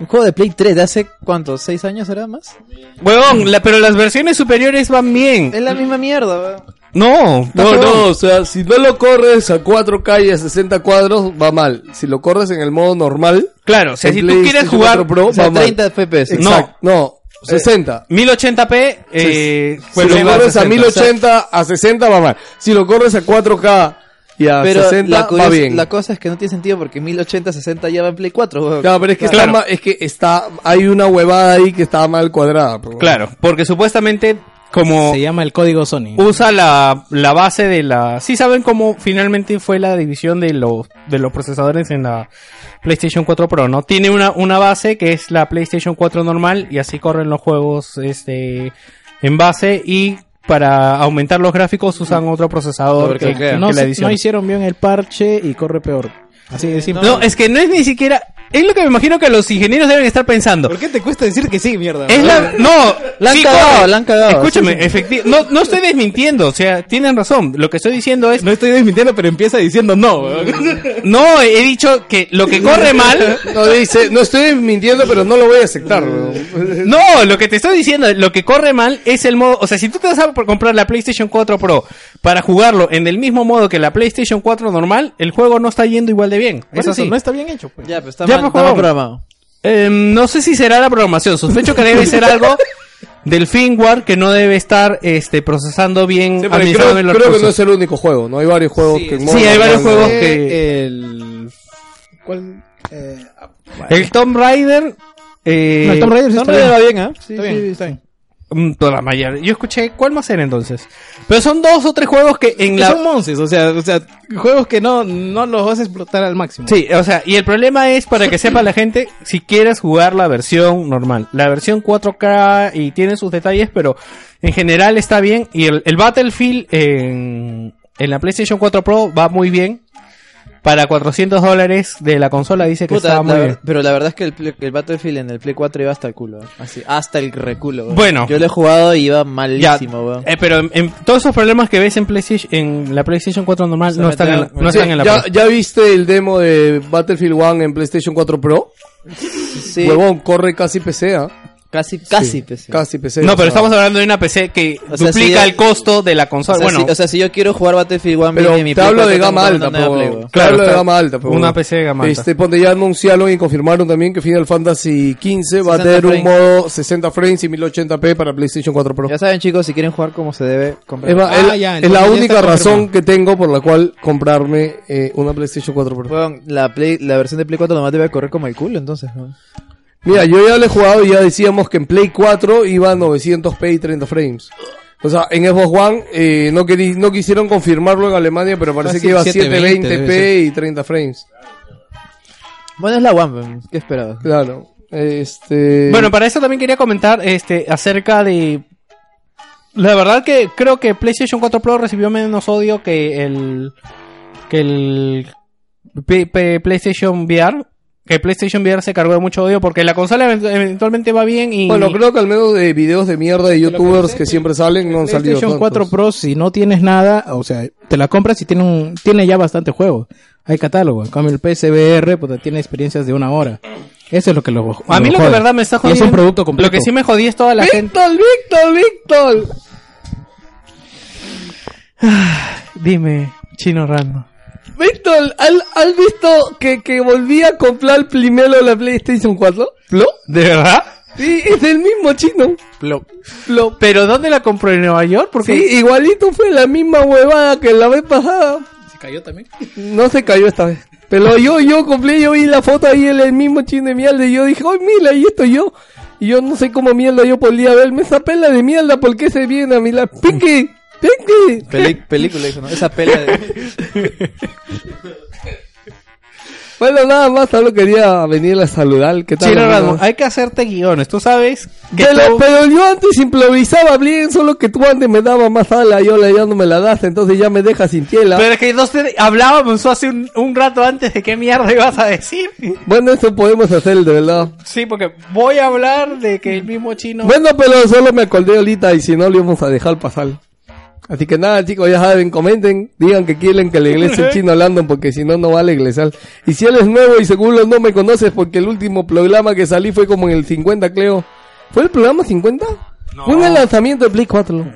H: Un juego de Play 3 de hace, ¿cuánto? ¿Seis años era más?
C: Huevón, la- pero las versiones superiores van bien.
H: Es la misma mierda, weón.
C: No,
B: No,
C: huevón.
B: no, o sea, si no lo corres a 4K y a 60 cuadros, va mal. Si lo corres en el modo normal,
C: Claro, o sea,
B: en
C: si tú
B: PlayStation
C: quieres jugar
B: 4 Pro,
H: O sea,
B: va mal.
H: 30 FPS.
C: No.
B: Exacto, no, 60.
C: 1080p, eh,
B: si
C: se
B: lo
C: va a
B: corres a
C: 60, o sea,
B: 1080, a 60 va mal. Si lo corres a 4K y a
H: Pero
B: 60
H: la,
B: va
H: curiosa-
B: bien.
H: la cosa es que no tiene sentido porque 1080, 60 ya va en Play 4, weón.
B: Claro, pero es que,
C: Claro.
B: Está, ma- es que está, hay una huevada ahí que está mal cuadrada. pues. pero-
C: Claro, porque supuestamente como
K: Se llama el código Sony.
C: usa la, la base de la... Sí saben cómo finalmente fue la división de los, de los procesadores en la PlayStation 4 Pro, ¿no? Tiene una, una base que es la PlayStation 4 normal y así corren los juegos este, en base y para aumentar los gráficos usan otro procesador que, que
K: no,
C: la
K: se-
C: edición.
K: no hicieron bien el parche y corre peor. Así de simple.
C: No, es que no es ni siquiera... Es lo que me imagino que los ingenieros deben estar pensando.
K: ¿Por qué te cuesta decir que sí, mierda?
C: Es la, no,
H: La han
C: sí,
H: cagado,
C: corre.
H: la han cagado.
C: Escúchame, efecti- no, no estoy desmintiendo, o sea, tienen razón. Lo que estoy diciendo es,
K: No estoy desmintiendo, pero empieza diciendo no. *laughs*
C: no, he dicho que lo que corre mal,
B: *laughs* No dice, no estoy mintiendo, pero no lo voy a aceptar.
C: Mm.
B: weón.
C: no, lo que te estoy diciendo, lo que corre mal es el modo, o sea, si tú te vas a por comprar la PlayStation 4 Pro para jugarlo en el mismo modo que la PlayStation 4 normal, el juego no está yendo igual de bien. Es así.
K: no está bien hecho. Pues.
H: Ya, pero está
C: Ya, pues,
H: mal, está mal
C: huevón.
H: programado.
C: Eh, no sé si será la programación. Sospecho que debe ser algo del firmware que no debe estar este procesando bien
B: Sí, porque creo,
C: administrando bien los
B: creo que no
C: recursos.
B: es el único juego, ¿no? Hay varios juegos que... en modo
C: sí, hay varios
B: normal-
C: juegos
K: que... El... ¿Cuál? Eh,
C: El Tomb Raider. Eh,
K: no, el Tomb Raider sí
H: No,
K: está
H: no le
K: bien. ¿ah?
H: va bien, ¿eh? Sí,
K: Está bien, está bien.
C: mm, toda la mayor- Yo escuché. ¿Cuál más era entonces? Pero son dos o tres juegos que en
K: Que
C: la.
K: Son monces, o sea, o sea, juegos que no, no los vas a explotar al máximo.
C: Sí, o sea, y el problema es para que sepa la gente si quieres jugar la versión normal. La versión 4K y tiene sus detalles, pero en general está bien. Y el, el Battlefield en, en la PlayStation 4 Pro va muy bien. Para 400 dólares de la consola dice que
H: Puta,
C: está muy
H: la-
C: bien.
H: Pero la verdad es que el, Play- el Battlefield en el Play 4 iba hasta el culo. Así, hasta el reculo. weón.
C: Bueno.
H: Yo lo he jugado y iba
C: Ya,
H: malísimo, weón.
C: eh, pero en, en todos esos problemas que ves en PlayStation, en la PlayStation 4 normal no están, en la, no
B: Sí,
C: están en la
B: ya,
C: Pro.
B: ¿Ya viste el demo de Battlefield 1 en PlayStation 4 Pro?
H: Sí,
B: Huevón, corre casi PC, ¿ah?
H: casi, casi, pues, PC.
B: Casi PC.
C: No,
B: o
C: pero
B: sea.
C: estamos hablando de una PC que
H: O sea,
C: duplica
H: sí,
C: el costo de la consola.
H: O sea,
C: bueno,
H: si, o sea, si yo quiero jugar Battlefield 1
B: Pero
H: bien en mi
B: te
H: Play
B: hablo
H: 4,
B: de
H: tengo
B: gama
H: un montón
B: alta,
H: de
B: po.
H: Play, weón.
B: Te
C: Claro,
B: hablo de
C: está-
B: gama alta, po.
C: una PC de gama alta.
B: Este, ponte ya anunciaron y confirmaron también que Final Fantasy XV va a
H: 60
B: tener un
H: frames.
B: modo 60 frames y 1080p para PlayStation 4 Pro.
H: Ya saben, chicos, si quieren jugar como se debe, compren.
B: Es, va-
K: Ah,
B: es la-
K: ya,
B: es la
K: entonces ya
B: única
K: está
B: razón que tengo por la cual comprarme eh, una PlayStation 4 Pro.
H: Weón, la, Play, la versión de Play 4 nomás debe correr como el culo, entonces. weón.
B: Mira, yo ya le he jugado y ya decíamos que en Play 4 iba a 900p y 30 frames. O sea, en Xbox One eh, no, queri- no quisieron confirmarlo en Alemania, pero
K: Ah,
B: parece que iba a
K: 720 debe
B: 720p y 30 frames.
H: Bueno, es la One, weón. ¿qué esperabas?
B: Claro. Este...
C: Bueno, para eso también quería comentar este acerca de la verdad que creo que PlayStation 4 Pro recibió menos odio que el que el P- P- PlayStation VR que PlayStation VR se cargó de mucho odio porque la consola event- eventualmente va bien y
B: Bueno, creo que al menos de videos de mierda de youtubers
D: sé,
B: que siempre salen no han salido
D: PlayStation
B: tantos.
D: 4 Pro, si no tienes nada, o sea, te la compras y tiene, un, tiene ya bastante juego. Hay catálogo. En cambio, el PSVR pues, tiene experiencias de una hora. Eso es lo que lo.
C: a mí lo que
D: jode.
C: de verdad me está
D: Y
C: jodiendo
D: es un producto completo.
C: Lo que sí me jodí es toda la gente.
B: ¡Víctor, Víctor, Víctor!
C: Dime, chino random.
B: Víctor, ¿has, has visto que, que volví a comprar el primero de la PlayStation 4? ¿Lo?
C: ¿De verdad?
B: Sí, es el mismo chino. Lo.
C: Pero ¿dónde la compró en Nueva York? Porque
B: Sí, igualito fue la misma huevada que la vez pasada.
D: ¿Se cayó también?
B: No se cayó esta vez. Pero yo, yo compré, yo vi la foto ahí, el, el mismo chino de mierda, y yo dije, ¡ay, mira, ahí estoy yo! Y yo no sé cómo mierda yo podía verme esa pela de mierda, ¿por qué se viene a mi lado? ¡Pinky! ¡Pinky!
H: Peli- película, eso, ¿no? Esa pela de...
B: *laughs* Bueno, nada más, solo quería venir a saludar, ¿qué tal?
C: Chino
B: amigos?
C: Random, hay que hacerte guiones. Tú sabes que
B: Pero,
C: tú-
B: pero yo antes improvisaba bien, solo que tú antes me dabas más ala y ahora ya no me la das, entonces ya me dejas sin tela.
C: Pero es que no sé, hablábamos hace un, un rato antes de qué mierda *laughs* ibas a decir.
B: Bueno, eso podemos hacer, de verdad.
C: Sí, porque voy a hablar de que el mismo chino.
B: Bueno, pero solo me acordé ahorita y si no, lo íbamos a dejar pasar. Así que nada, chicos, ya saben, comenten, digan que quieren que la iglesia
C: *laughs*
B: el chino Landon, porque si no, no vale iglesia. Y si eres nuevo y seguro no me conoces, porque el último programa que salí fue como en el 50, creo. ¿Fue el programa 50? Fue en el lanzamiento de Play 4.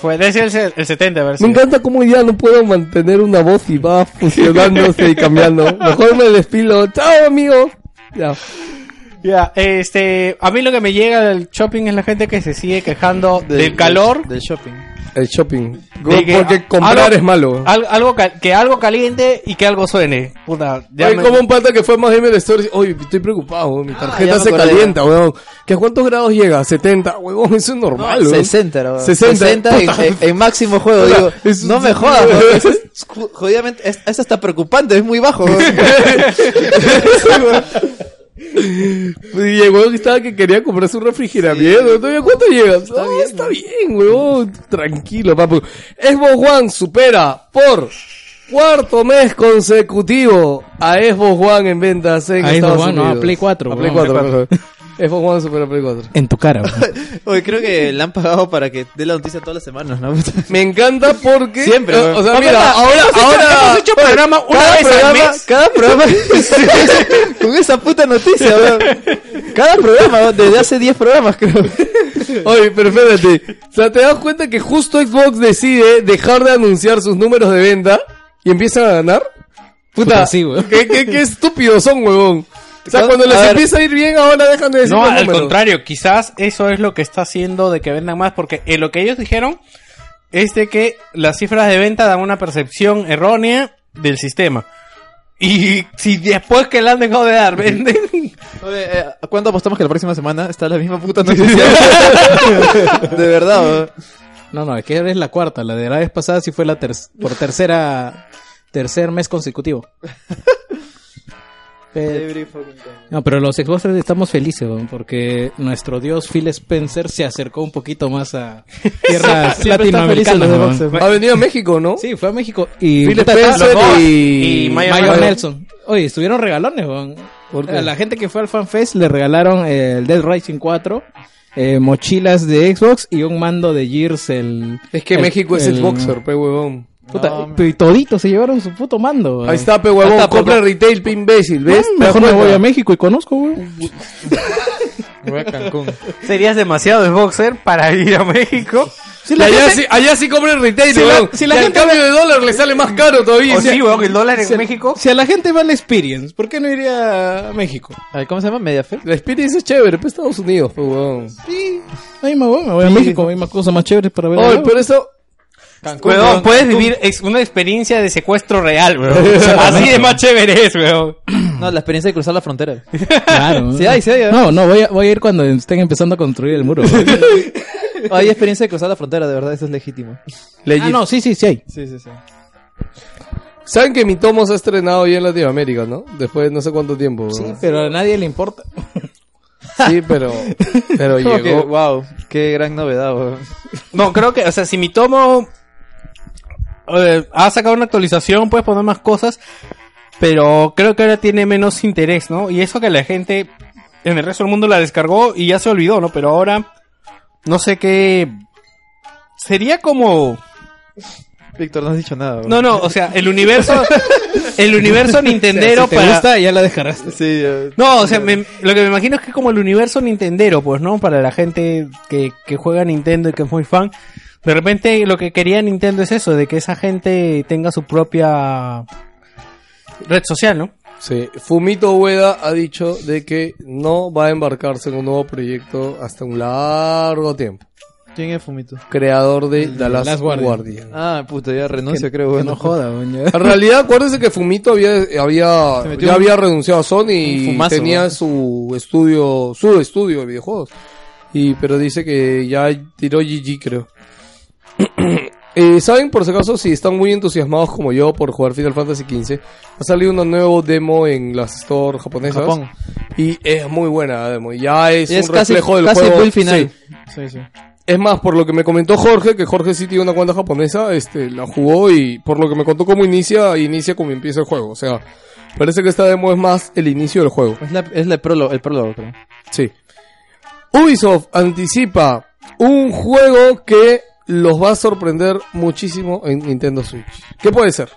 C: Fue desde el, se- el 70, a ver si-
B: Me encanta cómo ya no puedo mantener una voz y va funcionándose y
H: *laughs*
B: cambiando. Mejor me despilo. Chao, amigo. Ya.
C: Ya, este. A mí lo que me llega del shopping es la gente que se sigue quejando del, calor.
H: Del shopping.
B: El shopping.
C: de que
H: ah,
B: Porque
C: a-
B: comprar
C: algo-
B: es malo.
C: al- algo cal- que algo caliente y que algo suene. Puta, ya
B: Oye,
C: me-
B: como un pata que fue a más M de Store. dice, Oye, estoy preocupado, weón, mi tarjeta
H: Ah, ya me
B: se
H: acordé.
B: calienta, weón. ¿Que a cuántos grados llega? 70, huevón, eso es normal, weón.
H: 60, Ah, ¿no?
B: 60,
H: 60 en,
B: puta.
H: en- en máximo juego, digo.
B: Es-
H: no me jodas,
B: *laughs*
H: ¿no? Eso es, ju- jodidamente, es, eso está preocupante, es muy bajo. ¿no?
B: Pues, Y el weón estaba que quería comprar su refrigerador. ¿no? ¿A ¿Cuánto llega? Está, bien, está bien, weón. Tranquilo, papu. Xbox One supera por cuarto mes consecutivo a Xbox One en ventas en
D: A
B: Estados
D: Xbox One, no,
B: Unidos.
D: a Play 4,
B: A Play
D: weón.
B: 4, mejor. Xbox One supera a Play 4.
D: En tu cara.
C: *laughs*
D: weón.
H: *laughs* Oye, creo que le han pagado para que dé la noticia todas las semanas, ¿no? *laughs*
B: Me encanta porque...
H: Siempre,
B: eh,
H: weón.
B: O sea,
H: Papá,
B: mira, ahora... ahora
C: Hemos hecho programa una
H: Cada
C: vez al
H: programa,
C: mes.
H: cada programa
B: *laughs*
H: con esa puta noticia, weón. Cada programa, weón, desde hace 10 programas, creo.
B: Oye, pero espérate. O sea, ¿te das cuenta que justo Xbox decide dejar de anunciar sus números de venta y empiezan a ganar? Puta,
D: Puta, sí, weón.
B: qué, qué- qué estúpidos son, huevón. O sea,
H: Con-
B: cuando les
H: a ver.
B: empieza a ir bien, ahora dejan de decir
C: No,
B: los
C: al
B: números.
C: contrario, quizás eso es lo que está haciendo de que vendan más, porque eh, lo que ellos dijeron es de que las cifras de venta dan una percepción errónea del sistema. Y si después que la han dejado de dar, venden.
H: Oye, eh, ¿Cuándo apostamos que la próxima semana está la misma puta
B: *laughs*
H: noticia? de verdad, weón.
D: No, no, es que eres la cuarta. La de la vez pasada sí fue la ter por tercera. Tercer mes consecutivo. Pe- No, pero los Xboxers estamos felices, weón, porque nuestro dios Phil Spencer se acercó un poquito más a tierras latinoamericanas. weón.
B: Ha venido a México, ¿no?
D: Sí, fue a México. Y
B: Phil
D: puta, estaba-
B: Spencer
C: dos.
B: y...
C: Y Mayer-
D: Mayor
C: Mayor
D: Nelson. Oye, estuvieron regalones, weón.
B: ¿Por qué?
D: A la gente que fue al FanFest le regalaron eh, el Dead Rising 4, eh, mochilas de Xbox y un mando de Gears. El,
B: Es que
D: el-
B: México es
D: el-
B: Xboxer, pe, huevón.
D: Puta, pero y toditos se llevaron su puto mando. weón.
B: Ahí está, pe, huevón.
D: Hasta por-
B: Compra retail, pe, imbécil, ¿ves?
D: Mm,
B: ¿Te das
D: Mejor me
B: cuenta?
D: voy a México y conozco, weón.
C: *laughs* Serías demasiado boxer para ir a México.
D: Sí,
B: Y
D: la
B: allá,
D: gente-
B: sí, allá sí compra el retail,
D: Si la-
B: huevón.
D: si la
B: y al
D: gente-
B: cambio de dólar le sale más caro todavía.
C: O sí, weón, el dólar en
D: si a-
C: México.
D: Si a la gente va la experience, ¿por qué no iría a México?
H: Ay, ¿Cómo se llama? Mediafe.
B: La experiencia es chévere, pero Estados Unidos, pues, weón.
D: Ahí me voy, me voy a México, hay más cosas más chéveres para ver.
B: Oye, pero eso.
C: Weón, puedes vivir ex- una experiencia de secuestro real, *laughs* weón. Así de más chévere es, weón.
H: No, la experiencia de cruzar la frontera.
B: *laughs*
D: Claro.
H: Sí hay, sí hay, ¿eh?
D: No, no, voy a, voy a ir cuando estén empezando a construir el muro. weón.
B: *laughs*
H: Hay experiencia de cruzar la frontera, de verdad, eso es legítimo.
D: ah, no, sí, sí, sí hay.
H: Sí, sí, sí.
B: Saben que mi tomo se ha estrenado ya en Latinoamérica, ¿no? Después de no sé cuánto tiempo.
D: Sí,
B: weón.
D: pero a nadie le importa.
B: Sí, pero. Pero
H: Como que,
B: llegó.
H: wow, qué gran novedad, weón.
C: No, creo que, o sea, si mi tomo eh, ha sacado una actualización, puedes poner más cosas. Pero creo que ahora tiene menos interés, ¿no? Y eso que la gente en el resto del mundo la descargó y ya se olvidó, ¿no? Pero ahora no sé qué sería como
H: Víctor, no has dicho nada. bro.
C: no, no, o sea, el universo el
D: *laughs*
C: universo nintendero
D: Si te
C: para
D: gusta, ya la descargaste.
H: Sí, ya.
C: No, o sea, me- lo que me imagino es que como el universo Nintendero, pues, ¿no? Para la gente que, que juega Nintendo y que es muy fan. De repente lo que quería Nintendo es eso, de que esa gente tenga su propia red social, ¿no?
B: Sí, Fumito Ueda ha dicho de que no va a embarcarse en un nuevo proyecto hasta un largo tiempo.
H: ¿Quién es Fumito?
B: Creador de The Last,
D: Last Guardian.
B: Guardian.
H: Ah, puta, ya renuncia, creo.
D: Que
H: bueno.
D: no joda, weón.
B: En realidad, acuérdense que Fumito había,
H: Se
B: había,
H: metió
B: ya
H: un-
B: había renunciado a Sony y
H: un fumazo,
B: tenía
H: ¿no?
B: su estudio, su estudio de videojuegos. Y, pero dice que ya tiró GG, creo. *clears throat* Eh, ¿Saben por si acaso si están muy entusiasmados como yo por jugar Final Fantasy XV? Ha salido una nueva demo en las store japonesas.
H: Japón.
B: Y es muy buena la demo. Ya es,
H: Y es
B: un
H: casi,
B: reflejo del
H: casi
B: juego.
H: fue el final.
B: Sí.
H: Sí, sí.
B: Es más, por lo que me comentó Jorge, que Jorge sí tiene una cuenta japonesa, este, la jugó y por lo que me contó cómo inicia, inicia como empieza el juego. O sea, parece que esta demo es más el inicio del juego.
H: Es, la, es la prólogo, el prólogo, creo.
B: Sí. Ubisoft anticipa un juego que los va a sorprender muchísimo en Nintendo Switch. ¿Qué puede ser?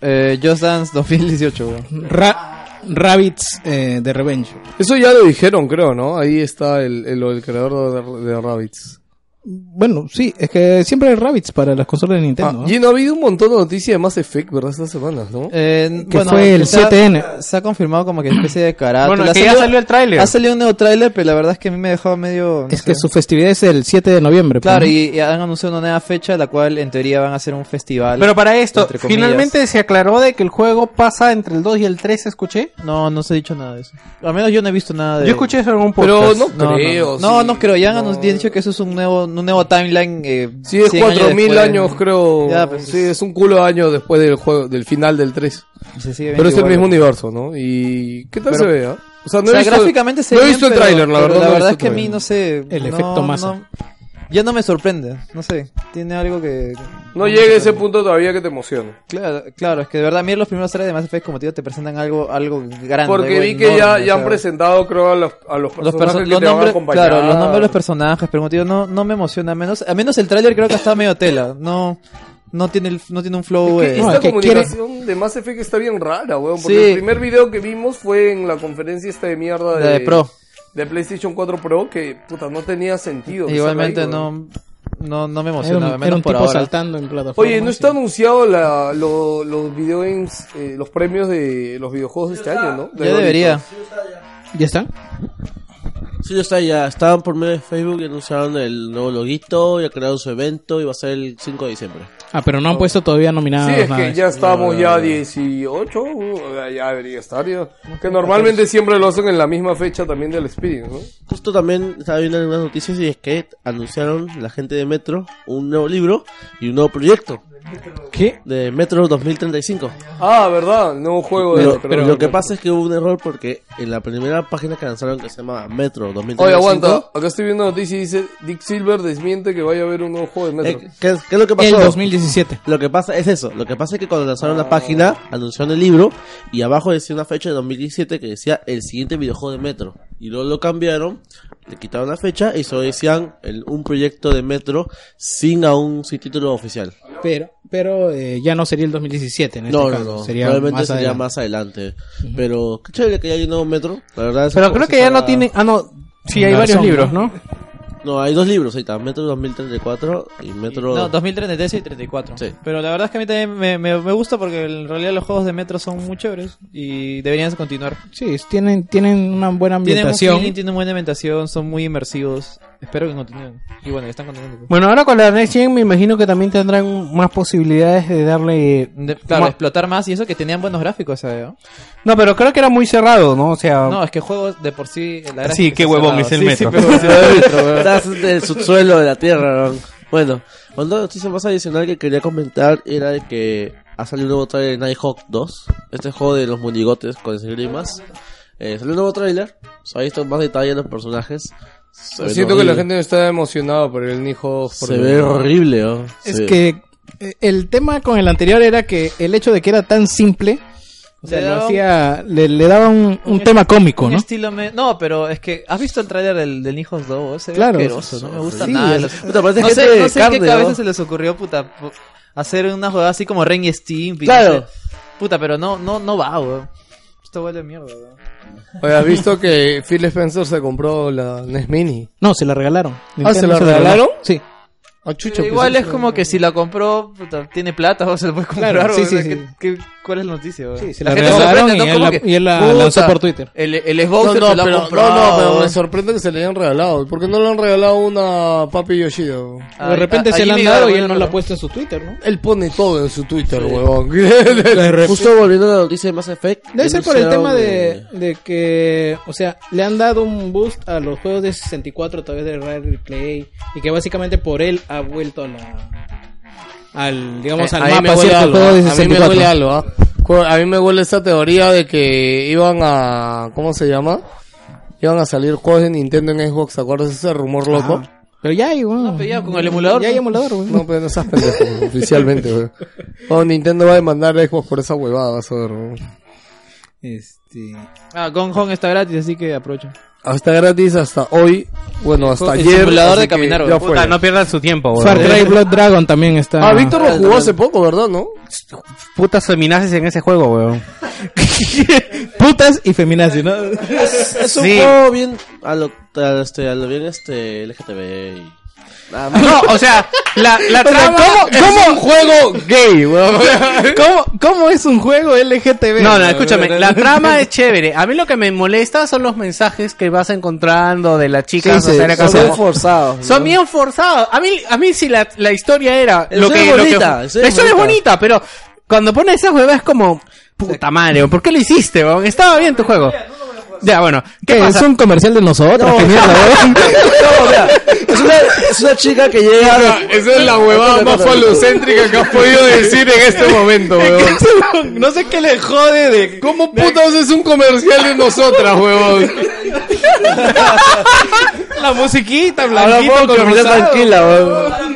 H: Eh, Just Dance 2018, weón.
D: Ra- Rabbids eh, de Revenge.
B: Eso ya lo dijeron, creo, ¿no? Ahí está el, el, el creador de, de Rabbids.
D: Bueno, sí, es que siempre hay Rabbids para las consolas de Nintendo.
B: Ah,
D: ¿no?
B: y no ha habido un montón de noticias de Mass Effect, ¿verdad? Estas semanas, ¿no?
H: Eh,
D: Que fue el
H: está-
D: CTN.
H: Se ha confirmado como que especie de carátula.
C: Bueno,
H: Ha
C: que ya
H: salido-
C: salió el tráiler.
H: Ha salido un nuevo tráiler, pero la verdad es que a mí me dejó medio... no
D: Es que
H: sé.
D: su festividad es el 7 de noviembre.
H: Claro,
D: pues,
H: y, y han anunciado una nueva fecha, la cual en teoría van a hacer un festival.
C: Pero para esto,
H: Entre comillas.
C: finalmente se aclaró de que el juego pasa entre el 2 y el 3, ¿escuché?
H: No, no se ha dicho nada de eso. Al menos yo no he visto nada de...
C: Yo escuché eso en algún
B: Pero
C: podcast.
B: no
H: No,
B: creo.
H: no, no,
B: sí.
H: no creo. Ya han
B: No.
H: dicho que eso es un nuevo, un nuevo timeline. Eh,
B: Sí, es
H: 100 años
B: 4000
H: después.
B: años, creo.
H: Ya, pues,
B: sí, es un culo de años después del juego, del final del 3.
H: Se sigue viendo
B: Pero es el
H: igual.
B: mismo universo, ¿no? ¿Y qué tal
H: Pero-
B: se ve? ah? O sea,
H: O sea,
B: he visto-
H: gráficamente se
B: no he
H: ve
B: visto
H: bien,
B: el
H: pero-
B: tráiler, la
H: pero
B: verdad. no
H: La
B: he
H: verdad es
B: visto
H: que a
B: el
H: mí,
B: tráiler.
H: no sé...
D: El
H: no,
D: efecto masa.
H: no- ya no me sorprende, no sé. Tiene algo que...
B: No llega a ese punto todavía que te emocione.
H: Claro, claro, es que de verdad a mí los primeros trailers de Mass Effect como te digo te presentan algo, algo grande.
B: Porque
H: algo
B: vi que ya,
H: enorme,
B: ya
H: o
B: han
H: sea,
B: presentado, creo, a los, a los
H: los,
B: personajes
H: perso-
B: que
H: los
B: te van a
H: nombres,
B: acompañar.
H: claro, los nombres de los personajes, pero como te digo, no, no me emociona, a menos, a menos el tráiler creo que está medio tela, no, no tiene el- no tiene un flow.
B: Que
H: eh,
B: esta
D: es que quiere-
B: comunicación de Mass Effect está bien rara, weón. Porque
H: Sí.
B: el primer video que vimos fue en la conferencia esta de mierda
H: La
B: de,
H: de Pro.
B: de PlayStation 4 Pro, que puta, no tenía sentido. que
H: igualmente
B: salga ahí, weón.
H: no, no, no
D: Era
H: me
D: un,
H: emociona, al
D: era
H: menos
D: un
H: por
D: tipo
H: ahora.
D: saltando en plataforma.
B: Oye, ¿no está anunciado la, lo- los video games, eh, los premios de los videojuegos de este año, no?
H: Ya debería.
D: ¿Ya está?
E: Sí, ya está, ya estaban por medio de Facebook y anunciaron el nuevo loguito, ya crearon su evento y va a ser el 5 de diciembre.
D: Ah, pero no han puesto todavía nominados.
B: Sí, es
D: nada.
B: que ya estamos ya 18, uh, ya debería estar ya. Que normalmente siempre lo hacen en la misma fecha también del Experience, ¿no?
E: Justo también estaba viendo algunas noticias y es que anunciaron la gente de Metro un nuevo libro y un nuevo proyecto
D: ¿Qué?
E: de Metro 2035.
B: Ah, ¿verdad? Nuevo juego de
E: Pero,
B: pero-
E: lo que pasa es que hubo un error porque en la primera página que lanzaron que se llama Metro 2035.
B: Oye, aguanta. Acá estoy viendo noticia y dice Dick Silver desmiente que vaya a haber un nuevo juego de
E: Eh,
B: Metro.
E: ¿qué, qué es lo que
D: El
E: pasó?
D: 2017.
E: Lo que pasa es eso, lo que pasa es que cuando lanzaron la página, anunciaron el libro y abajo decía una fecha de 2017 que decía el siguiente videojuego de Metro. Y luego lo cambiaron, le quitaron la fecha y solo decían el- un proyecto de Metro sin aún su título oficial.
D: Pero, pero eh, ya no sería el 2017 en este
E: no, no,
D: caso.
E: no,
D: Sería
E: probablemente
D: más
E: sería
D: adelante.
E: más adelante. Pero qué chévere que ya hay un nuevo Metro, la verdad. es
C: Pero
E: como
C: creo
E: si
C: que ya
E: fuera-
C: no tiene... Ah, no, sí, hay
D: Garzón,
C: varios
D: ¿no?
C: libros, ¿no?
E: No, hay dos libros, ahí está, Metro 2034 y Metro...
H: No, 2033 y 34.
E: Sí.
H: Pero la verdad es que a mí también me, me, me gusta porque en realidad los juegos de Metro son muy chéveres y deberían continuar.
D: Sí, tienen, tienen una buena
H: Tienen un
D: ambientación.
H: feeling, tienen buena ambientación, son muy inmersivos. Espero que continúen. Y bueno, que están continuando.
C: Bueno, ahora con la Next Gen me imagino que también tendrán más posibilidades de darle...
H: De- claro,
C: Ma-
H: explotar más y eso que tenían buenos gráficos, ¿sabes? ¿no?
C: No, pero creo que era muy cerrado, ¿no? O sea...
H: No, es que juegos de por sí. La gráfica
C: Ah. Sí, qué
H: está
C: huevón
H: cerrada.
C: es el
H: Sí,
C: metro.
H: sí, pero-
E: Estás en el subsuelo de la tierra, ¿no? Bueno, otra noticia más adicional que quería comentar era de que ha salido un nuevo trailer de Nighthawk 2. Este juego de los monigotes con esgrimas. Eh, salió un nuevo trailer. Se ha visto más detalle de los personajes. Se ven
B: Siento que la
E: horrible.
B: gente está emocionada por el Nijo.
E: Se ve horrible, ¿no?
D: Es
E: Sí.
D: que eh, el tema con el anterior era que el hecho de que era tan simple
K: O sea,
H: Le
K: lo
H: daba un-
K: hacía, le, le daba un, un tema cómico,
H: Un
K: ¿no?
H: estilo me- No, pero es que. ¿Has visto el trailer del, del Hijos 2? Se ve
K: Claro.
H: asqueroso, no me gusta
E: Sí,
H: nada.
E: es-
H: Los-
E: puta, parece
H: no
E: gente
H: sé, no
E: de
H: sé en
E: carne,
H: qué cabeza
E: ¿no?
H: se les ocurrió, puta, po- hacer una jugada así como Ren y Stimpy.
E: Claro.
H: no sé. Puta, pero no, no, no va, weón. Esto huele a mierda, weón.
B: Oye, ¿has visto que Phil Spencer se compró la NES Mini?
K: No, se la regalaron.
B: Ah, ¿se la regalaron?
K: Sí.
B: Ah, chucha, pues,
H: Igual
B: sí.
H: es como que si la compró, puta, tiene plata, o se la puede comprar,
K: Claro, sí,
H: weón.
K: sí,
H: ¿Qué-
K: sí.
H: qué- ¿Cuál es la noticia, weón?
K: se la regalaron y él
H: Como
K: la-
H: que,
K: y él la
H: puta,
K: lanzó por Twitter.
H: El, el
B: Eh, No,
H: Xbox
B: no,
H: se la ha
B: pero,
H: comprado,
B: no, no, pero me
H: weón.
B: sorprende que se le hayan regalado. ¿Por qué no le han regalado una Papi Yoshido?
H: A-
K: de repente
H: a- a
K: se la han
H: Jimmy
K: dado y
H: Garwin,
K: él no la ha
H: weón.
K: puesto en su Twitter, ¿no?
B: Él pone todo en su Twitter, *laughs* huevón.
E: Justo volviendo a la noticia de Mass Effect.
K: Debe ser por el tema
E: anunciaron,
K: de,
E: eh,
K: de que, o sea, le han dado un boost a los juegos de 64 a través de Rare Replay y que básicamente por él ha vuelto a la, al, digamos, al
B: Ahí Eh, me
K: mapa
B: huele
K: cierto
B: algo,
K: juego de
B: ¿ah? A mí me
K: 64.
B: huele algo, ¿ah? Cu- A mí me huele esa teoría de que iban a... ¿Cómo se llama? Iban a salir juegos de Nintendo en Xbox, ¿te acuerdas de ese rumor loco?
K: Pero ya hay, weón.
H: pero ya con el emulador,
K: Ya hay
H: ¿no?
K: emulador, weón.
B: No, pero no seas pendejo, güey,
K: *laughs*
B: oficialmente, güey. No, Nintendo va a demandar a Xbox por esa huevada, vas a ver, güey.
K: Este...
H: Ah, Gone Home está gratis, así que aprovecha.
B: Hasta gratis, hasta hoy, bueno, hasta
H: El
B: ayer.
H: simulador
B: así
H: de
B: que
H: caminar,
B: ya
H: güey.
B: fue.
C: Puta, no pierdan su tiempo, weón.
K: Far Cry Blood Dragon también está.
B: Ah, Víctor lo jugó hace poco, ¿verdad, no?
C: Putas feminaces en ese juego, weón.
K: Putas y feminazis, ¿no?
E: Es, es un
C: Sí.
E: juego bien. A lo, a, este, a lo bien este, LGTB y. Nada más.
C: No, o sea, la, la trama...
B: ¿Cómo un juego gay, weón?
K: ¿Cómo, ¿Cómo es un juego LGTB?
C: No, no, escúchame,
H: *laughs*
C: la trama *laughs* es chévere. A mí lo que me molesta son los mensajes que vas encontrando de las chicas. o sea, que
E: son
C: son-
E: bien forzados. ¿no?
C: Son bien forzados. A mí, a mí sí la, la historia era.
E: La
C: lo
E: historia
C: que, lo
E: es
C: que-
E: bonita,
C: la
E: la
C: historia
E: historia es
C: es
E: bonita.
C: bonita, pero cuando pones esas huevas es como. Puta madre, weón, ¿por qué lo hiciste, weón? Estaba bien tu juego. Ya, bueno. ¿Qué
K: ¿Qué?
C: pasa?
K: ¿Es un comercial de nosotros? *laughs* ¿Qué
C: *laughs*
K: mierda, weón?
E: No, o sea, es una, es una chica que llega.
B: Ah, Esa es la huevada más falocéntrica que has podido decir en este momento, weón.
K: no sé qué le jode de
B: ¿Cómo putas es un comercial de
K: *laughs*
B: nosotras, huevón?
K: la musiquita
E: Ahora
K: blanquita
E: puedo
K: con
E: caminar
K: rosado.
E: tranquila, weón.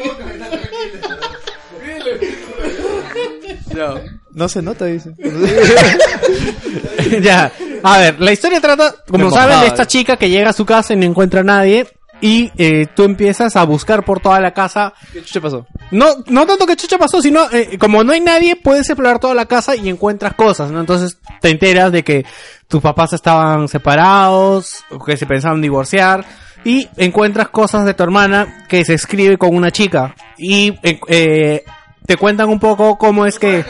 H: No se nota, *laughs* dice.
C: *laughs* ya. A ver, la historia trata, como saben, de esta chica que llega a su casa y no encuentra a nadie. Y eh, tú empiezas a buscar por toda la casa.
H: ¿Qué chucha pasó?
C: No, no tanto que chucha pasó, sino eh, como no hay nadie, puedes explorar toda la casa y encuentras cosas, ¿no? Entonces te enteras de que tus papás estaban separados, o que se pensaban divorciar, y encuentras cosas de tu hermana que se escribe con una chica. Y eh, eh, te cuentan un poco cómo es que...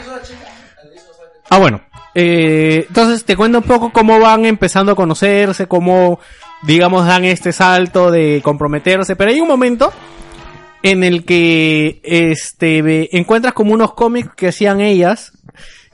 C: Ah, bueno. Eh, entonces te cuento un poco cómo van empezando a conocerse, cómo, digamos, dan este salto de comprometerse. Pero hay un momento en el que este ve- encuentras como unos cómics que hacían ellas.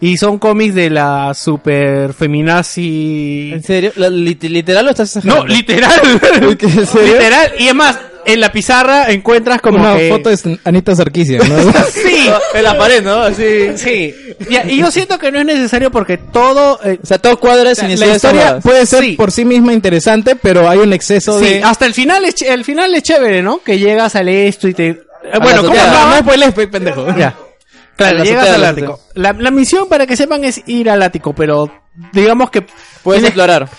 C: Y son cómics de la super feminazi.
H: ¿En serio? La- lit- ¿Literal lo estás
C: No,
H: exagerando?
C: *laughs* literal. literal. Y es más, en la pizarra encuentras como
K: Una
C: que-
K: foto de Anita Sarkisian, ¿no?
C: *laughs* Sí,
H: En la pared, ¿no? Así.
C: sí. Y, y yo siento que no es necesario porque todo, eh,
H: O sea, todo cuadra sin
K: la historia puede ser por sí misma interesante, pero hay un exceso
C: Sí, Ah,
K: de...
C: hasta el final es, ch- el final es chévere, ¿no? Que llegas al esto y te... eh,
H: la
C: bueno, ¿cómo
H: azotea.
C: acaba?
K: no, pues les pendejo.
C: Ya. Claro,
H: A la
C: llegas
H: azotea,
C: al
H: a la
C: ático. La, la misión, para que sepan, es ir al ático, pero digamos que...
H: Puedes
C: tienes-
H: explorar.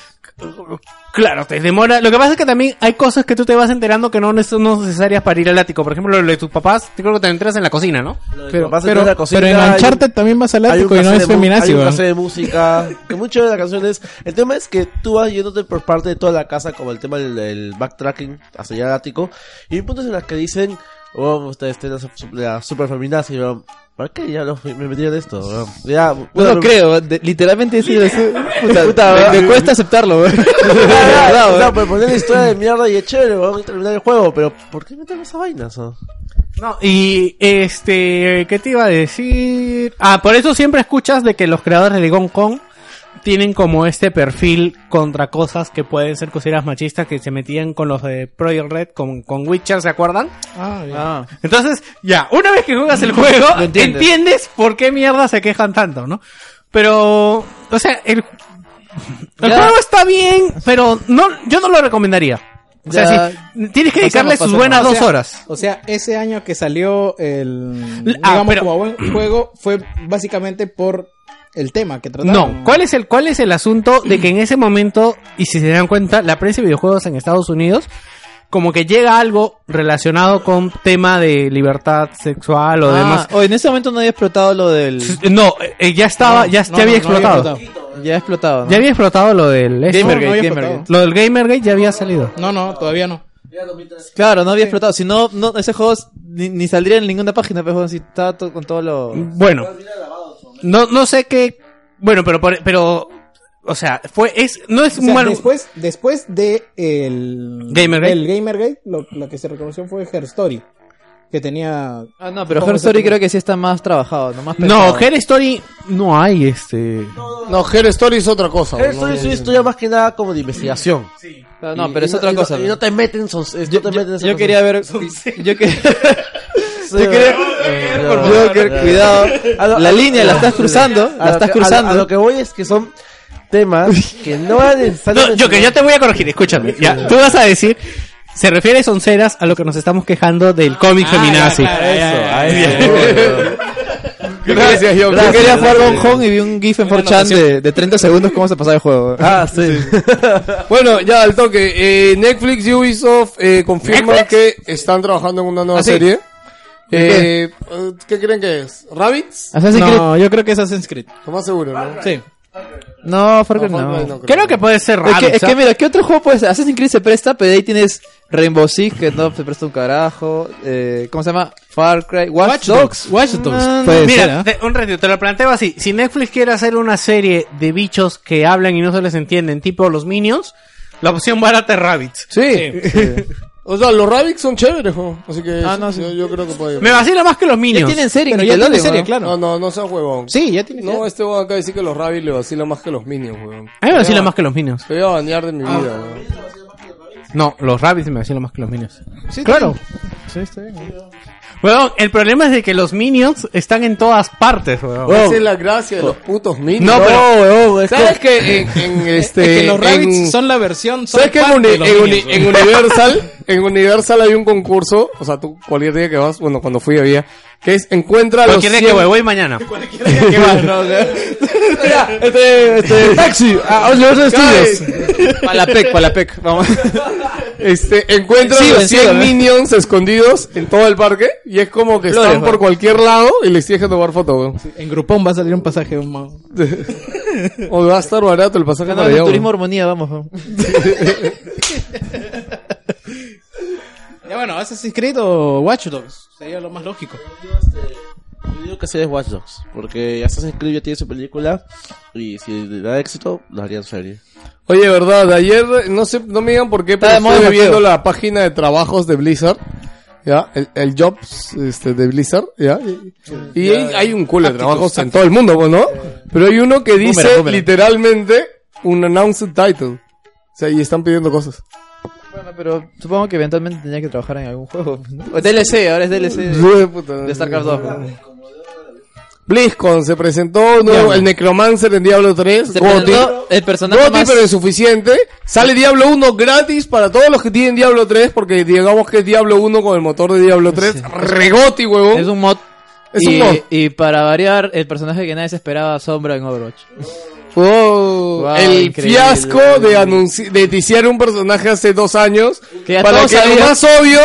C: Claro, te demora. Lo que pasa es que también hay cosas que tú te vas enterando que no ne- son necesarias para ir al ático. Por ejemplo, lo de tus papás, yo creo que te enteras en la cocina, ¿no?
K: Pero,
E: Vas a
K: pero,
E: entrar a la cocina,
K: pero en
E: hay-
K: Uncharted también vas al ático y no
E: cassette
K: es
E: de mu- Hay
K: feminazi,
E: un
K: weón.
E: cassette de música. Que mucho de las canciones. El tema es que tú vas yéndote por parte de toda la casa, como el tema del, del backtracking hacia allá al ático. Y hay puntos en las que dicen, oh, ustedes tienen la, su- la super feminazi, weón. ¿Para qué ya no, me metí en esto? weón? Ya,
H: No lo
E: bueno,
H: creo, de- literalmente sí. es- puta, me, me cuesta aceptarlo, weón.
K: *laughs*
E: Ah, o sea, pues poner la historia de mierda y es chévere, weón, y terminar el juego, pero ¿por qué meterme esa vaina? so?
C: No, y este, ¿qué te iba a decir? Ah, por eso siempre escuchas de que los creadores de Gong Kong tienen como este perfil contra cosas que pueden ser consideradas machistas que se metían con los de Project Red, con, con Witcher, ¿se acuerdan?
H: Ah.
C: Entonces, ya, una vez que juegas el juego,
H: *laughs* Lo entiendes.
C: entiendes por qué mierda se quejan tanto, ¿no? Pero, o sea,
H: *laughs*
C: el, el
H: Ya.
C: juego está bien, pero no, yo no lo recomendaría. O sea,
H: Ya.
C: sí, tienes que
H: Pasemos,
C: dedicarle sus
H: pasemos.
C: buenas
H: O
C: dos
K: sea,
C: horas.
K: O sea, ese año que salió el
C: Ah,
K: digamos
C: pero-
K: como buen juego fue básicamente por
D: el tema que trataron.
C: No, ¿cuál es el cuál es el asunto de que en ese momento y si se dan cuenta la prensa de videojuegos en Estados Unidos como que llega algo relacionado con tema de libertad sexual
D: Ah.
C: o demás.
H: Ah, oh, en ese momento no había explotado lo del.
C: No, eh, ya estaba, ya, ya
D: No, no,
C: había
D: no había
C: explotado.
H: Ya ha explotado. ¿no?
C: Ya había explotado lo del esto.
H: Gamergate,
D: no había
H: Gamergate.
D: explotado.
C: Lo del Gamergate ya había salido.
D: No, no, todavía no.
H: Claro, no había explotado. Si no, no ese juego ni, ni saldría en ninguna página, pero si estaba to- con todo lo.
C: Bueno, no, no sé qué. Bueno, pero, por- pero, o sea, fue, es, no es
D: O sea,
C: un mal-
D: después, después de el
C: Gamergate.
D: el Gamergate, lo, lo que se reconoció fue Her Story, que tenía
H: Ah, no, pero
D: ¿Cómo
H: Her
D: se
H: Story
D: llama?
H: creo que sí está más trabajado, no más
C: No,
H: pensado.
C: Her Story no hay este.
B: No, Her Story es otra cosa.
E: Pero
B: ¿no?
E: esto es una historia más que nada como de investigación.
H: Ah, No,
E: Y-
H: pero
E: y
H: es otra
E: y
H: cosa.
E: Y no te meten, son, es- no te meten
H: Yo,
E: esas
H: yo
E: cosas.
H: quería ver. *laughs*
E: *laughs*
H: Yo quería. Yo quería. Yo quería-
E: A
H: Cuidado.
E: lo-
H: La
E: a lo-
H: línea la estás cruzando.
E: A lo
H: La estás
E: que- a lo- A lo
H: cruzando.
E: que voy es que son temas que no van
C: No,
E: necesariamente.
C: yo que yo te voy a corregir, escúchame. Ya, tú vas a decir, se refiere Sonceras a lo que nos estamos quejando del
B: Ah,
C: cómic feminazi.
B: Gracias, yo.
H: Yo quería jugar Gone Home y vi un GIF en 4chan de, de 30 segundos cómo se pasaba el juego. Ah, sí.
B: Bueno, ya al toque. Eh, Netflix y Ubisoft eh, confirman que están trabajando en una nueva serie. Eh, eh, ¿Qué creen que es? ¿Rabbits?
H: Assassin's Creed.
D: No, yo creo que es Assassin's Creed.
B: Lo más seguro, ¿no?
D: Sí.
H: No, Far
B: No, Far Cry
H: Cry no.
B: no creo.
C: Creo que puede ser
H: Es
C: raro.
H: que, es que mira, ¿qué otro juego puedes hacer? Assassin's Creed se presta, pero ahí tienes Rainbow Six, que no se presta un carajo. Eh, ¿Cómo se llama? Far Cry. Watch,
D: Watch
H: Dogs.
D: Dogs. Watch Dogs.
H: No, no,
D: Puede ser,
C: Mira,
D: ¿ah?
C: te- un ratito, te lo planteo así. Si Netflix quiere hacer una serie de bichos que hablan y no se les entienden, tipo los Minions, la opción barata es Rabbits.
B: Sí. O sea, los Rabbits son chéveres, jo. así que
H: Ah, no, sí.
B: yo, yo creo que puede ir.
C: Me vacila más que los
H: Ya
C: Minions.
H: tienen serie,
D: Pero
H: en
D: ya tiene
H: Nickelodeon,
D: serie,
H: ¿no?
D: claro.
B: No, no, no seas huevón.
D: Sí, ya tiene
B: No, este huevón acá dice que los Rabbits le vacila más que los Minions, huevón.
C: A mí me vacila más que los Minions.
B: Te voy a banear de mi vida, huevón.
C: No, los Rabbits me vacilan más que los Minions. claro. Bueno, el problema es de que los Minions están en todas partes, weón.
B: Esa es la gracia de los putos Minions.
C: No, pero-
B: ¿Sabes que en, en este...
D: Es que los Rabbits
B: en-
D: son la versión. son
B: ¿Sabes que en,
D: parte
B: uni-
D: de los
B: en
D: Minions,
B: uni- en
D: güey.
B: Universal, en Universal hay un concurso, o sea, tú cualquier día que vas, bueno, cuando fui había, que es encuentra a los
C: Cualquier día que
B: 100
C: voy, voy mañana.
H: este, este, taxi,
K: ah,
H: a Oliver Palapec, Palapec, vamos.
B: este, encuentra
H: Sí,
B: a los
H: sí,
B: 100
H: ¿verdad?
B: minions escondidos en todo el parque y es como que están
H: Flores,
B: por cualquier lado y les tienes que tomar foto, weón.
D: En Groupon va a salir un pasaje. un ma-
B: O va a estar barato el pasaje
H: No,
B: para allá,
H: no,
B: weón.
H: turismo armonía, vamos. vamos.
D: Ya bueno, Assassin's Creed o Watch Dogs. Sería lo más lógico.
E: este, Yo digo que sí es Watch Dogs, porque Assassin's Creed ya tiene su película y si le da éxito, lo harían serie.
B: Oye, verdad, ayer, no sé, no me digan por qué, pero
H: de moda
B: estuve
H: el
B: viendo
H: Mateo.
B: la página de trabajos de Blizzard. Ya, el, el Jobs este, de Blizzard, ya. Y, y hay, hay un culo de trabajos en todo el mundo, pues, ¿no? Pero hay uno que dice literalmente un announced title. O sea, y están pidiendo cosas.
H: Bueno, pero supongo que eventualmente tenía que trabajar en algún juego. O DLC, ahora es DLC de,
B: Uy, *laughs* puta.
H: de StarCraft 2.
B: BlizzCon se presentó, nuevo, el Necromancer en Diablo 3,
H: Se
B: Gothic.
H: presentó el personaje
B: Goti,
H: más...
B: pero es suficiente. Sale Diablo 1 gratis para todos los que tienen Diablo 3, porque digamos que es Diablo 1 con el motor de Diablo 3. Regoti, huevón.
H: Es un mod.
B: Es
H: y,
B: un mod.
H: y para variar, el personaje que nadie se esperaba, Sombra en Overwatch.
B: Wow.
H: Wow,
B: el
H: increíble.
B: fiasco de, anunci- de ticiar un personaje hace dos años
H: Que ya
B: para
H: todos
B: que lo
H: sabían.
B: más obvio,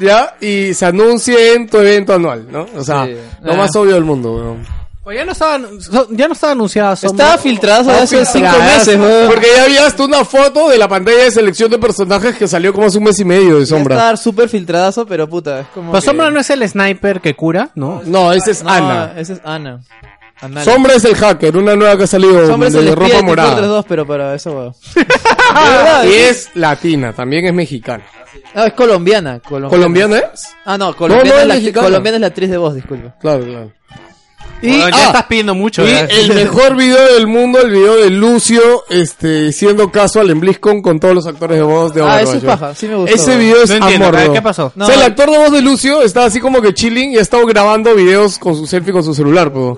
B: ¿ya? Y se anuncie en tu evento anual, ¿no? O sea,
H: Sí.
B: lo
H: Ah.
B: más obvio del mundo, huevón.
C: Pues ya no estaba, so- ya no estaba anunciada. Sombra.
H: Estaba filtrado hace 5
C: filtradazo.
H: meses, weón.
B: Porque ya había hasta una foto de la pantalla de selección de personajes que salió como hace un mes y medio de
H: Sombra.
B: sombra.
H: Estaba súper filtradazo, pero puta, es como
C: Pues
H: que-
C: Sombra no es el sniper que cura, ¿no?
B: No, ese es
H: No,
B: Ana.
H: Esa es Ana. Anal.
B: Sombra es el hacker, una nueva que ha salido
H: Sombra es el
B: de
H: espía
B: ropa
H: de
B: morada. Ah,
H: 2, pero para eso, weón. Ah,
B: y es latina, también es mexicana.
H: No, Ah, es colombiana. colombiana.
B: ¿Colombiana es?
H: Ah, no, colombiana,
B: No, no,
H: es la,
B: es mexicana.
H: colombiana es la actriz de voz, disculpa.
B: Claro, claro.
C: Y,
B: Y,
C: ya
B: ah,
C: estás pidiendo mucho.
B: y
C: ¿verdad?
B: el mejor video del mundo, el video de Lucio, este, siendo caso al Embliscon con todos los actores de voz de
H: Ah, eso es
B: Overwatch.
H: paja, sí me gustó.
B: Ese video es
C: No entiendo,
B: amor.
C: a ver,
B: ¿no?
C: ¿qué pasó?
B: O sea, el actor de voz de Lucio está así como que chilling y ha estado grabando videos con su selfie con su celular, po.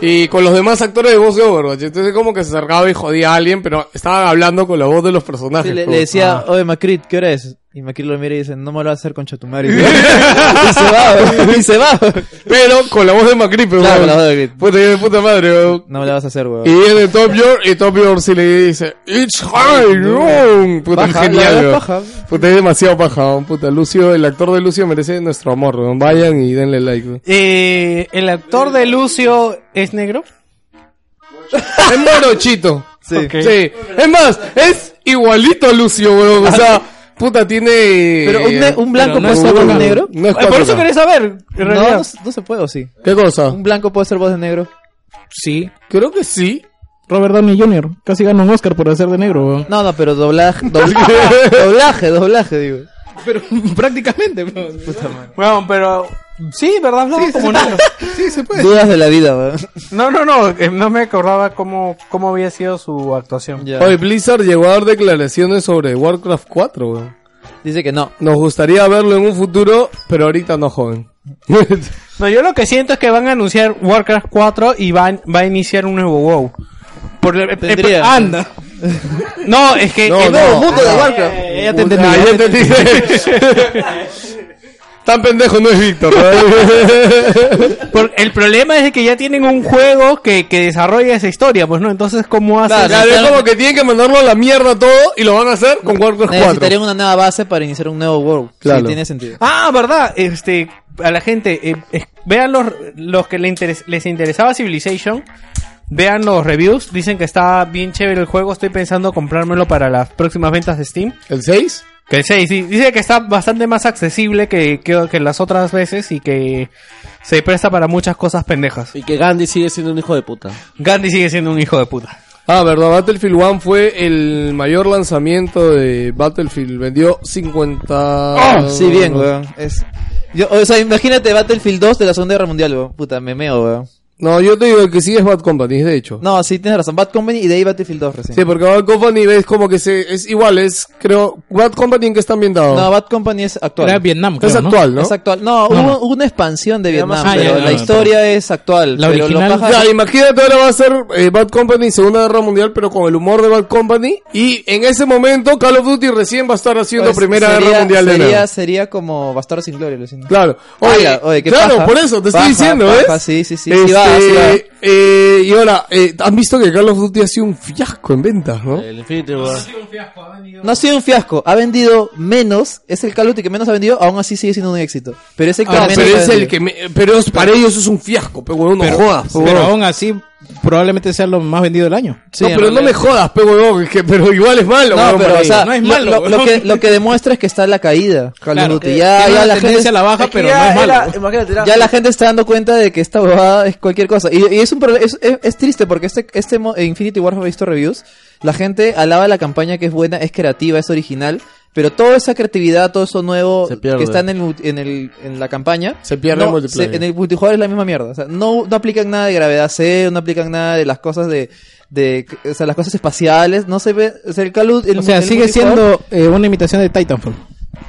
B: Y con los demás actores de voz de Overwatch. Entonces como que se acercaba y jodía a alguien, pero estaban hablando con la voz de los personajes.
H: Sí, le,
B: po.
C: Ah.
H: le decía, oye Macrit, ¿qué hora es? Y Maquil lo mira y dice, no me lo vas a hacer
B: *laughs*
H: con Chatumari. y se va, y se va.
B: Pero con la voz de Macri, pero
H: Claro,
B: weón.
H: la voz de Macri.
B: Puta, de puta madre, weón.
H: No me lo vas a hacer, weón.
B: Y es de Top York y Top York sí le dice It's high, no. Puta,
H: Paja,
B: es genial,
H: la
B: weón.
H: paja.
B: Puta, es demasiado paja, weón. Puta, Lucio, el actor de Lucio merece nuestro amor, weón. Vayan y denle like, weón.
C: Eh, ¿El actor de Lucio es negro?
B: Es morochito.
H: *laughs* Sí.
C: Ok.
B: Sí. Es más, es igualito a Lucio, weón. O sea, puta, tiene...
H: Pero un, ne- un blanco puede ser voz de negro.
B: No es
C: Eh, Por eso
B: 4K.
C: quería saber. en
H: No,
C: realidad.
H: no, se- no se puede, ¿o sí?
B: ¿Qué cosa?
H: Un blanco puede ser voz de negro.
C: *laughs*
K: Sí.
B: Creo que sí.
K: Robert Downey Jr. Casi gana un Oscar por hacer de negro, weón.
H: No, no, pero doblaje, doblaje, doblaje, doblaje, digo.
K: Pero prácticamente, weón.
C: Bueno, pero... Sí, ¿verdad? Hablaba como negro.
K: Sí, se puede.
H: Dudas de la vida, weón.
C: No, no, no. eh, no me acordaba cómo, cómo había sido su actuación.
H: Ya.
B: Hoy Blizzard llegó a dar declaraciones sobre Warcraft 4, weón.
H: Dice que no.
B: Nos gustaría verlo en un futuro, pero ahorita no, joven.
C: No, yo lo que siento es que van a anunciar Warcraft 4 y van, va a iniciar un nuevo WoW. Por, eh, eh,
H: Tendría. *laughs*
C: anda. No, es que...
B: No,
C: es
B: no.
C: nuevo
H: Mundo de Warcraft.
C: ella te
B: Ah, ya entendí. Tan pendejo no es Víctor. ¿no?
C: Por- el problema es de que ya tienen un juego que, que desarrolla esa historia, pues no, entonces cómo hacen...
H: Claro,
B: Claro, es como que tienen que mandarlo a la mierda todo y lo van a hacer con Warcraft 4.
H: Necesitarían una nueva base para iniciar un nuevo world.
B: Claro.
H: Sí, tiene sentido.
C: Ah, verdad, este, a la gente, eh, es- vean los, los que le interes- les interesaba Civilization, vean los reviews, dicen que está bien chévere el juego, estoy pensando comprármelo para las próximas ventas de Steam.
B: ¿El 6?
C: Que el 6, sí, dice que está bastante más accesible que, que, que las otras veces y que se presta para muchas cosas pendejas.
E: Y que Gandhi sigue siendo un hijo de puta.
C: Gandhi sigue siendo un hijo de puta.
B: Ah, verdad, Battlefield 1 fue el mayor lanzamiento de Battlefield. Vendió 50...
H: Ah, sí, bien, weón. Es... Yo, o sea, imagínate Battlefield 2 de la Segunda Guerra Mundial, weón. Puta, me meo, weón.
B: No, yo te digo el que sí es Bad Company, de hecho.
H: No, sí, tienes razón. Bad Company y de ahí Battlefield 2 recién.
B: Sí, pues, porque Bad Company ves como que se, es igual, es, creo, Bad Company en que está ambientado.
H: No, Bad Company es actual.
K: Era Vietnam, creo,
B: es
K: ¿no?
B: actual, ¿no?
H: Es actual.
K: No,
H: No, hubo,
K: no.
H: hubo una expansión de Vietnam,
K: más- Ah,
H: pero
K: ya, ya,
H: la
K: ya,
H: historia es actual.
K: La
H: pero
K: original-
H: Lo paja
B: Ya, imagínate ahora va a ser eh, Bad Company, Segunda Guerra Mundial, pero con el humor de Bad Company. Y en ese momento Call of Duty recién va a estar haciendo
H: Pues,
B: Primera
H: sería-
B: Guerra Mundial de
H: sería,
B: nuevo.
H: sería como Bastardo sin Gloria, Lucina.
B: Claro. Oye,
H: Paja, oye, qué
B: claro,
H: paja.
B: por eso te
H: Paja,
B: estoy diciendo,
H: paja,
B: ¿ves?
H: sí, sí, sí, sí
B: Este,
H: va, sí va.
B: eh, y ahora, eh, han visto que Call of Duty ha sido un fiasco en ventas, ¿no?
E: El Infinity War.
H: No ha sido un fiasco. Ha vendido menos. Es el Call of Duty que menos ha vendido. Aún así sigue siendo un éxito. Pero es el que
B: Ah,
H: menos
B: pero
H: ha
B: es el
H: vendido.
B: que me- pero es- para ellos es un fiasco, pero no jodas, pe,
K: Pero
B: huevón.
K: aún así, probablemente sea lo más vendido del año.
H: Sí,
B: no,
H: en
B: pero no me
H: realidad.
B: jodas, pe, huevón, es que- pero igual es malo.
H: No,
B: huevón,
H: pero
B: para
H: o sea,
B: ellos.
K: No es
H: lo-
K: malo,
H: lo, lo
K: weón.
H: que, lo que demuestra es que está en la caída. Call of
K: Claro,
H: Duty.
K: eh,
H: Ya,
K: tiene
H: ya
K: una
H: la gente.
K: tendencia a la baja,
H: es que
K: pero
H: ya
K: no es malo.
H: era-
E: Ah,
H: Ya la gente está dando cuenta de que esta bobada es cualquier cosa. Y, y es un problema, es, es- es triste porque este, este mo- Infinity War visto reviews, la gente alaba la campaña que es buena, es creativa, es original, pero toda esa creatividad, todo eso nuevo
E: Se pierde.
H: que está en, el, multi- en, el, en la campaña,
B: Se pierde
H: no,
B: el multiplayer.
H: se- en el multijugador es la misma mierda. O sea, no, no aplican nada de gravedad cero, no aplican nada de las cosas de, de o sea, las cosas espaciales, no se ve, o sea, el Call of- el-
K: o sea,
H: el
K: sigue
H: multijugador-
K: siendo eh, una imitación de Titanfall.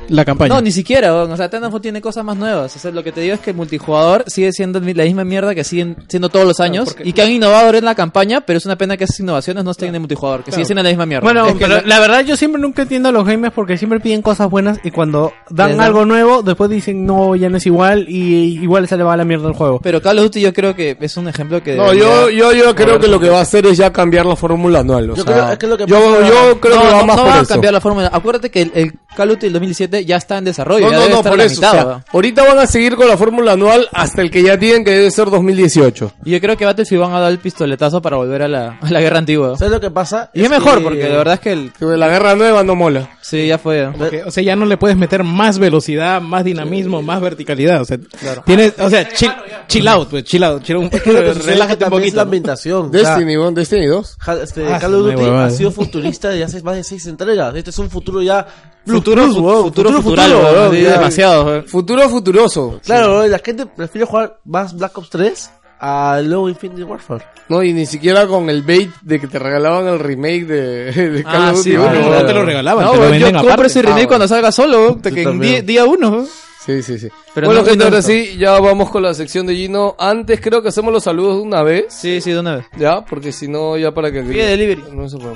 K: La campaña.
H: no, ni siquiera, weón. O sea, Titanfall tiene cosas más nuevas. O sea, lo que te digo es que el multijugador sigue siendo mi- la misma mierda que siguen siendo todos los años. y que han innovado ahora en la campaña, pero es una pena que esas innovaciones no estén en el multijugador, que sigue siendo la misma mierda.
C: Bueno,
H: Es que
C: pero
H: la-
C: la... verdad yo siempre nunca entiendo a los gamers porque siempre piden cosas buenas y cuando dan
H: Les dan-
C: algo nuevo, después dicen no, ya no es igual y igual se le va a la mierda el juego.
H: pero Call of Duty yo creo que es un ejemplo que...
B: No,
H: debería-
B: yo, yo, yo creo que lo que va a hacer es ya cambiar la fórmula anual. O
E: Yo
B: sea,
E: creo- es que lo que
B: yo,
E: pasa-
B: yo creo
H: no,
B: que va
H: no,
B: más
H: no
B: por
H: va a
B: eso.
H: cambiar la fórmula. Acuérdate que el, el Call of Duty del 2017 ya está en desarrollo.
B: no,
H: ya
B: no,
H: debe
B: no,
H: estar
B: por
H: a la
B: eso.
H: mitad,
B: o sea,
H: weón.
B: ahorita van a seguir con la fórmula anual hasta el que ya tienen, que debe ser 2018.
H: Y yo creo que Battlefield van a dar el pistoletazo para volver a la, a la guerra antigua.
E: ¿Sabes lo que pasa?
H: Y es mejor, porque la verdad es que el...
B: Que La guerra nueva no mola.
H: Sí, ya fue. ya.
K: Porque, o sea, ya no le puedes meter más velocidad, más dinamismo, más verticalidad. O sea, tienes, o sea, chill, chill out, pues, chill out. chill un- relájate un poquito.
E: la
K: ¿no?
E: ambientación.
B: Destiny, weón, Destiny 2.
E: Ja- este,
K: Ah,
E: Call of
K: me
E: Duty
K: huevada.
E: ha sido futurista desde hace más de seis entregas. Este es un futuro ya...
K: Futuro,
E: Futuro,
K: futuro,
E: futuro,
K: futural,
E: futuro,
K: weón,
E: weón,
K: sí,
E: ya.
K: demasiado. weón.
B: Futuro futuroso.
E: Claro, la gente prefiere jugar más Black Ops 3 a luego Infinity Warfare.
B: No, y ni siquiera con el bait de que te regalaban el remake de, *laughs* de Call
K: Ah,
B: of
K: sí,
B: Duty.
K: bueno,
B: uno,
K: no te lo
B: weón.
K: regalaban,
H: No,
K: te lo
H: weón, yo
K: venden
H: compro
K: aparte.
H: ese
B: Ah,
H: remake cuando salga solo, weón, que en día,
E: también.
H: día uno. weón.
B: Sí, sí, sí.
H: Pero
B: bueno,
H: no,
B: gente,
H: no
B: ahora
H: tanto.
B: sí, ya vamos con la sección de Gino. Antes creo que hacemos los saludos de una vez.
H: Sí, sí, de una vez.
B: Ya, porque si no, ya para que...
H: Pide delivery.
B: No, eso fue.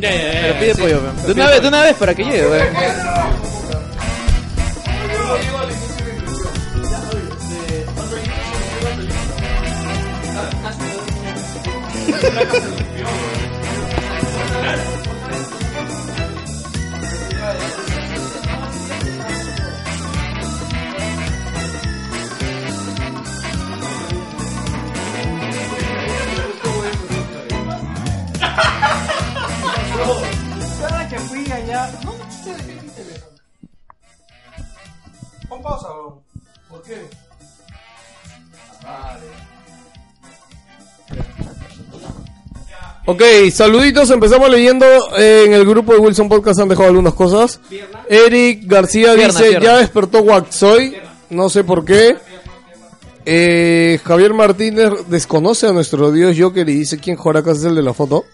H: Pero pide pollo, weón. De una vez, de una vez para que llegue, weón.
B: Ok, saluditos. Empezamos leyendo eh, en el grupo de Wilson Podcast. Han dejado algunas cosas. Eric García
H: Pierna,
B: dice:
H: pierna.
B: Ya despertó Waxoy. No sé por qué. Eh, Javier Martínez desconoce a nuestro Dios Joker y dice: ¿Quién Joracas es el de la foto?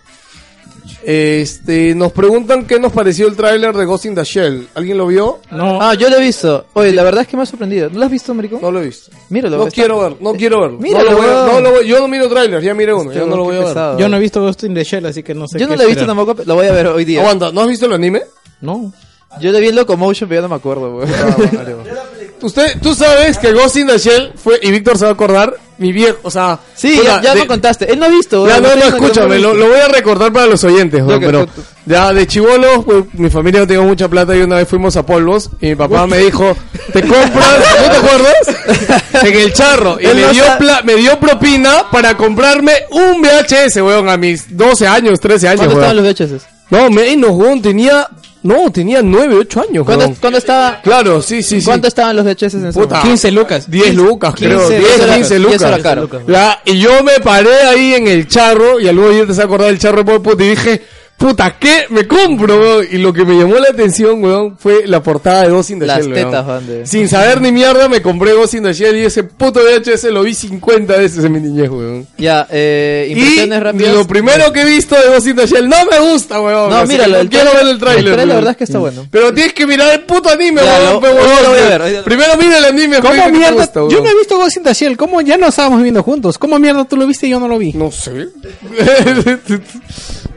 B: Este, nos preguntan qué nos pareció el tráiler de Ghost in the Shell. ¿Alguien lo vio?
K: No,
H: Ah, yo lo he visto. Oye, la verdad es que me ha sorprendido. ¿No lo has visto, maricón?
B: No lo he visto.
H: Míralo.
B: No
H: está- Eh,
B: quiero ver, no quiero verlo. no
H: Míralo,
B: lo voy a-
H: weón.
B: no lo voy- yo no miro trailers, ya miré uno, ya no lo
H: Este Qué
B: voy a ver.
H: pesado.
K: yo no he visto Ghost in the Shell, así que no sé
H: Yo no
K: qué
H: lo he visto
K: esperar.
H: tampoco, lo voy a ver hoy día.
B: Aguanta, ¿no has visto el anime?
K: No.
H: Yo lo vi en Locomotion, pero ya no me acuerdo, weón.
B: Ah,
H: *laughs*
B: Usted, tú sabes que Ghost in the Shell fue, y Víctor se va a acordar, mi viejo, o sea...
H: Sí,
B: puta,
H: ya, ya
B: de-
H: me contaste. Él no ha visto,
B: Ya
H: weón.
B: no, no,
H: Él
B: escúchame,
H: no
B: lo,
H: ha
B: lo voy a recordar para los oyentes, weón,
H: este que
B: pero
H: tú-
B: ya de chivolo, pues, mi familia no tenía mucha plata y una vez fuimos a polvos y mi papá me dijo, te compras, ¿no te acuerdas?
H: *laughs*
B: en el charro, y
H: Él
B: me
H: no
B: dio,
H: sa-
B: pla- me dio propina para comprarme un VHS, weón, a mis 12 años, 13 años,
H: ¿Cuándo estaban
B: weón.
H: los VHS?
B: No, menos, weón, tenía, no, tenía 9, 8 años,
H: ¿Cuándo,
B: weón.
H: cuándo estaba-
B: Claro, sí, sí, sí.
H: cuánto estaban los VHS en ese
B: Puta.
H: momento?
K: 15 lucas.
B: 10 lucas, creo.
H: 15,
B: 10,
H: eso era-
B: 15
H: y eso
B: lucas.
H: era caro.
B: La- y yo me paré ahí en el charro, y luego yo te se acordar del charro de puta, y dije, puta, ¿qué? Me compro, weón. Y lo que me llamó la atención, weón, fue la portada de Ghost in the
H: Las
B: Shell, weón.
H: tetas, van de-
B: Sin saber ni mierda, me compré Ghost in the Shell, y ese puto VHS lo vi 50 veces en mi niñez, weón.
H: Ya, eh,
B: Y
H: impresiones rápidas.
B: lo primero que he visto de Ghost in the Shell, no me gusta, weón.
H: No,
B: Así que
H: míralo.
B: no quiero ver el
H: El
B: tráiler.
H: trailer, la
B: weón.
H: verdad es que está bueno.
B: Pero tienes que mirar el puto anime,
H: Ya,
B: weón,
H: lo-
B: pe,
H: hoy
B: weón.
H: lo voy a ver, hoy lo-
B: Primero mira el anime,
K: ¿Cómo
B: weón, que te
K: mierda?
B: gusta,
K: yo
B: weón.
K: no he visto Ghost in the Shell. ¿Cómo ya no estábamos viendo juntos? ¿Cómo mierda tú lo viste y yo no lo vi?
B: No sé. *laughs*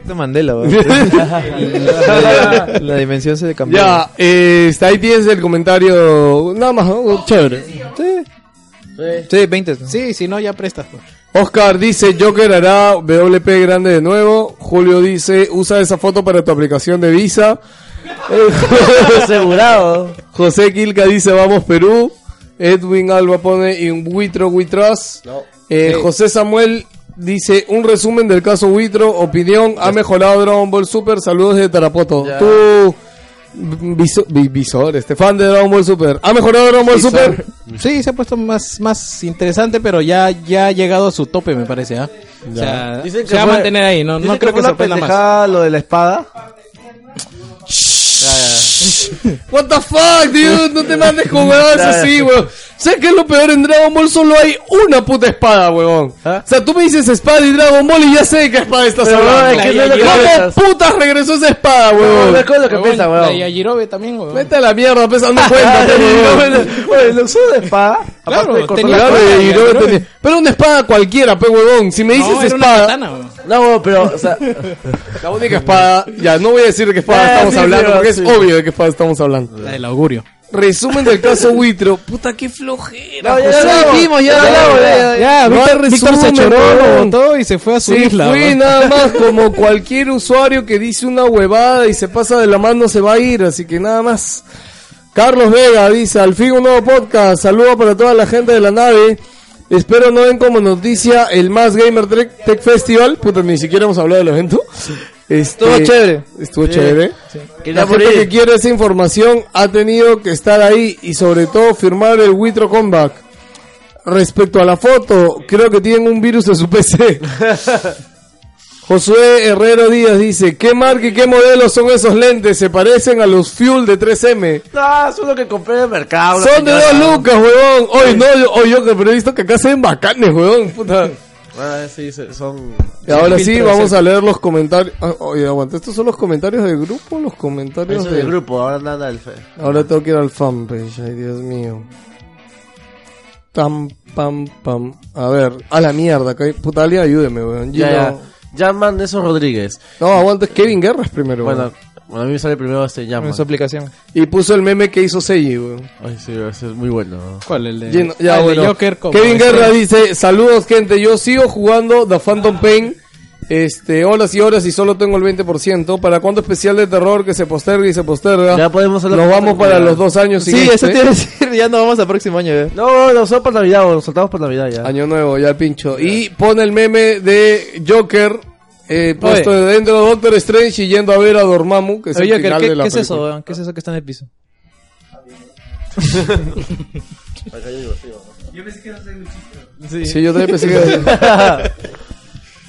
H: De Mandela, weón.
B: *laughs*
H: la, la dimensión se cambió.
B: ya, eh, está- ahí tienes el comentario. Nada más, ¿no? chévere. Sí.
H: Sí, 20.
K: Sí, si no, ya prestas. pues.
B: Oscar dice: Joker hará WP grande de nuevo. Julio dice: Usa esa foto para tu aplicación de
H: *laughs*
B: visa.
H: Asegurado.
B: José Quilca dice: Vamos Perú. Edwin Alba pone: In Huitro Huitras. Eh, José Samuel dice: Un resumen del caso Huitro. Opinión: Ha mejorado Dragon Ball Super. Saludos de Tarapoto.
H: Ya.
B: Tú. Visor, visor, este fan de Dragon Ball Super. ¿Ha mejorado Dragon Ball Super?
K: Sí, se ha puesto más, más interesante, pero ya, ya ha llegado a su tope, me parece. ¿ah? O sea,
E: Dicen que
K: se va a
E: fue-
K: mantener ahí. No, no creo que, se sorprenda más.
E: lo de la espada.
B: What the fuck, dude, no te mandes con huevadas así, weón. ¿Sabes qué es lo peor? En Dragon Ball solo hay una puta espada, weón.
E: ¿Ah?
B: O sea, tú me dices espada y Dragon Ball y ya sé de qué espada estás
E: Pero,
B: hablando.
E: es que no es lo que
B: ¿Cómo
E: piensas.
B: putas regresó esa espada,
E: No,
B: weón?
E: no es con lo que
K: Huevón,
E: piensa,
K: la
E: weón.
K: Yajirobe también, weón.
B: Vete a la mierda,
E: *laughs*
B: pesando cuenta,
E: Oye, el uso de espada.
K: Claro,
E: aparte de cortar-
K: tenía- Claro,
B: Pero
K: ya,
B: no
K: ya,
B: entendí. Pero una espada cualquiera, pe huevón. Si me dices
K: No, era una
B: espada,
K: katana, weón.
E: No, weón, pero, o sea,
B: la única espada, ya no voy a decir de qué espada
E: *laughs* Ah,
B: estamos
E: sí,
B: hablando,
E: sí,
B: porque
E: sí.
B: es obvio de qué espada estamos hablando.
E: *laughs*
K: La del augurio.
B: Resumen del caso Huitro. Puta, qué flojera.
E: No, ya
B: José.
E: lo
H: dijimos, ya hablamos, ya, ya.
K: Ya,
B: No
K: Víctor,
B: hay
K: Víctor se
B: resumen,
K: choró,
B: weón.
K: lo botó y se fue a su
B: Sí,
K: isla.
B: fui
K: weón.
B: nada más como cualquier usuario que dice una huevada y se pasa de la mano se va a ir, así que nada más. Carlos Vega dice, al fin un nuevo podcast, saludo para toda la gente de la nave. Espero no den como noticia el Más Gamer Tech, Tech Festival. Puta, ni siquiera hemos hablado del evento. Este,
H: Estuvo chévere.
B: Estuvo chévere.
H: Quería
B: La gente
H: morir.
B: que quiere esa información ha tenido que estar ahí y sobre todo firmar el Witro Comeback. Respecto a la foto, creo que tienen un virus en su *laughs* PC. Josué Herrero Díaz dice, ¿qué marca y qué modelo son esos lentes? Se parecen a los Fuel de 3M.
E: no, eso es lo Ah, que compré en el mercado.
B: Son de dos lucas, huevón. Hoy no, yo, hoy yo que pero he visto que acá se ven bacanes, huevón. Puta.
E: Ah, sí, se- son.
B: Y ahora sí, vamos a leer los comentarios. Ah, oye, aguanta, ¿estos son los comentarios del grupo? Los comentarios
E: Eso
B: del
E: del grupo, ahora nada del fe.
B: Ahora tengo que ir al fanpage, ay Dios mío. Tam, pam, pam. A ver, a la mierda, que puta, alguien ayúdeme, weón. Yo
E: Ya,
B: no-
E: ya. Llaman Nelson Rodríguez.
B: No, aguantes Kevin Guerras primero.
E: Ah. Bueno,
B: weón.
E: bueno, a mí me sale primero este Llaman.
D: en su aplicación.
B: Y puso el meme que hizo Seiji, weón.
E: Ay, sí, ese es muy bueno.
D: ¿Cuál? El de,
B: Lleno- ya,
D: Ah, el de
B: bueno.
D: Joker como
B: Kevin
D: este.
B: Guerra dice, saludos gente, yo sigo jugando The Phantom Pain este, horas y horas y solo tengo el 20%. ¿Para cuánto especial de terror que se posterga y se posterga?
E: Ya pues, podemos hablar
B: Nos
E: de
B: vamos
E: otra
B: para
E: película.
B: los dos años
H: Sí,
B: siguientes.
H: eso te iba a decir, ya no vamos al próximo año. eh.
E: No, no, lo usamos para Navidad, weón, lo soltamos para Navidad ya.
B: Año nuevo, ya el pincho. Y pone el meme de Joker eh, puesto
D: Oye.
B: de dentro de Doctor Strange y yendo a ver a Dormammu, que es
D: Oye,
B: el
D: Joker,
B: final
D: ¿qué,
B: de la
D: qué es eso?
B: película.
D: weón? ¿Qué es eso que está en el piso?
B: Sí, yo también pensé que...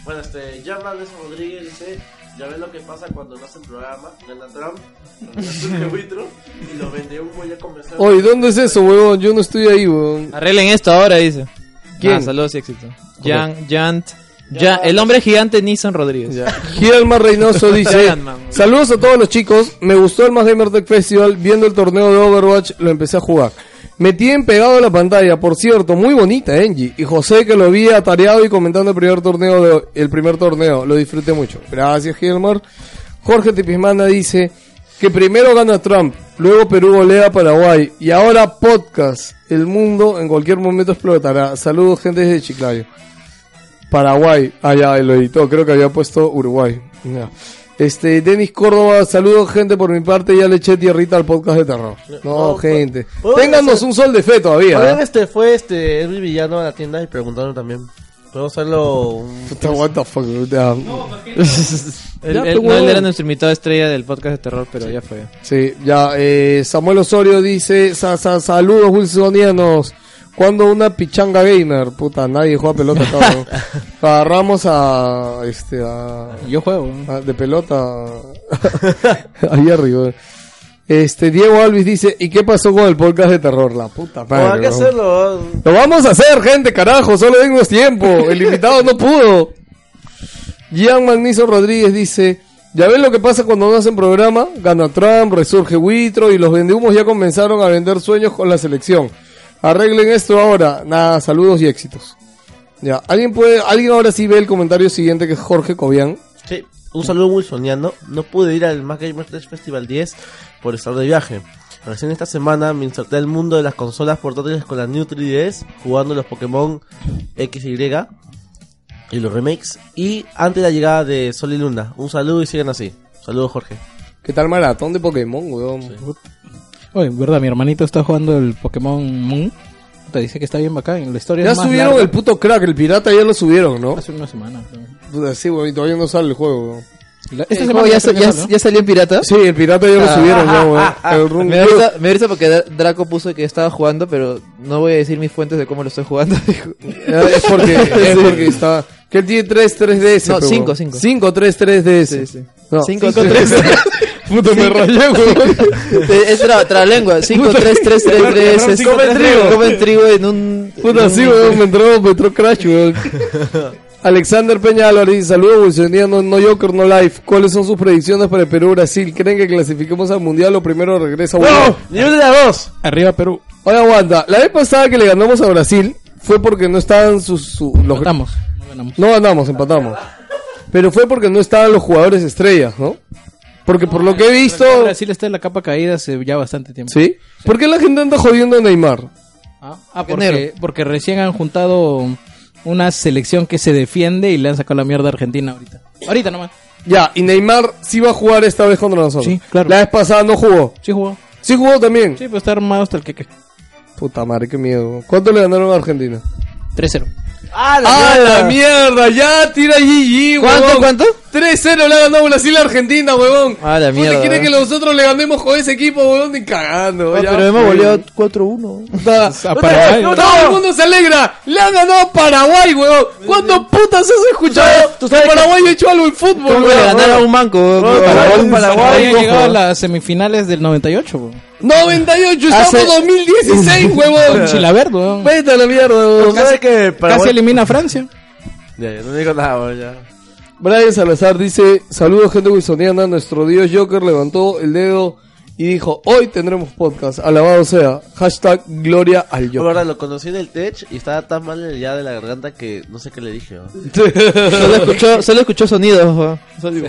E: Bueno, este, llaman Nelson Rodríguez dice, ya ves lo que pasa cuando no hacen programa, gana Trump, el buitro, y lo vende humo ya comenzó.
B: Oye, ¿dónde es eso, huevón? Yo no estoy ahí, huevón.
D: Arreglen esto ahora, dice.
B: ¿Quién?
D: Ah, saludos y éxito. Jan, Jan, Jan- el hombre gigante Nissan Rodríguez.
B: Gilmar
D: *laughs*
B: Reynoso dice:
D: Iron Man.
B: Saludos a todos los chicos. Me gustó el Más Gamer Tech Festival. Viendo el torneo de Overwatch, lo empecé a jugar. Me tienen pegado a la pantalla, por cierto, muy bonita Engie. Y José que lo vi atareado y comentando el primer torneo de, el primer torneo. Lo disfruté mucho. Gracias, Gilmar. Jorge Tipismana dice que primero gana Trump, luego Perú golea a Paraguay y ahora podcast. El mundo en cualquier momento explotará. Saludos, gente desde Chiclayo. Paraguay. Ah, ya, lo editó. Creo que había puesto Uruguay. Ya. Este, Denis Córdoba, saludos gente por mi parte, ya le eché tierrita al podcast de terror. No,
E: No,
B: gente.
E: pues,
B: Ténganos un sol de fe todavía.
E: Oigan,
B: ¿eh?
E: este fue este Edwin Villano a la tienda y preguntaron también. Podemos hacerlo un...
B: Puta, what the fuck, ya. Ya,
D: Él, él-
B: pe,
H: pues,
D: no, él
B: huevón.
D: era nuestro invitado estrella del podcast de terror, pero ya fue.
B: Sí, ya. eh, Samuel Osorio dice, sa- sa- saludos wilsonianos. Cuando una pichanga gamer, puta, nadie juega pelota cabrón.
E: *laughs*
B: Agarramos a, este, a,
D: Yo juego.
B: Ah, de pelota. *laughs* Ahí arriba. Este, Diego Alvis dice, ¿y qué pasó con el podcast de terror? La puta
E: No, hay
B: madre.
E: que
B: weón.
E: hacerlo. weón.
B: Lo vamos a hacer, gente, carajo, solo tenemos tiempo. El invitado no pudo. Gian Magnizo Rodríguez dice, ya ven lo que pasa cuando no hacen programa, gana Trump, resurge Huitro y los vendehumos ya comenzaron a vender sueños con la selección. Arreglen esto ahora. Nada, saludos y éxitos. Ya, alguien puede, alguien ahora sí ve el comentario siguiente que es Jorge Cobian.
E: Sí, un saludo muy soñando. No pude ir al Mac Gamer 3 Festival 10 por estar de viaje. Recién esta semana me inserté al mundo de las consolas portátiles con la New 3DS, jugando los Pokémon XY y los remakes. Y antes de la llegada de Sol y Luna. Un saludo y sigan así. Saludos, Jorge.
B: ¿Qué tal maratón de Pokémon, weón?
D: Oye, verdad, mi hermanito está jugando el Pokémon Moon. Te dice que está bien bacán. La historia
B: Ya
D: es más
B: subieron
D: larga.
B: el puto crack, el pirata ya lo subieron, ¿no?
D: Hace una semana. creo.
B: Puta, Sí, weón, y todavía no sale el juego, weón.
D: La-
B: Eh,
H: ¿El
D: Esta
H: juego
D: semana
H: ya,
D: ya
H: sa- ya-
D: terminó, ¿no?
H: ya salió en pirata?
B: Sí, el pirata ya
H: Ah.
B: lo subieron, ya, weón.
H: *laughs*
B: El Run
H: Me da risa- me da risa porque Dra- Draco puso que estaba jugando, pero no voy a decir mis fuentes de cómo lo estoy jugando. *laughs* dijo.
B: Ya, Es
H: *laughs*
B: porque, es porque está... Que él tiene 3 3DS,
H: No,
B: pe,
H: cinco,
B: weón.
H: cinco.
B: 5 3 3DS.
H: Sí, sí.
B: No,
H: Cinco,
B: cinco,
H: tres. *laughs*
B: Puta, me rayé, weón.
H: Te- es tra, trabalengua, 5, 3,
B: *laughs*
H: 3, 3, 3, es- comen trigo, comen trigo en un... en
B: Puta,
H: un-
B: sí, weón, me entró, me entró crash,
H: *laughs*
B: weón. Alexander Peña Álvarez, dice, saludos, Wilsoniano, no Joker, no Life. ¿Cuáles son sus predicciones para el Perú-Brasil? ¿Creen que clasifiquemos al Mundial o primero regresa? Bolivia?
E: ¡Ni una de las dos!
D: Arriba Perú.
B: Oye, aguanta. La vez pasada que le ganamos a Brasil fue porque no estaban sus... su- los...
D: Estamos. No ganamos.
B: No ganamos, empatamos. Pero fue porque no estaban los jugadores estrellas, ¿no? Porque por lo que he visto...
D: Brasil está en la capa caída hace ya bastante tiempo.
B: ¿Sí? ¿Por qué la gente anda jodiendo a Neymar?
D: Ah, ah, porque, porque recién han juntado una selección que se defiende y le han sacado la mierda a Argentina ahorita. Ahorita nomás.
B: Ya, y Neymar sí va a jugar esta vez contra nosotros.
D: Sí, claro.
B: La vez pasada no jugó.
D: Sí jugó.
B: Sí jugó también.
D: Sí, pero está armado hasta el que...
B: Puta madre, qué miedo. ¿Cuánto le ganaron a Argentina?
D: 3-0.
H: ¡Ah,
B: ¡Ah, la
H: mierda!
B: mierda! Ya, tira GG,
H: ¿Cuánto,
B: huevón.
H: cuánto?
B: 3-0 le ha ganado Brasil a Argentina, huevón.
H: Ah, la
B: Puta,
H: mierda.
B: quiere que nosotros le ganemos con ese equipo, huevón? Ni cagando. ya
H: Ah, pero hemos
B: fue.
H: goleado 4-1.
B: Puta.
D: A Paraguay.
B: Ah, No, Todo el mundo se alegra. Le han ganado a Paraguay, huevón. ¿Cuándo putas has escuchado
E: tú sabes
B: que Paraguay ha hecho algo en fútbol,
H: ¿Cómo le
B: huevón?
H: ganaron a un manco? Paraguay,
D: Paraguay
H: Paraguay,
D: ha llegado a las semifinales del 98, bro.
B: 98, estamos *laughs*
H: Hace-
B: 2016,
D: Con
B: huevón.
D: Chilavert, weón.
B: Vete a la mierda, huevón.
E: ¿Sabes que
D: Casi
E: Paraguay...
D: elimina a Francia.
E: Ya, ya, no digo nada, weón, ya.
B: Brian Salazar dice, saludos gente wilsoniana, nuestro dios Joker levantó el dedo y dijo, hoy tendremos podcast, alabado sea, hashtag gloria al yo.
E: Ahora lo conocí en el Tech y estaba tan mal ya de la garganta que no sé qué le dije. ¿no?
H: Solo escuchó, solo escuchó sonidos, weón.
B: Sí.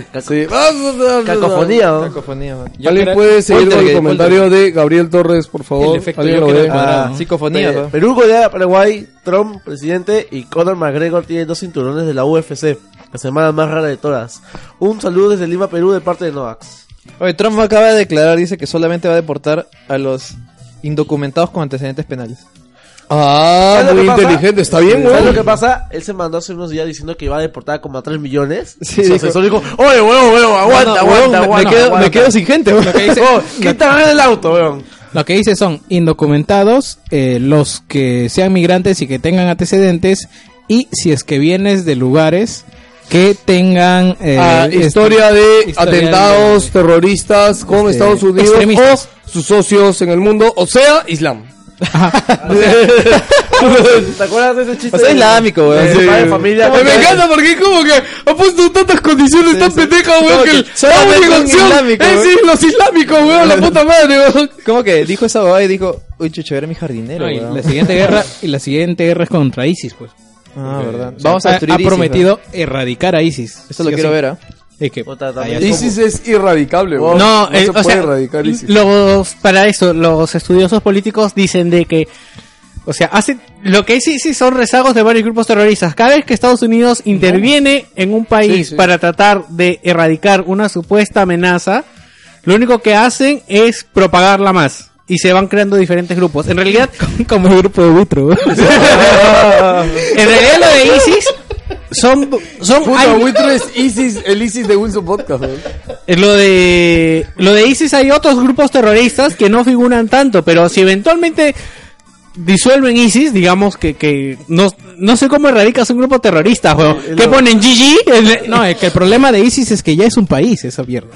B: Cacofonía.
H: Cacofonía, weón.
E: Cacofonía, man.
B: ¿Alguien puede seguir con el
H: Poltergeist,
B: comentario de Gabriel Torres, por favor?
D: El efecto
B: ¿Alguien
D: yo
B: lo
D: que
B: ve?
D: era cuadrado,
H: Ah,
D: ¿no?
H: psicofonía,
E: Pe-
H: weón.
E: Perú golea a Paraguay, Trump, presidente, y Conor McGregor tiene dos cinturones de la UFC. La semana más rara de todas. Un saludo desde Lima, Perú, de parte de Noax.
H: Oye, Trump acaba de declarar, dice que solamente va a deportar a los indocumentados con antecedentes penales.
B: Ah,
E: ¿Sabes lo
B: muy
E: que pasa?
B: inteligente, está bien,
E: ¿Sabes lo
B: güey.
E: que pasa? Él se mandó hace unos días diciendo que iba a deportar como a 3 millones.
H: Sí,
E: Sí, su
H: dijo-
E: asesor dijo, oye, huevo, huevo, aguanta,
H: No, no,
E: aguanta,
H: weón, me-
E: aguanta,
H: me, quedo,
E: aguanta.
H: me quedo sin gente, weón. *laughs*
E: Oh, ¿Qué tal el auto, weón?
D: Lo que dice son indocumentados, eh, los que sean migrantes y que tengan antecedentes, y si es que vienes de lugares que tengan eh,
B: Ah,
D: este-
B: historia de
D: historia
B: atentados terroristas con
D: este,
B: Estados Unidos
D: extremistas.
B: o sus socios en el mundo, o sea, Islam.
H: *laughs*
E: ¿Te acuerdas de ese chiste? de-
H: O sea, Pues islámico, weón.
E: de
H: Sí.
E: padre de familia.
B: Oye, Eh, me encanta porque es como que ha puesto tantas condiciones tan pendejas, weón,
H: Como
B: que
H: que
B: el- la
H: solamente
B: única
H: un
B: opción
H: islámico,
B: es
H: weón.
B: ir los islámicos, weón, la puta madre, weón.
H: ¿Cómo que dijo esa boba y dijo, uy, chucho, era mi jardinero,
D: No, y
H: weón"?
D: la siguiente guerra y la siguiente guerra es contra ISIS, pues.
H: Ah, verdad.
D: Vamos
H: Vamos a destruir
D: ha
H: ISIS,
D: prometido erradicar a ISIS.
H: Eso lo
D: Sí,
H: quiero
D: sí.
H: ver, ¿ah?
D: Es que-
E: Puta,
D: Ah, ya.
E: también.
B: ISIS es irradicable, weón.
C: No,
B: se
C: eh, o
B: puede
C: sea,
B: erradicar ISIS.
C: los, para eso, los estudiosos políticos dicen de que, o sea, hace, lo que sí, sí son rezagos de varios grupos terroristas. Cada vez que Estados Unidos interviene en un país
B: Sí, sí.
C: para tratar de erradicar una supuesta amenaza, lo único que hacen es propagarla más. Y se van creando diferentes grupos. En realidad,
D: *laughs* Como el grupo de Buitro.
C: *laughs* en realidad lo
B: *laughs*
C: de ISIS son, son,
B: Puta,
C: hay-
B: Buitro es ISIS, el ISIS de Wilson Podcast, weón.
C: Eh, Lo de lo de ISIS hay otros grupos terroristas que no figuran tanto, pero si eventualmente disuelven ISIS, digamos que, que no, no sé cómo erradicas un grupo terrorista, weón. ¿Qué ponen GG? El- eh,
D: No, es que el problema de ISIS es que ya es un país esa mierda.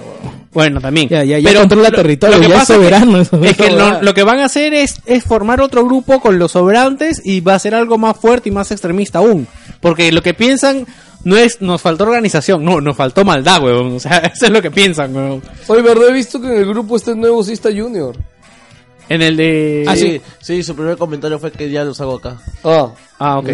C: Bueno, también.
D: Ya, ya, ya controla territorio, ya es
C: pasa
D: soberano,
C: Es
D: eso,
C: que, es que
D: esa
C: lo,
D: huevada.
C: lo que van a hacer es, es formar otro grupo con los sobrantes y va a ser algo más fuerte y más extremista aún. Porque lo que piensan no es nos faltó organización, no, nos faltó maldad, weón. O sea, *laughs* eso es lo que piensan, weón.
B: Oye, ¿verdad? He visto que en el grupo está el nuevo Sista Junior.
C: En el de...
H: Ah,
D: Ah,
E: Sí, sí, su primer comentario fue que ya los hago acá.
B: Ah.
C: Ah, ok.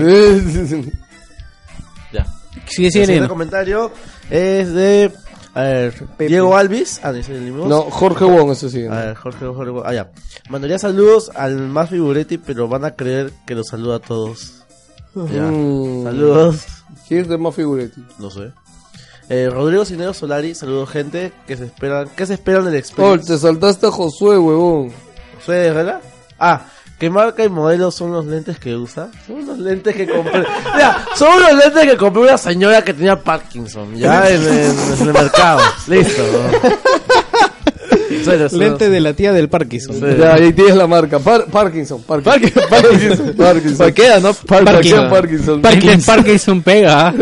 E: Ya.
C: Sigue
E: El siguiente
C: siendo.
E: comentario es de. A ver, Diego Alvis. Ah, dice el mismo.
B: *laughs* no, Jorge Wong, eso sí.
E: A ver, Jorge, Jorge. Ah, ya. Mandaría saludos al más figuretti, pero van a creer que los saluda a todos. Ya.
B: Mm.
E: Saludos.
B: ¿Quién es de más figuretti?
E: No sé. Eh, Rodrigo Cinero Solari, saludos gente. ¿Qué se esperan? ¿Qué se esperan del
B: Oh,
E: experto?
B: te saltaste a Josué, huevón.
E: ¿Soy Herrera? Ah, ¿qué marca y modelo son los lentes que usa? Son unos lentes que compré. *laughs* Mira, son unos lentes que compré una señora que tenía Parkinson,
H: *laughs*
E: ya en, en- en el mercado. Listo. Suelo, suelo.
D: Lente de la tía del Parkinson.
E: Sí.
B: Ya, ahí tienes la marca. Par- Parkinson, *laughs* Parkinson. Parkinson. Parkinson.
H: Parquea, ¿no?
B: Parkinson.
C: Parkinson.
B: Parkinson.
C: Parkinson. Parkinson pega. ¿ah?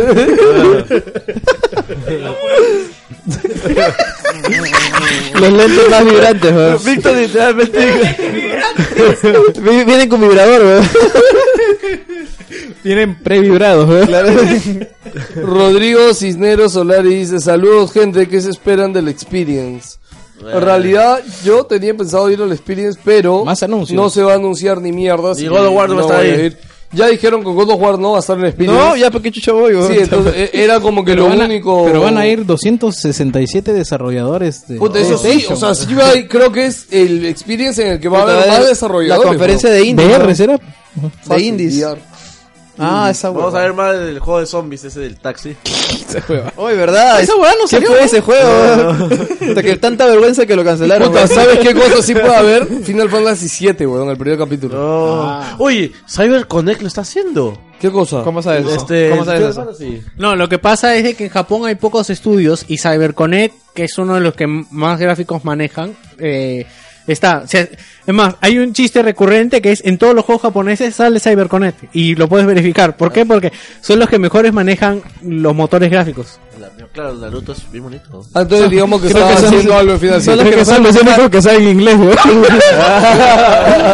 H: Los lentes más vibrantes, weón.
E: Víctor literalmente
H: Vi- Vienen con vibrador, weón.
D: Tienen previbrados, ¿eh?
B: Rodrigo Cisneros Solari dice, saludos gente, ¿qué se esperan del Experience? En realidad yo tenía pensado ir al Experience, pero
D: Más anuncios.
B: no se va a anunciar ni mierda. así
E: Y God of War no va a estar
B: voy
E: ahí.
B: ir. Ya dijeron que God of War no va a estar en el Experience.
H: No, ya, ¿para qué chucho voy, weón?
B: Sí, entonces eh, era como que
D: Pero,
B: lo
D: van a,
B: único...
D: pero van a ir 267 desarrolladores de
B: Puta, eso sí, o sea, sí va a ir- creo que es el Experience en el que va a haber más desarrolladores.
H: La conferencia de indies.
D: VR,
H: weón.
D: ¿será?
B: ¿no?
H: de indies.
B: Fastidiar.
H: Ah, esa weón.
E: Vamos a ver más del juego de zombies, ese del taxi.
H: Oye, ¿verdad?
D: Esa weá no
H: ¿Qué
D: salió,
H: fue
D: ¿no?
H: ese juego? *laughs* Hasta que tanta vergüenza que lo cancelaron.
B: Puta,
H: weón.
B: ¿sabes qué cosa sí puede
H: *laughs*
B: haber? Final Fantasy VII, weón, el primer capítulo.
E: Oye, CyberConnect lo está haciendo.
B: ¿Qué cosa?
H: Ah. ¿Cómo sabes?
E: Este,
H: ¿Cómo sabes
E: Final
H: eso?
E: Fantasy.
C: No, lo que pasa es de que en Japón hay pocos estudios y CyberConnect, que es uno de los que m- más gráficos manejan, eh, Está. o sea, es más, hay un chiste recurrente que es en todos los juegos japoneses sale CyberConnect y lo puedes verificar. ¿Por qué? Porque son los que mejores manejan los motores gráficos.
E: Claro, Naruto es bien bonito.
B: Ah, Entonces digamos que
K: Creo
B: estaba
K: que son-
B: haciendo algo en final.
K: Creo que, son los únicos que saben inglés,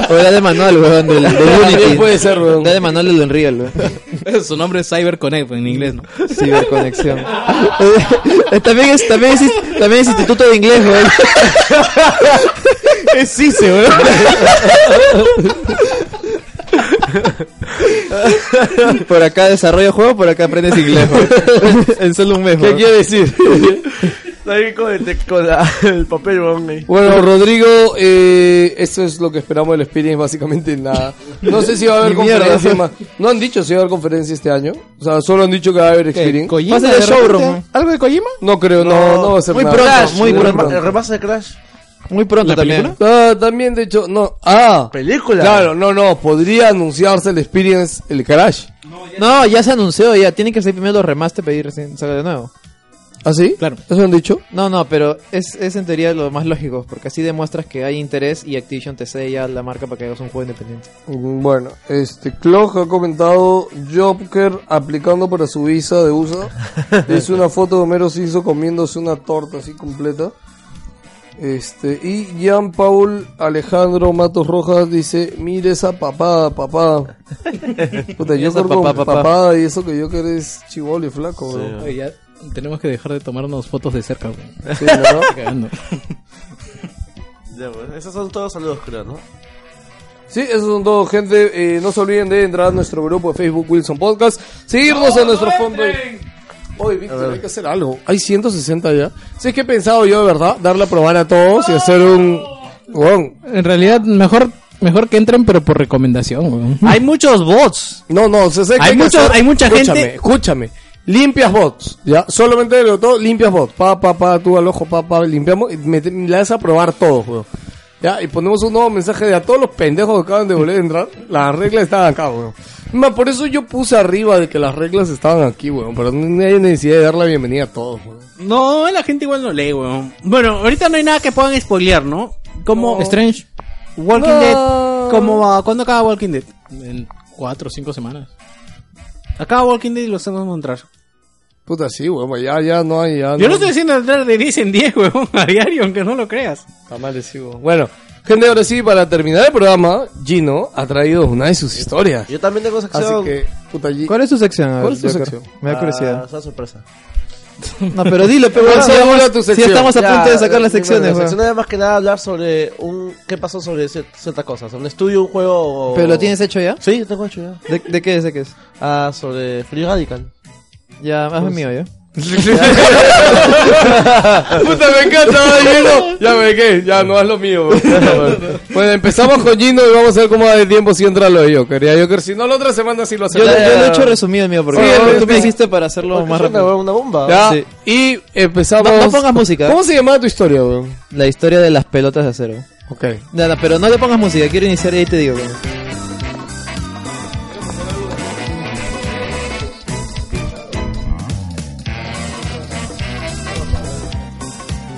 H: O era de Manuel, weón, del, del Unity.
B: También puede ser, weón.
H: Era de Manuel del Unreal,
K: *laughs*
H: weón.
K: Su nombre es CyberConnect en inglés, ¿no?
B: *laughs*
H: Ciberconexión. también, es, también, es, también es Instituto de Inglés, weón.
K: Es ICE, weón.
H: *laughs* Por acá desarrolla juego, por acá aprendes inglés, *laughs* weón. En solo un mes,
B: ¿Qué quiere decir?
E: con *laughs* el, papel,
B: Bueno, Rodrigo, eh, eso es lo que esperamos del Experience, básicamente nada. No sé si va a
H: *laughs*
B: haber conferencia más. No han dicho si va a haber conferencia este año. O sea, solo han dicho que va a haber Experience.
K: Pasa
B: de showroom,
K: ¿Algo de Kojima?
B: No creo, no, no, va a ser
E: Muy
B: nada.
E: pronto,
B: Crash,
E: muy pronto.
B: pronto.
E: El remaster de Crash.
H: Muy pronto
K: ¿La
H: también.
K: película?
B: Ah, también, de hecho, no. Ah,
E: Película.
B: claro, no, no. Podría anunciarse el Experience, el Crash.
H: No, ya se anunció, ya. Tienen que ser primero los remaster para ir recién sale de nuevo.
B: ¿Ah, sí?
K: Claro.
B: ¿Eso han dicho?
H: No, no, pero es, es en teoría lo más lógico, porque así demuestras que hay interés y Activision te sella la marca para que hagas un juego independiente.
B: Mm, Bueno, este, Clog ha comentado Joker aplicando para su visa de
H: *laughs*
B: USA. es una foto de Homero Simpson comiéndose una torta así completa. Este, y Jean Paul Alejandro Matos Rojas dice, mire esa papada,
H: *laughs*
B: papada. Puta, yo
H: Esa
B: creo
H: papá,
B: que
H: papá.
B: papada y eso que Joker es chivolo y flaco, bro.
K: Oye, ya tenemos que dejar de tomarnos fotos de cerca, weón.
B: Sí, ¿no?
K: Cagando.
E: Ya, pues, esos son todos saludos, creo, ¿no?
B: Sí, esos son todos, gente. Eh, no se olviden de entrar a nuestro grupo de Facebook Wilson Podcast. Seguirnos en nuestro fondo. Oye, Víctor, hay que hacer algo. Hay 160 ya. Si es que he pensado yo, de verdad, darle a probar a todos y hacer un. Weón.
K: En realidad, mejor, mejor que entren, pero por recomendación, weón.
C: *laughs*
H: Ah,
C: Hay muchos bots.
B: No, no, se sé que
C: Hay
B: que
C: mucho- hay mucha
B: Escúchame,
C: gente-
B: escúchame. Limpias bots, ya. Solamente de lo todo, limpias bots. Pa, pa, pa, tú al ojo, pa, pa, limpiamos. Y mete- y le das a probar todo, weón. Ya, y ponemos un nuevo mensaje de a todos los pendejos que acaban de volver a entrar. Las reglas estaban acá, weón. Ma, por eso yo puse arriba de que las reglas estaban aquí, weón. Pero no hay necesidad de dar la bienvenida a todos, weón.
C: No, la gente igual no lee, weón. Bueno, ahorita no hay nada que puedan spoilear, ¿no? Como
K: Strange,
C: Walking
B: No.
C: Dead. ¿Cómo va? ¿Cuándo acaba Walking Dead?
K: en cuatro o cinco semanas.
C: Acaba Walking Dead y los tengo que encontrar.
B: Puta, sí, weón. Ya, ya no hay, ya.
C: Yo
B: no
C: no estoy haciendo entrar de 10 en *laughs* 10, weón, a diario, aunque no lo creas.
B: Está mal, sí, weón. Bueno, gente, ahora sí, para terminar el programa, Gino ha traído una de sus historias.
E: Yo también tengo
B: Así
E: sección.
B: que, puta, Gino.
H: ¿Cuál es tu sección? A ver,
B: ¿Cuál es tu
H: Joker.
B: sección?
H: Me da
E: Ah,
H: curiosidad.
E: esa sorpresa.
H: No, pero dilo, pero
B: Ahora
H: si,
B: sí,
H: vamos-
B: ahora tu
H: si
B: sección.
H: estamos a
E: Ya,
H: punto de sacar
E: eh,
H: las
E: sí,
H: secciones,
E: bueno, La
H: weón.
E: sección es más que nada hablar sobre un qué pasó sobre cier- cierta cosa, sobre un estudio, un juego. o-
H: ¿Pero lo tienes hecho ya?
E: Sí, yo tengo hecho ya.
H: ¿De, de qué es? ¿De qué es?
E: Ah, sobre Free Radical.
H: Ya,
B: Pues
H: más mío ya.
B: *laughs* Puta, me encanta, va, Gino. Ya me quedé, ya no es lo mío. bro. bueno, empezamos con Gino y vamos a ver cómo va de tiempo si entra lo de Joker. Ya Joker, si no, la otra semana sí lo
H: Yo,
B: hacemos.
H: yo
B: Ya,
H: lo
B: ya,
H: he
B: ya.
H: hecho resumido, mío, porque
B: Sí,
H: tú
B: sí.
H: me hiciste para hacerlo más
E: Porque suena,
H: rápido.
E: weón, Una bomba.
B: Ya,
H: Sí.
B: y empezamos.
H: No, no pongas música. ¿eh?
B: ¿Cómo se llamaba tu historia, bro?
H: La historia de las pelotas de acero.
B: Ok.
H: No, no, pero no le pongas música, quiero iniciar y ahí te digo. weón.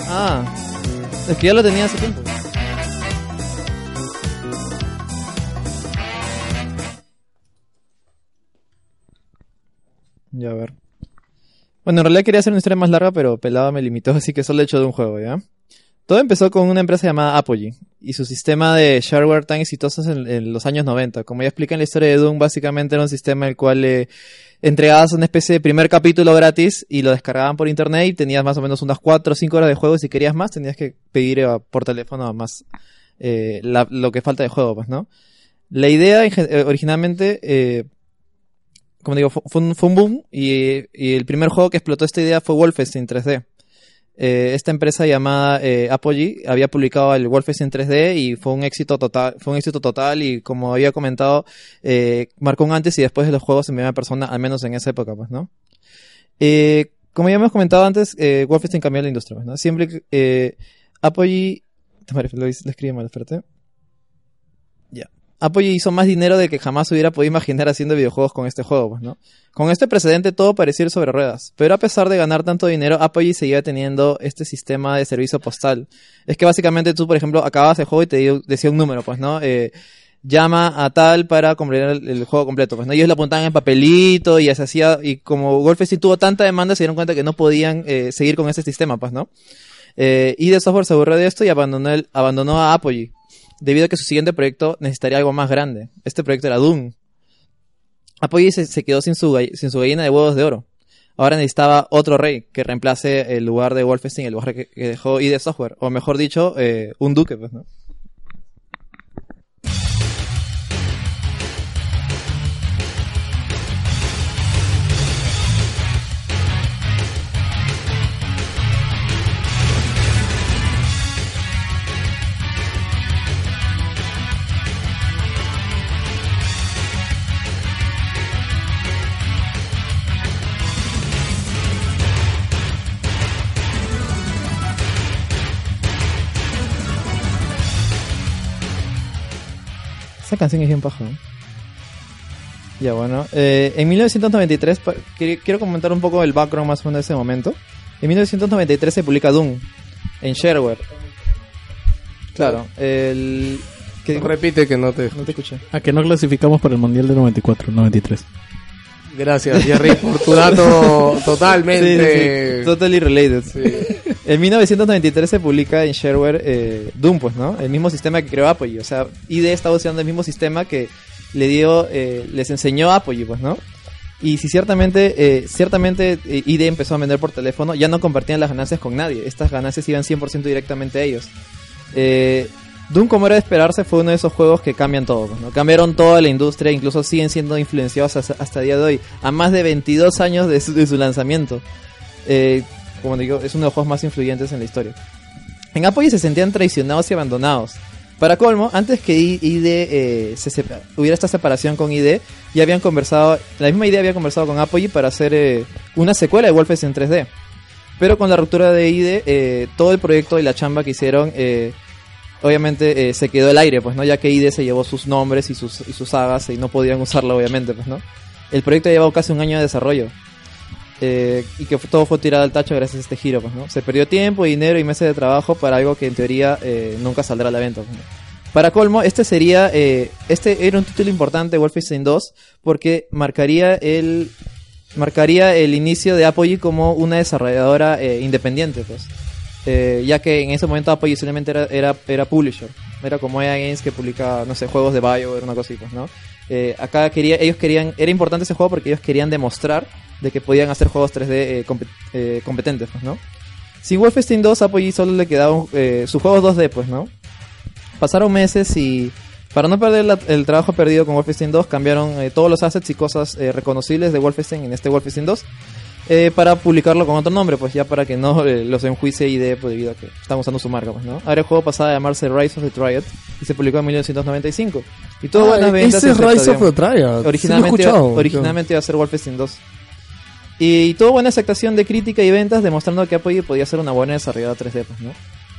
H: Ah, es que ya lo tenía hace tiempo. Ya, a ver. Bueno, en realidad quería hacer una historia más larga, pero Pelada me limitó, así que solo he hecho de un juego, ¿ya? Todo empezó con una empresa llamada Apogee y su sistema de shareware tan exitoso en, en los años 90. Como ya explica en la historia de Doom, básicamente era un sistema en el cual eh, entregabas una especie de primer capítulo gratis y lo descargaban por internet y tenías más o menos unas 4 o 5 horas de juego. y Si querías más, tenías que pedir eh, por teléfono más eh, la- lo que falta de juego, pues, ¿no? La idea en gen- eh, originalmente eh, como digo, fu- fue un, fue un boom y, y el primer juego que explotó esta idea fue Wolfenstein 3D. Eh, esta empresa llamada eh, Apogee había publicado el Wolfenstein 3D y fue un éxito total, fue un éxito total y como había comentado, eh, marcó un antes y después de los juegos en primera persona, al menos en esa época, pues, ¿no? Eh, como ya hemos comentado antes, eh, Wolfenstein cambió la industria, pues, ¿no? Siempre que, eh, Apogee... Lo, hice- lo escribí mal, espérate. Ya. Apogee hizo más dinero de que jamás hubiera podido imaginar haciendo videojuegos con este juego, pues, ¿no? Con este precedente todo parecía ir sobre ruedas, pero a pesar de ganar tanto dinero, Apogee seguía teniendo este sistema de servicio postal. Es que básicamente tú, por ejemplo, acabas el juego y te dio- decía un número, pues, ¿no? Eh, llama a tal para completar el, el juego completo. Pues, ¿no? Ellos lo apuntaban en papelito y se hacía, y como Golfest tuvo tanta demanda, se dieron cuenta que no podían eh, seguir con ese sistema, pues, ¿no? Eh, y de software se aburrió de esto y abandonó, el- abandonó a Apogee, debido a que su siguiente proyecto necesitaría algo más grande. Este proyecto era Doom. Apogee se, se quedó sin su, gall- sin su gallina de huevos de oro. Ahora necesitaba otro rey que reemplace el lugar de Wolfenstein, el lugar que, que dejó ID Software, o mejor dicho, eh, un duque, pues, ¿no? Esa canción es bien paja. ¿no? Ya bueno, eh, en 1993, pa- qui- quiero comentar un poco el background más o menos de ese momento. En 1993 se publica Doom en shareware. Claro, el. que-
B: Repite que no te...
H: no te escuché.
K: Ah,
D: A que no clasificamos para el Mundial de 94, 93.
H: *laughs*
B: Gracias, Jerry, por tu dato
H: Sí, sí, sí.
B: totalmente...
H: Totally related. En 1993 se publica en shareware eh, Doom, pues, ¿no? El mismo sistema que creó Apogee. O sea, ID estaba usando el mismo sistema que le dio, eh, les enseñó Apogee, pues, ¿no? Y si ciertamente, eh, ciertamente eh, ID empezó a vender por teléfono, ya no compartían las ganancias con nadie. Estas ganancias iban 100% directamente a ellos. Eh, Doom, como era de esperarse, fue uno de esos juegos que cambian todo. pues, ¿no? Cambiaron toda la industria, incluso siguen siendo influenciados hasta, hasta el día de hoy, a más de 22 años de su, de su lanzamiento. Eh, como digo, es uno de los juegos más influyentes en la historia. En Apogee se sentían traicionados y abandonados. Para colmo, antes que I- ID eh, se sepa- hubiera esta separación con ID, ya habían conversado, la misma idea había conversado con Apogee para hacer eh, una secuela de Wolfenstein 3D. Pero con la ruptura de ID, eh, todo el proyecto y la chamba que hicieron eh, obviamente eh, se quedó el aire, pues, ¿no? Ya que ID se llevó sus nombres y sus, y sus sagas y no podían usarla, obviamente, pues, ¿no? El proyecto ha llevado casi un año de desarrollo. eh, y que todo fue tirado al tacho gracias a este giro, pues, ¿no? Se perdió tiempo, dinero y meses de trabajo para algo que en teoría eh, nunca saldrá a la venta. pues, ¿no? Para colmo, este sería, eh, este era un título importante, Wolfenstein 2, porque marcaría el, marcaría el inicio de Apogee como una desarrolladora eh, independiente, pues. Eh, ya que en ese momento Apogee solamente era, era, era publisher. Era como EA Games que publicaba, no sé, juegos de Bioware, una cosa así, pues, ¿no? Eh, acá quería, ellos querían, era importante ese juego porque ellos querían demostrar de que podían hacer juegos 3D eh, compet- eh, competentes, pues, ¿no? Sin Wolfenstein 2, Apogee solo le quedaban eh, sus juegos 2D, pues, ¿no? Pasaron meses y para no perder la- el trabajo perdido con Wolfenstein 2, cambiaron eh, todos los assets y cosas eh, reconocibles de Wolfenstein en este Wolfenstein 2 eh, para publicarlo con otro nombre, pues ya para que no eh, los enjuice ID pues, debido a que están usando su marca, pues, ¿no? Ahora el juego pasaba a llamarse Rise of the Triad y se publicó en 1995. Y todo buenas
B: Ah,
H: ventas
B: ese es
H: excepto,
B: Rise of
H: digamos.
B: the Triad. Sí lo he
H: Originalmente,
B: escuchado.
H: originalmente iba a ser Wolfenstein 2. Y tuvo buena aceptación de crítica y ventas, demostrando que Apogee podía ser una buena desarrolladora 3D. pues, ¿no?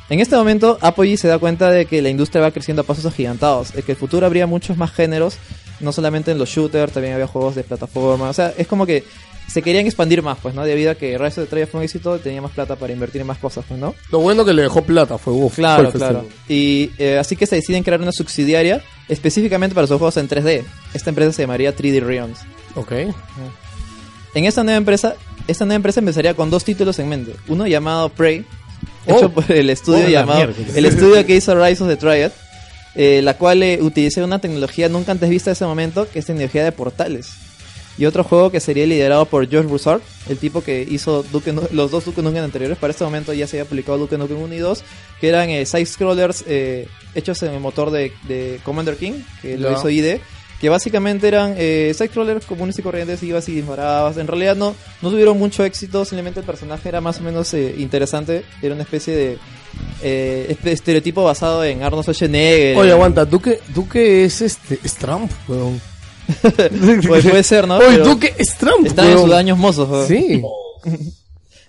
H: En este momento, Apogee se da cuenta de que la industria va creciendo a pasos agigantados, de que el futuro habría muchos más géneros, no solamente en los shooters, también había juegos de plataforma. O sea, es como que se querían expandir más, pues, ¿no? Debido a que Rise of the Triad fue un éxito, tenía más plata para invertir en más cosas, pues, ¿no?
B: Lo bueno que le dejó plata fue Wolf.
H: Claro,
B: Wolfenstein.
H: claro. Y eh, así que se deciden crear una subsidiaria específicamente para sus juegos en 3D. Esta empresa se llamaría 3D Realms.
B: Ok.
H: Eh, En esta nueva empresa, esta nueva empresa empezaría con dos títulos en mente. Uno llamado Prey,
B: Oh.
H: hecho por el estudio
C: Hola,
H: llamado
C: miércoles.
H: el estudio que hizo Rise of the Triad, eh, la cual eh, utilizó una tecnología nunca antes vista en ese momento, que es tecnología de portales. Y otro juego que sería liderado por George Broussard, el tipo que hizo Duke Nu- los dos Duke Nukem anteriores. Para este momento ya se había publicado Duke Nukem 1 y 2, que eran eh, side-scrollers eh, hechos en el motor de, de Commander King, que lo
B: Ya.
H: hizo E, ID. Que básicamente eran eh, side-scrollers comunes y corrientes, ibas y disparabas. En realidad no, no tuvieron mucho éxito, simplemente el personaje era más o menos eh, interesante. Era una especie de eh, este estereotipo basado en Arnold Schwarzenegger.
B: Oye, aguanta, Duque, Duque es este, es Trump, weón.
H: *laughs* Pues puede ser,
B: *laughs*
H: ¿no?
B: Oye,
H: Pero
B: Duque es Trump,
H: Están en
B: weón.
H: sus años mozos. ¿no?
B: Sí.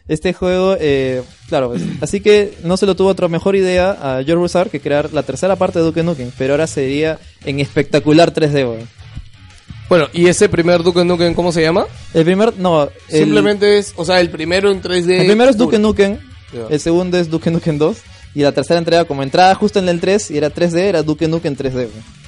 H: este juego, eh, claro, pues, así que no se lo tuvo otra mejor idea a George Broussard que crear la tercera parte de Duke Nukem, pero ahora sería en espectacular 3D, weón.
B: Bueno, ¿y ese primer Duke Nukem cómo se llama?
H: El primer, no, el,
B: Simplemente es, o sea, el primero en 3D.
H: el primero es Duke
B: puro.
H: Nukem,
B: Ya.
H: el segundo es Duke Nukem 2 y la tercera entrega como entrada justo en el 3 y era 3D, era Duke Nukem 3D, weón.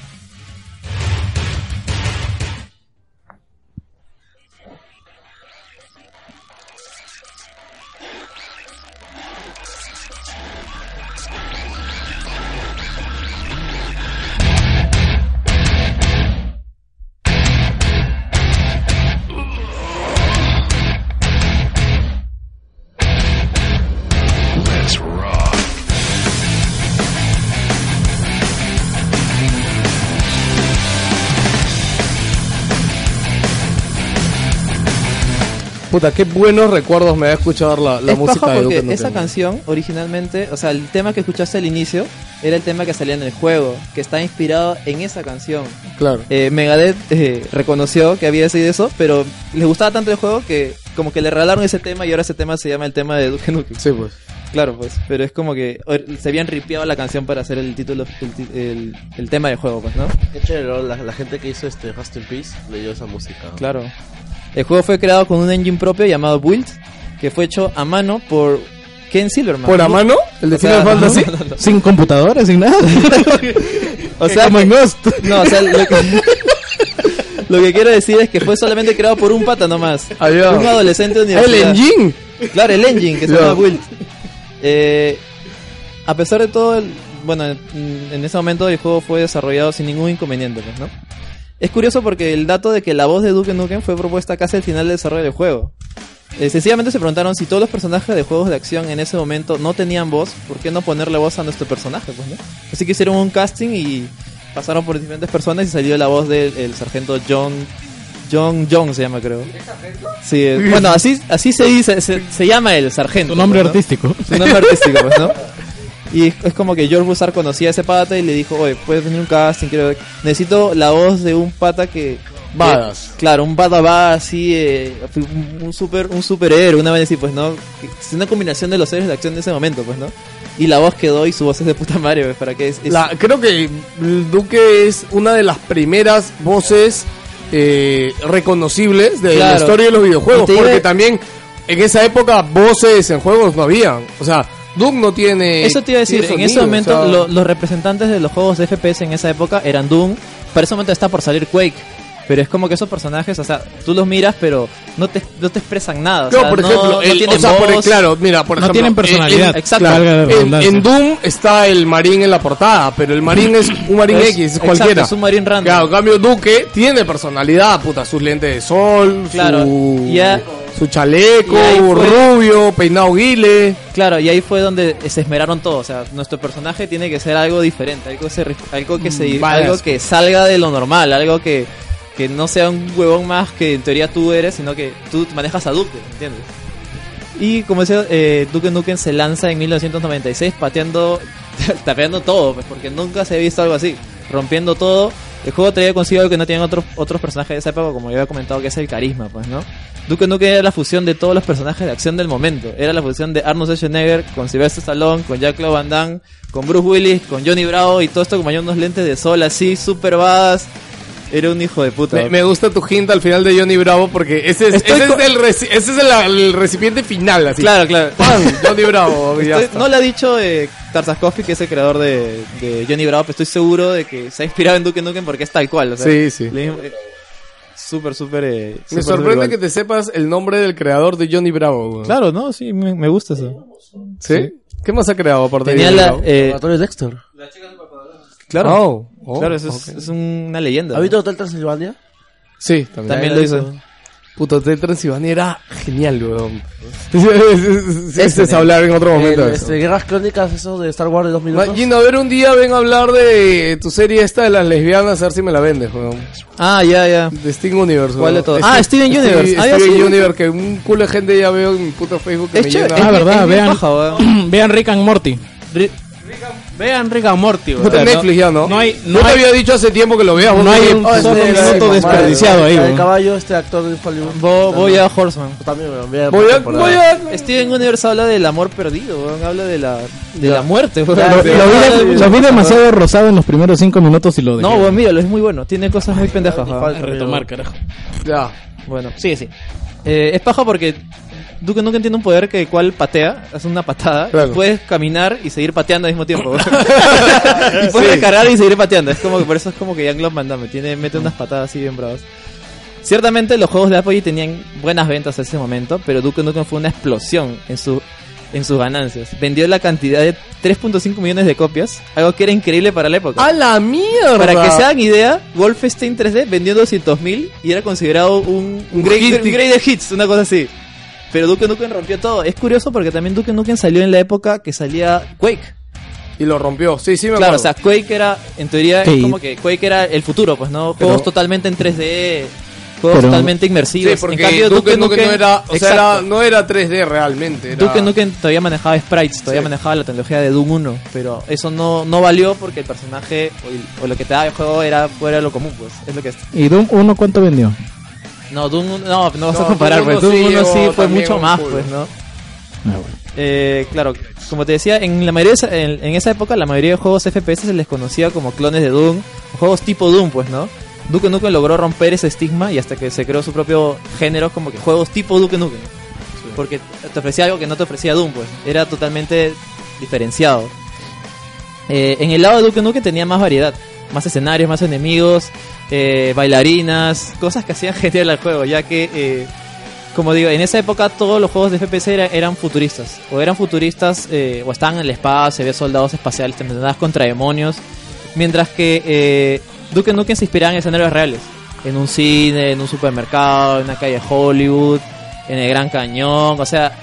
B: Puta, qué buenos recuerdos me da escuchar la, la
H: es
B: música
H: paja
B: de
H: porque
B: Duke Nukem.
H: esa canción originalmente, o sea, el tema que escuchaste al inicio era el tema que salía en el juego, que está inspirado en esa canción.
B: Claro.
H: Eh, Megadeth eh, reconoció que había sido eso, pero les gustaba tanto el juego que como que le regalaron ese tema y ahora ese tema se llama el tema de Duke Nukem.
B: Sí, pues.
H: Claro, pues, pero es como que or- se habían ripeado la canción para hacer el título, el, ti- el- el tema del juego, pues, ¿no?
E: Qué chévere, ¿no? la, la gente que hizo este Rust in Peace leyó esa música.
H: Claro. El juego fue creado con un engine propio llamado Build, que fue hecho a mano por Ken Silverman.
B: ¿Por a mano? ¿El de
H: O sea,
B: Final Fantasy?
H: no, no, no.
D: Sin computadora, sin nada.
H: O sea,
D: Como en
H: que-
D: Ghost.
H: *laughs* no, o sea, lo que, *laughs* lo que quiero decir es que fue solamente creado por un pata nomás.
B: Ahí va.
H: Un adolescente de
B: Ah, ¡El
H: universidad.
B: engine!
H: Claro, el engine, que se llama
B: Ya.
H: Build. Eh, a pesar de todo, el- bueno, en en ese momento el juego fue desarrollado sin ningún inconveniente, pues, ¿no? Es curioso porque el dato de que la voz de Duke Nukem fue propuesta casi al final del desarrollo del juego. Eh, sencillamente se preguntaron si todos los personajes de juegos de acción en ese momento no tenían voz, ¿por qué no ponerle voz a nuestro personaje? Pues, ¿no? Así que hicieron un casting y pasaron por diferentes personas y salió la voz del el sargento John. John John se llama, creo. Sí, eh, bueno, así, así se dice, se, se llama el sargento.
D: Tu nombre
H: pues, *laughs* ¿no?
D: artístico.
H: Su nombre artístico, pues, ¿no? Y es- es como que George Bussard conocía a ese pata y le dijo, oye, puedes venir a un casting, quiero... Necesito la voz de un pata que...
B: Badass.
H: que- claro, un bada va así, eh, un, un super, un superhéroe, una vez así, pues, ¿no? Que- Es una combinación de los héroes de acción de ese momento, pues, ¿no? Y la voz quedó y su voz es de puta madre, pues, ¿para qué? Es, es-
B: La- creo que Duque es una de las primeras voces eh, reconocibles de la
H: Claro.
B: historia de los videojuegos.
H: Y te iba-
B: Porque también en esa época voces en juegos no habían. O sea, Duke no tiene.
H: Eso te iba a decir,
B: tiene
H: en ese
B: sonido,
H: momento
B: o sea,
H: lo- los representantes de los juegos de FPS en esa época eran Doom, para ese momento está por salir Quake, pero es como que esos personajes, o sea, tú los miras pero no te, no te expresan nada. o
B: No,
H: sea,
B: por ejemplo,
H: no
B: el-
H: tienen
B: o sea, por el-
H: voz.
B: claro, mira, por
D: No
B: ejemplo,
D: tienen
B: en-
D: personalidad.
B: en-
H: exacto.
D: Valga la
B: en- en,
D: redundancia.
B: Doom está el marín en la portada, pero el marín es un marín
H: Es-
B: X, es
H: exacto,
B: cualquiera.
H: es un marín random.
B: Claro, en cambio Duque tiene personalidad, puta, sus lentes de sol,
H: Claro,
B: su,
H: ya-
B: su chaleco,
H: y ahí fue-
B: rubio, peinado guile.
H: Claro, y ahí fue donde se esmeraron todos. O sea, nuestro personaje tiene que ser algo diferente, algo, que se re- algo, que, se,
B: vaya.
H: algo que salga de lo normal, algo que, que no sea un huevón más que en teoría tú eres, sino que tú manejas a Duke, ¿entiendes? Y como decía, eh, Duke Nukem se lanza en 1996 pateando, *laughs* tapeando todo, pues, porque nunca se había visto algo así, rompiendo todo. El juego traía consigo algo que no tienen otros otros personajes de esa época, como yo había comentado, que es el carisma, pues, ¿no? Duke Nukem era la fusión de todos los personajes de acción del momento. Era la fusión de Arnold Schwarzenegger con Sylvester Stallone, con Jack-Claude Van Damme, con Bruce Willis, con Johnny Bravo y todo esto como unos lentes de sol así, super badass. Era un hijo de puta.
B: Me, me gusta tu hinta al final de Johnny Bravo porque ese es,
H: Estoy
B: ese
H: co-
B: es, el, reci- ese es el, el recipiente final, así.
H: Claro, claro.
B: ¡Pam! Johnny Bravo, ya
H: Estoy-
B: está.
H: no lo ha dicho eh, Tartakovsky, que es el creador de, de Johnny Bravo, pero estoy seguro de que se ha inspirado en Duke Nukem porque es tal cual. O sea,
B: Sí, sí.
H: le- eh, Súper, súper. eh,
B: Me
H: súper,
B: sorprende
H: súper
B: que
H: igual.
B: te sepas el nombre del creador de Johnny Bravo. güey.
H: Claro, ¿no? Sí, me, me gusta eso.
B: ¿Sí? ¿Qué más ha creado aparte
H: Tenía
B: de Johnny
H: la.
B: Bravo?
H: eh,
E: Laboratorio Dexter.
H: claro.
B: Oh, oh,
H: claro, eso
B: ok.
H: es, es una leyenda.
E: ¿Has visto Hotel Transilvania?
B: Sí, también.
H: También lo hizo.
B: Puto Hotel Transilvania era genial,
H: *laughs*
B: weón.
H: Este
B: Ese es, hablar en otro momento.
E: El,
B: de eso.
E: este, Guerras Crónicas, eso de Star Wars de 2000
B: Ma- Gino, a ver, un día ven a hablar de tu serie esta de las lesbianas, a ver si me la vendes, weón.
H: Ah, ya, ya.
B: De Steam Universe.
H: ¿Cuál de
B: weón.
H: todas?
B: Este-
H: Ah, Steven
B: Steven-
H: Universe. Ah, ya,
B: Steven
H: sí.
B: Universe, que un culo de gente ya veo en mi puto Facebook que
H: Es
B: me
H: chévere.
B: llena.
D: Ah, verdad,
H: bien
D: vean.
H: paja, weón.
D: Vean Rick and Morty.
C: Vean Rick and Morty, weón.
B: Puta,
K: Puta, no-
B: Netflix ya, ¿no?
K: no hay- no
B: Yo te
K: hay-
B: había dicho hace tiempo que lo veas. vos
K: No hay
B: que-
K: un
E: Oh,
K: solo
E: este, la-
K: minuto
E: la-
K: desperdiciado
E: la-
K: ahí,
E: la del
K: weón.
E: caballo, este actor de Hollywood.
H: Vo- voy a Horseman.
E: Yo También, weón, voy a...
B: Voy a...
E: temporada.
B: Voy a...
H: Steven Universe habla del amor perdido, weón. habla de la, de la muerte. weón.
K: Lo, lo vi, de- lo vi demasiado rosado en los primeros cinco minutos y lo dejé.
H: No, weón, míralo, es muy bueno. Tiene cosas muy pendejas.
E: Te
H: weón.
E: falta,
K: A retomar, carajo.
B: Ya.
H: Bueno, sí, sí. Eh, es paja porque Duke nunca entiende un poder que cual patea, hace una patada, y
B: Claro.
H: puedes caminar y seguir pateando al mismo tiempo. y puedes recargar y seguir pateando. Es como que por eso es como que Jean-Claude Van Damme tiene, mete unas patadas así bien bravas. Ciertamente los juegos de Apple tenían buenas ventas en ese momento, pero Duke Nukem fue una explosión en su en sus ganancias. Vendió la cantidad de 3.5 millones de copias, algo que era increíble para la época.
B: ¡A la mierda!
H: *laughs* Para que se hagan idea, Wolfenstein 3D vendió 200.000 y era considerado un, un, great, un great hits, una cosa así. Pero Duke Nukem rompió todo. Es curioso porque también Duke Nukem salió en la época que salía Quake.
B: Y lo rompió. Sí, sí me
H: Claro, o
B: acuerdo.
H: sea, Quake era, en teoría,
K: Sí.
H: es como que Quake era el futuro, pues, ¿no? Juegos
B: Pero-
H: totalmente en 3D, juegos
K: Pero-
H: totalmente inmersivos.
B: Sí, porque
H: en cambio,
B: Duke Nukem no era... O sea, era-
H: Exacto.
B: no era 3D realmente. Era...
H: Duke Nukem todavía manejaba sprites, todavía
B: Sí.
H: manejaba la tecnología de Doom 1, pero eso no, no valió porque el personaje o, el- o lo que te daba el juego era fuera de lo común, pues. Es lo que es.
K: ¿Y Doom 1 cuánto vendió?
H: No, Doom uno- no, no vas
B: No,
H: a comparar,
B: Doom
H: pues.
B: uno
H: Doom
B: sí
H: 1 sí,
B: llegó
H: fue
B: también
H: mucho
B: un
H: más,
B: culo.
H: pues, ¿no? Eh, claro, como te decía, en la mayoría de esa- en, en esa época la mayoría de juegos FPS se les conocía como clones de Doom, o juegos tipo Doom, pues, ¿no? Duke Nukem logró romper ese estigma y hasta que se creó su propio género como que juegos tipo Duke Nukem. Porque te ofrecía algo que no te ofrecía Doom, pues. Era totalmente diferenciado. Eh, en el lado de Duke Nukem tenía más variedad, más escenarios, más enemigos, eh, bailarinas, cosas que hacían *laughs* genial al juego, ya que, eh, como digo, en esa época todos los juegos de FPS era- eran futuristas, o eran futuristas, eh, o estaban en el espacio, había soldados espaciales, te enfrentabas contra demonios, mientras que eh, Duke Nukem se inspiraba en escenarios reales, en un cine, en un supermercado, en una calle de Hollywood, en el Gran Cañón, o sea,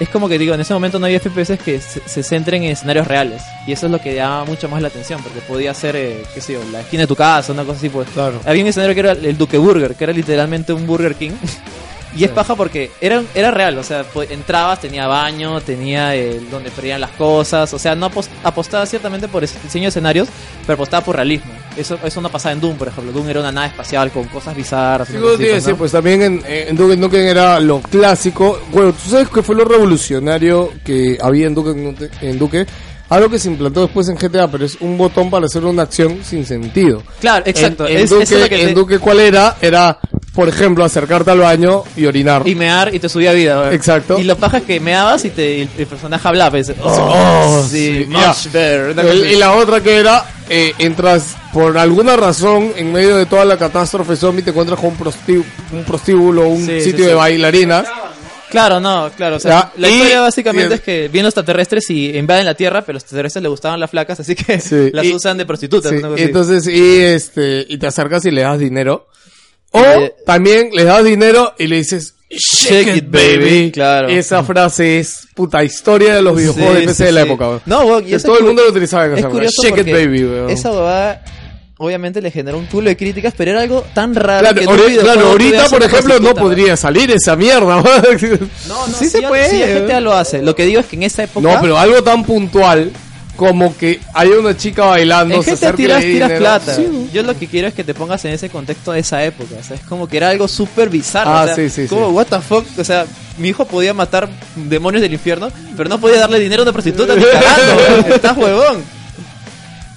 H: es como que digo, en ese momento no había FPS que se, se centren en escenarios reales. Y eso es lo que llama mucho más la atención, porque podía ser, eh, qué sé yo, la esquina de tu casa, una cosa así. Pues.
B: Claro.
H: Había un escenario que era el Duque Burger, que era literalmente un Burger King. Y es paja porque era, era real, o sea, po- entrabas, tenía baño, tenía eh, donde perdían las cosas, o sea, no apos- apostaba ciertamente por ese diseño de escenarios, pero apostaba por realismo. Eso, eso no pasaba en Doom, por ejemplo. Doom era una nave espacial con cosas bizarras.
B: Sí,
H: una
B: como
H: cosa
B: te
H: así,
B: iba a
H: pues,
B: decir,
H: ¿no?
B: pues también en, en Duke Nukem era lo clásico. Bueno, ¿tú sabes qué fue lo revolucionario que había en Duke? Nukem- En Duke? Algo que se implantó después en GTA, pero es un botón para hacer una acción sin sentido.
H: Claro, exacto.
B: En, en
H: es- eso
B: Duke,
H: es lo que
B: en
H: te-
B: Duke, ¿cuál era? Era, por ejemplo, acercarte al baño y orinar.
H: Y mear y te subía vida, weón.
B: Exacto.
H: Y lo paja es que meabas y, te, y el, el personaje hablaba. Y dice, oh,
B: sí,
H: sí, much
B: ya.
H: better", una cosa
B: El-
H: así.
B: y la otra que era, eh, entras por alguna razón en medio de toda la catástrofe zombie, te encuentras con un, prostíbulo, un prostíbulo, un
H: Sí, sí,
B: sitio de
H: sí.
B: bailarinas.
H: Claro, no, claro. O sea,
B: Ya,
H: la
B: y-
H: historia
B: y-
H: básicamente es que vienen los extraterrestres y invaden la Tierra, pero los extraterrestres les gustaban las flacas, así que
B: Sí,
H: las
B: y-
H: usan de prostitutas.
B: Sí,
H: una cosa así.
B: entonces, y este, y te acercas y le das dinero. O
H: Eh,
B: también le das dinero y le dices,
H: Shake it, baby. Claro.
B: Esa frase es puta historia de los videojuegos
H: Sí,
B: de PC
H: sí,
B: de la
H: sí.
B: época, weón.
H: No, weón, y
B: Que
H: eso
B: todo
H: es
B: el
H: cu-
B: mundo lo utilizaba en
H: Es
B: esa frase.
H: curioso
B: Shake it,
H: porque
B: baby, weón.
H: esa huevada obviamente le generó un culo de críticas, pero era algo tan raro
B: Claro,
H: que en un
B: ori-
H: videojuego
B: claro, ahorita,
H: podías
B: por
H: ser
B: ejemplo, no
H: prostituta, weón.
B: podría salir esa mierda, *laughs* weón.
H: No, no,
K: Sí se
H: ya-
K: puede,
H: Sí, la
K: weón.
H: gente lo hace. Lo que digo es que en esa época...
B: No, pero algo tan puntual como que hay una chica bailando.
H: En
B: se
H: gente
B: acerca y le
H: tiras,
B: di
H: tiras
B: dinero.
H: plata.
B: Sí, weón.
H: Yo lo que quiero es que te pongas en ese contexto de esa época. O sea, es como que era algo súper bizarro.
B: Ah,
H: o sea,
B: sí, sí,
H: como,
B: sí.
H: what the fuck. O sea, mi hijo podía matar demonios del infierno, pero no podía darle dinero a una prostituta ni
B: *laughs*
H: cagando. weón. Estás huevón.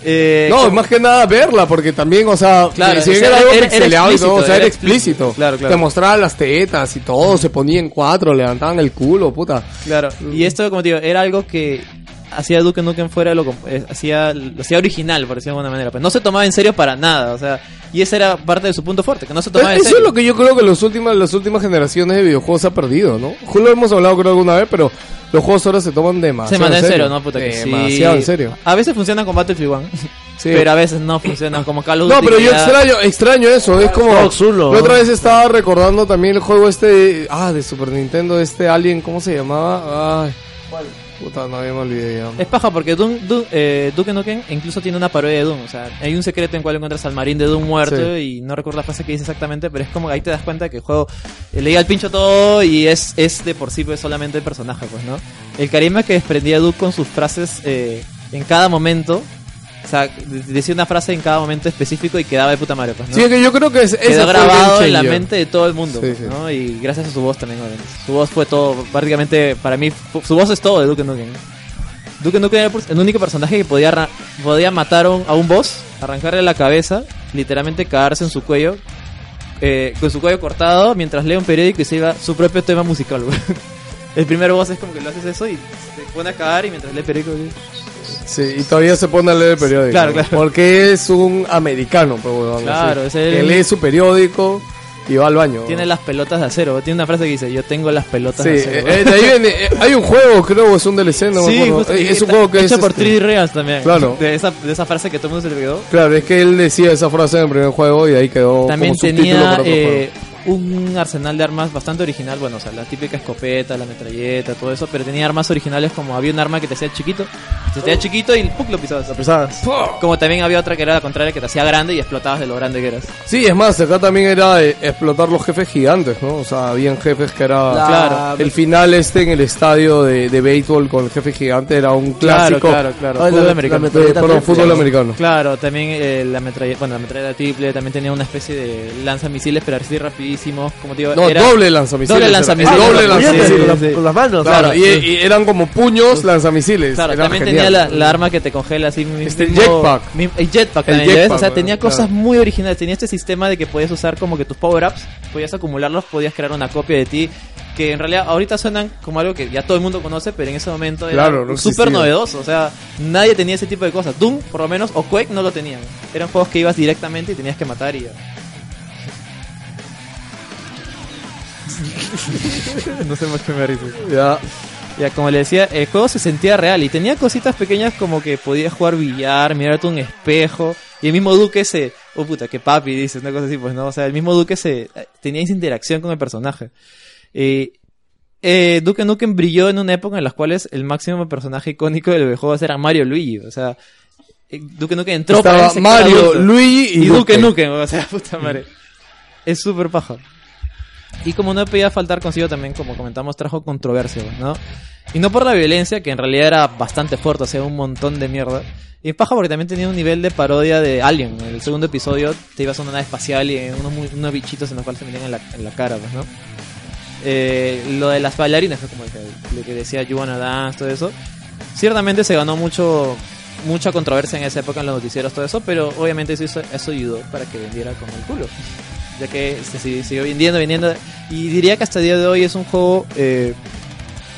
H: Eh,
B: No,
H: como-
B: más que nada verla, porque también, o sea,
H: Claro,
B: si bien
H: o sea,
B: era algo
H: era- era
B: pixeleado y todo, o sea,
H: explícito,
B: era
H: era
B: explícito.
H: explícito. Claro, claro.
B: Te mostraban las tetas y todo, se ponían cuatro, levantaban el culo, puta.
H: Claro. Y esto, como te digo, era algo que hacía Duke Nukem fuera de lo... com- eh, Hacía, lo hacía original, por decirlo de alguna manera. Pero no se tomaba en serio para nada. O sea, y ese era parte de su punto fuerte, que no se tomaba en
B: Eh, Eso
H: serio.
B: es lo que yo creo que los últimos, las últimas generaciones de videojuegos ha perdido, ¿no? Lo hemos hablado creo alguna vez, pero los juegos ahora se toman demasiado
H: Se manda en serio, ¿no? Puta que sí.
B: Eh, demasiado en serio.
H: A veces funciona con Battlefield 1,
B: *laughs* Sí.
H: pero a veces no funciona como Call of
B: No,
H: Duty.
B: pero
H: que
B: yo
H: ya-
B: extraño, extraño eso, es como...
E: Rock Zulo.
B: Yo otra vez estaba recordando también el juego este, de- ah, de Super Nintendo, este Alien, ¿cómo se llamaba? Ay, puta, no, ya me olvidé ya.
H: Es paja porque Doom, Doom- eh, Duke Nukem incluso tiene una parodia de Doom. O sea, hay un secreto en cual encuentras al marín de Doom muerto y no recuerdo la frase que dice exactamente, pero es como que ahí te das cuenta que el juego eh, le llega al pincho todo y es, es de por sí pues, solamente el personaje, pues, ¿no? El carisma que desprendía Duke con sus frases eh, en cada momento. O sea, de- decía una frase en cada momento específico y quedaba de puta madre, pues, ¿no?
B: Sí, es que yo creo que es, ese
H: Quedó
B: fue el game
H: grabado en la
B: changer.
H: mente de todo el mundo,
B: Sí,
H: pues,
B: sí.
H: ¿no? Y gracias a su voz también, obviamente. Su voz fue todo, prácticamente, para mí, fu- su voz es todo de Duke Nukem. Duke Nukem era el pers- el único personaje que podía, arran- podía matar a un- a un boss, arrancarle la cabeza, literalmente cagarse en su cuello, eh, con su cuello cortado, mientras lee un periódico y se iba su propio tema musical, güey. *laughs* El primer boss es como que lo haces eso y se pone a cagar y mientras lee el periódico... güey.
B: Sí, y todavía se pone a leer el periódico.
H: Claro, claro.
B: Porque es un americano, pero huevón,
H: Claro,
B: así,
H: es el-
B: Que lee su periódico y va al baño.
H: Tiene
B: huevón.
H: las pelotas de acero, tiene una frase que dice, yo tengo las pelotas
B: Oh. Sí,
H: de acero.
B: eh, eh,
H: güey. *laughs*
B: de ahí viene, eh, hay un juego, creo, es un DLC, no me
H: sí,
B: acuerdo.
H: justo,
B: Eh, es un
H: está
B: juego que
H: hecho
B: es
H: por
B: este-
H: 3D Realms también.
B: Claro.
H: De esa, de esa frase que todo el mundo se le quedó.
B: Claro, es que él decía esa frase en el primer juego y ahí quedó
H: También
B: como subtítulo para
H: tenía
B: otro
H: eh, un arsenal de armas bastante original. Bueno, o sea, la típica escopeta, la metralleta, todo eso. Pero tenía armas originales como había un arma que te hacía chiquito. Se te hacía chiquito y ¡puc! lo pisabas.
E: Pesadas.
H: Como también había otra que era la contraria que te hacía grande y explotabas de lo grande que eras.
B: juego. Sí, es más, acá también era de explotar los jefes gigantes, ¿no? O sea, habían jefes que era...
H: Claro.
B: El final este en el estadio de, de béisbol con el jefe gigante era un
H: Claro,
B: clásico.
H: claro, claro.
B: Ay, la-
H: Fútbol
B: la
H: americano.
B: metralleta
E: Fútbol
B: perdón, fútbol
E: americano.
B: americano.
H: Claro, también eh, la metralleta, bueno, la metralleta triple, también tenía una especie de lanzamisiles, pero así rapidísimos, como te digo,
B: No,
H: era-
B: doble lanzamisiles.
H: Doble
B: era.
H: lanzamisiles.
B: Doble
H: Ah,
B: lanzamisiles.
H: sí,
E: Con la- Con las manos.
B: Claro,
H: Claro,
B: y,
H: sí.
B: y eran como puños lanzamisiles.
H: Claro,
B: era
H: también
B: genial.
H: tenía la, la arma que te congela así mi-
B: Este, el
H: mismo-
B: jetpack.
H: mi- el jetpack
B: El
H: también, ¿ya ves?
B: jetpack,
H: O sea,
B: bueno,
H: tenía
B: claro.
H: cosas muy originales. Tenía este sistema de que podías usar como que tus power-ups, podías acumularlos, podías crear una copia de ti. Que en realidad ahorita suenan como algo que ya todo el mundo conoce, pero en ese momento era
B: Claro, no
H: súper
B: existía.
H: novedoso. O sea, nadie tenía ese tipo de cosas. Doom, por lo menos, o Quake no lo tenían. Eran juegos que ibas directamente y tenías que
B: *laughs*
H: matar y ya. no sé más que me risa.
B: Ya.
H: Ya, como le decía, el juego se sentía real y tenía cositas pequeñas como que podías jugar billar, mirarte un espejo. Y el mismo Duque se. Oh puta, que papi, dice una cosa así, pues no. O sea, el mismo Duque se. tenía esa interacción con el personaje. Eh, eh, Duke Nukem brilló en una época en las cuales el máximo personaje icónico del videojuego era Mario Luigi. O sea, eh, Duke Nukem entró para
B: Estaba
H: ese sector
B: Mario,
H: adulto.
B: Luigi y,
H: y,
B: Duque.
H: Duke Nukem, o sea, *laughs* puta madre. Es súper paja. Y como no podía faltar consigo también, como comentamos, trajo controversia, pues, ¿no? Y no por la violencia, que en realidad era bastante fuerte, o sea, un montón de mierda. Y es paja porque también tenía un nivel de parodia de Alien. En el segundo episodio te ibas a una nave espacial y unos, mu- unos bichitos en los cuales te metían en la, en la cara, pues, ¿no? Eh, lo de las bailarinas, ¿no? como el que- lo que decía You Wanna Dance, todo eso. Ciertamente se ganó mucho mucha controversia en esa época en los noticieros, todo eso, pero obviamente eso, hizo- eso ayudó para que vendiera como el culo. Ya que se si- siguió vendiendo, vendiendo. Y diría que hasta el día de hoy es un juego eh,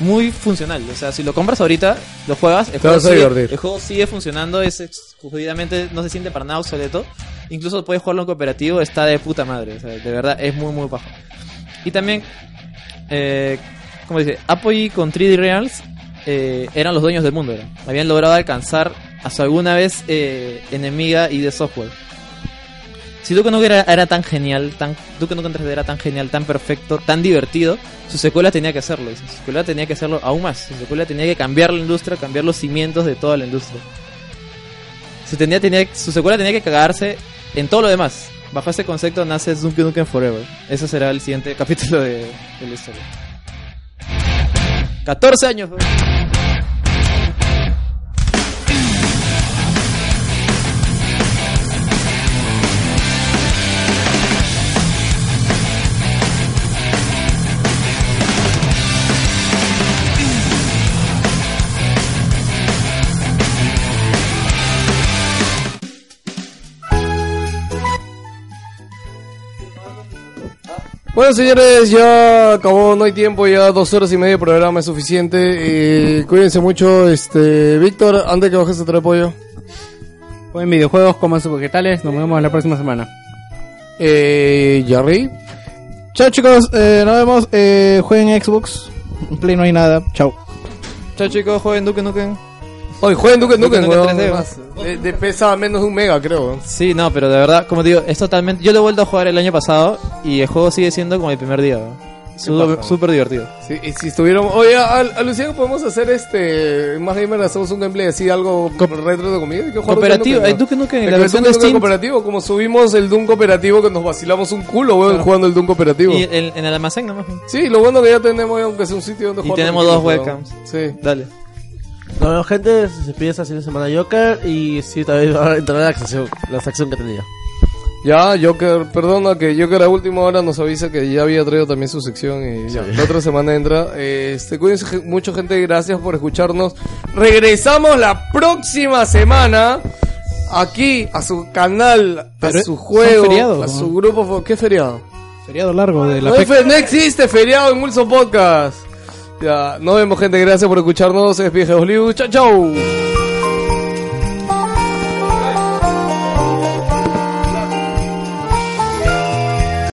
H: muy funcional. O sea, si lo compras ahorita, lo juegas, el, juego
B: vas a
H: sigue,
B: divertir.
H: el juego sigue funcionando, es ex- jodidamente no se siente para nada obsoleto. Incluso puedes jugarlo en cooperativo, está de puta madre. O sea, de verdad es muy, muy bajo. Y también, eh, ¿cómo dice? Apogee con 3D Realms eh, eran los dueños del mundo. eran. Habían logrado alcanzar a su alguna vez eh, enemiga y de software. Si Duke Nukem era, era tan genial, tan, Duke Nukem 3D era tan genial, tan perfecto, tan divertido, su secuela tenía que hacerlo. y Su secuela tenía que hacerlo aún más. Su secuela tenía que cambiar la industria, cambiar los cimientos de toda la industria. Su, tenía, tenía, su secuela tenía que cagarse en todo lo demás. Bajo ese concepto nace Duke Nukem Forever. Ese será el siguiente *laughs* capítulo de, de la historia. 14 años. güey.
B: Bueno, señores, ya acabó, no hay tiempo, ya dos horas y media de programa es suficiente. Eh, cuídense mucho, este. Víctor, antes que bajes otro pollo.
C: Jueguen videojuegos, coman sus vegetales. Nos vemos la próxima semana.
B: Eh, Jerry.
D: Chao chicos, eh, nos vemos. Eh, jueguen Xbox. En Play no hay nada. Chao.
H: Chao chicos, joven Duke Nukem.
B: Oye, jueguen Duque Nukem,
H: Duke Nukem
B: weón,
H: 3D,
B: más. De, de pesa menos de un mega, creo.
H: Sí, no, pero de verdad, como te digo, es totalmente. Yo lo he vuelto a jugar el año pasado y el juego sigue siendo como el primer día. ¿no? Su- Súper divertido.
B: Sí, y si estuviéramos. Oye, a, a Luciano podemos hacer este. Más gamer, hacemos un gameplay así, algo retro de comida. ¿Qué juego
H: Cooperativo,
B: Duke
H: eh,
B: Nukem,
H: Duke Nukem,
B: El
H: la versión de
B: Duke Nukem
H: Steam.
B: cooperativo, como subimos el Doom cooperativo que nos vacilamos un culo, weón, jugando el Doom cooperativo.
H: Y en, en el almacén nomás.
B: Sí, lo bueno que ya tenemos, eh, aunque sea un sitio donde
H: Y
B: tranquilo,
H: tenemos dos
B: weón.
H: webcams.
B: Sí.
H: Dale.
E: Bueno, gente, se despide esta siguiente semana Joker y sí, también va a entrar la sección, la sección que tenía.
B: Ya, Joker, perdona que Joker a última hora nos avisa que ya había traído también su sección y ya, la otra semana entra. Eh, Este, cuídense ge- mucho, gente, gracias por escucharnos. Regresamos la próxima semana aquí a su canal, a
K: Pero,
B: su
K: ¿son
B: juego,
K: feriados,
B: a
K: no?
B: su grupo. fo- ¿Qué feriado?
K: Feriado largo de la
B: no, hay
K: PEC.
B: fe- no existe feriado en Wilson Podcast. Ya, nos vemos, gente, gracias por escucharnos. Se despide Oliu, chao, chao.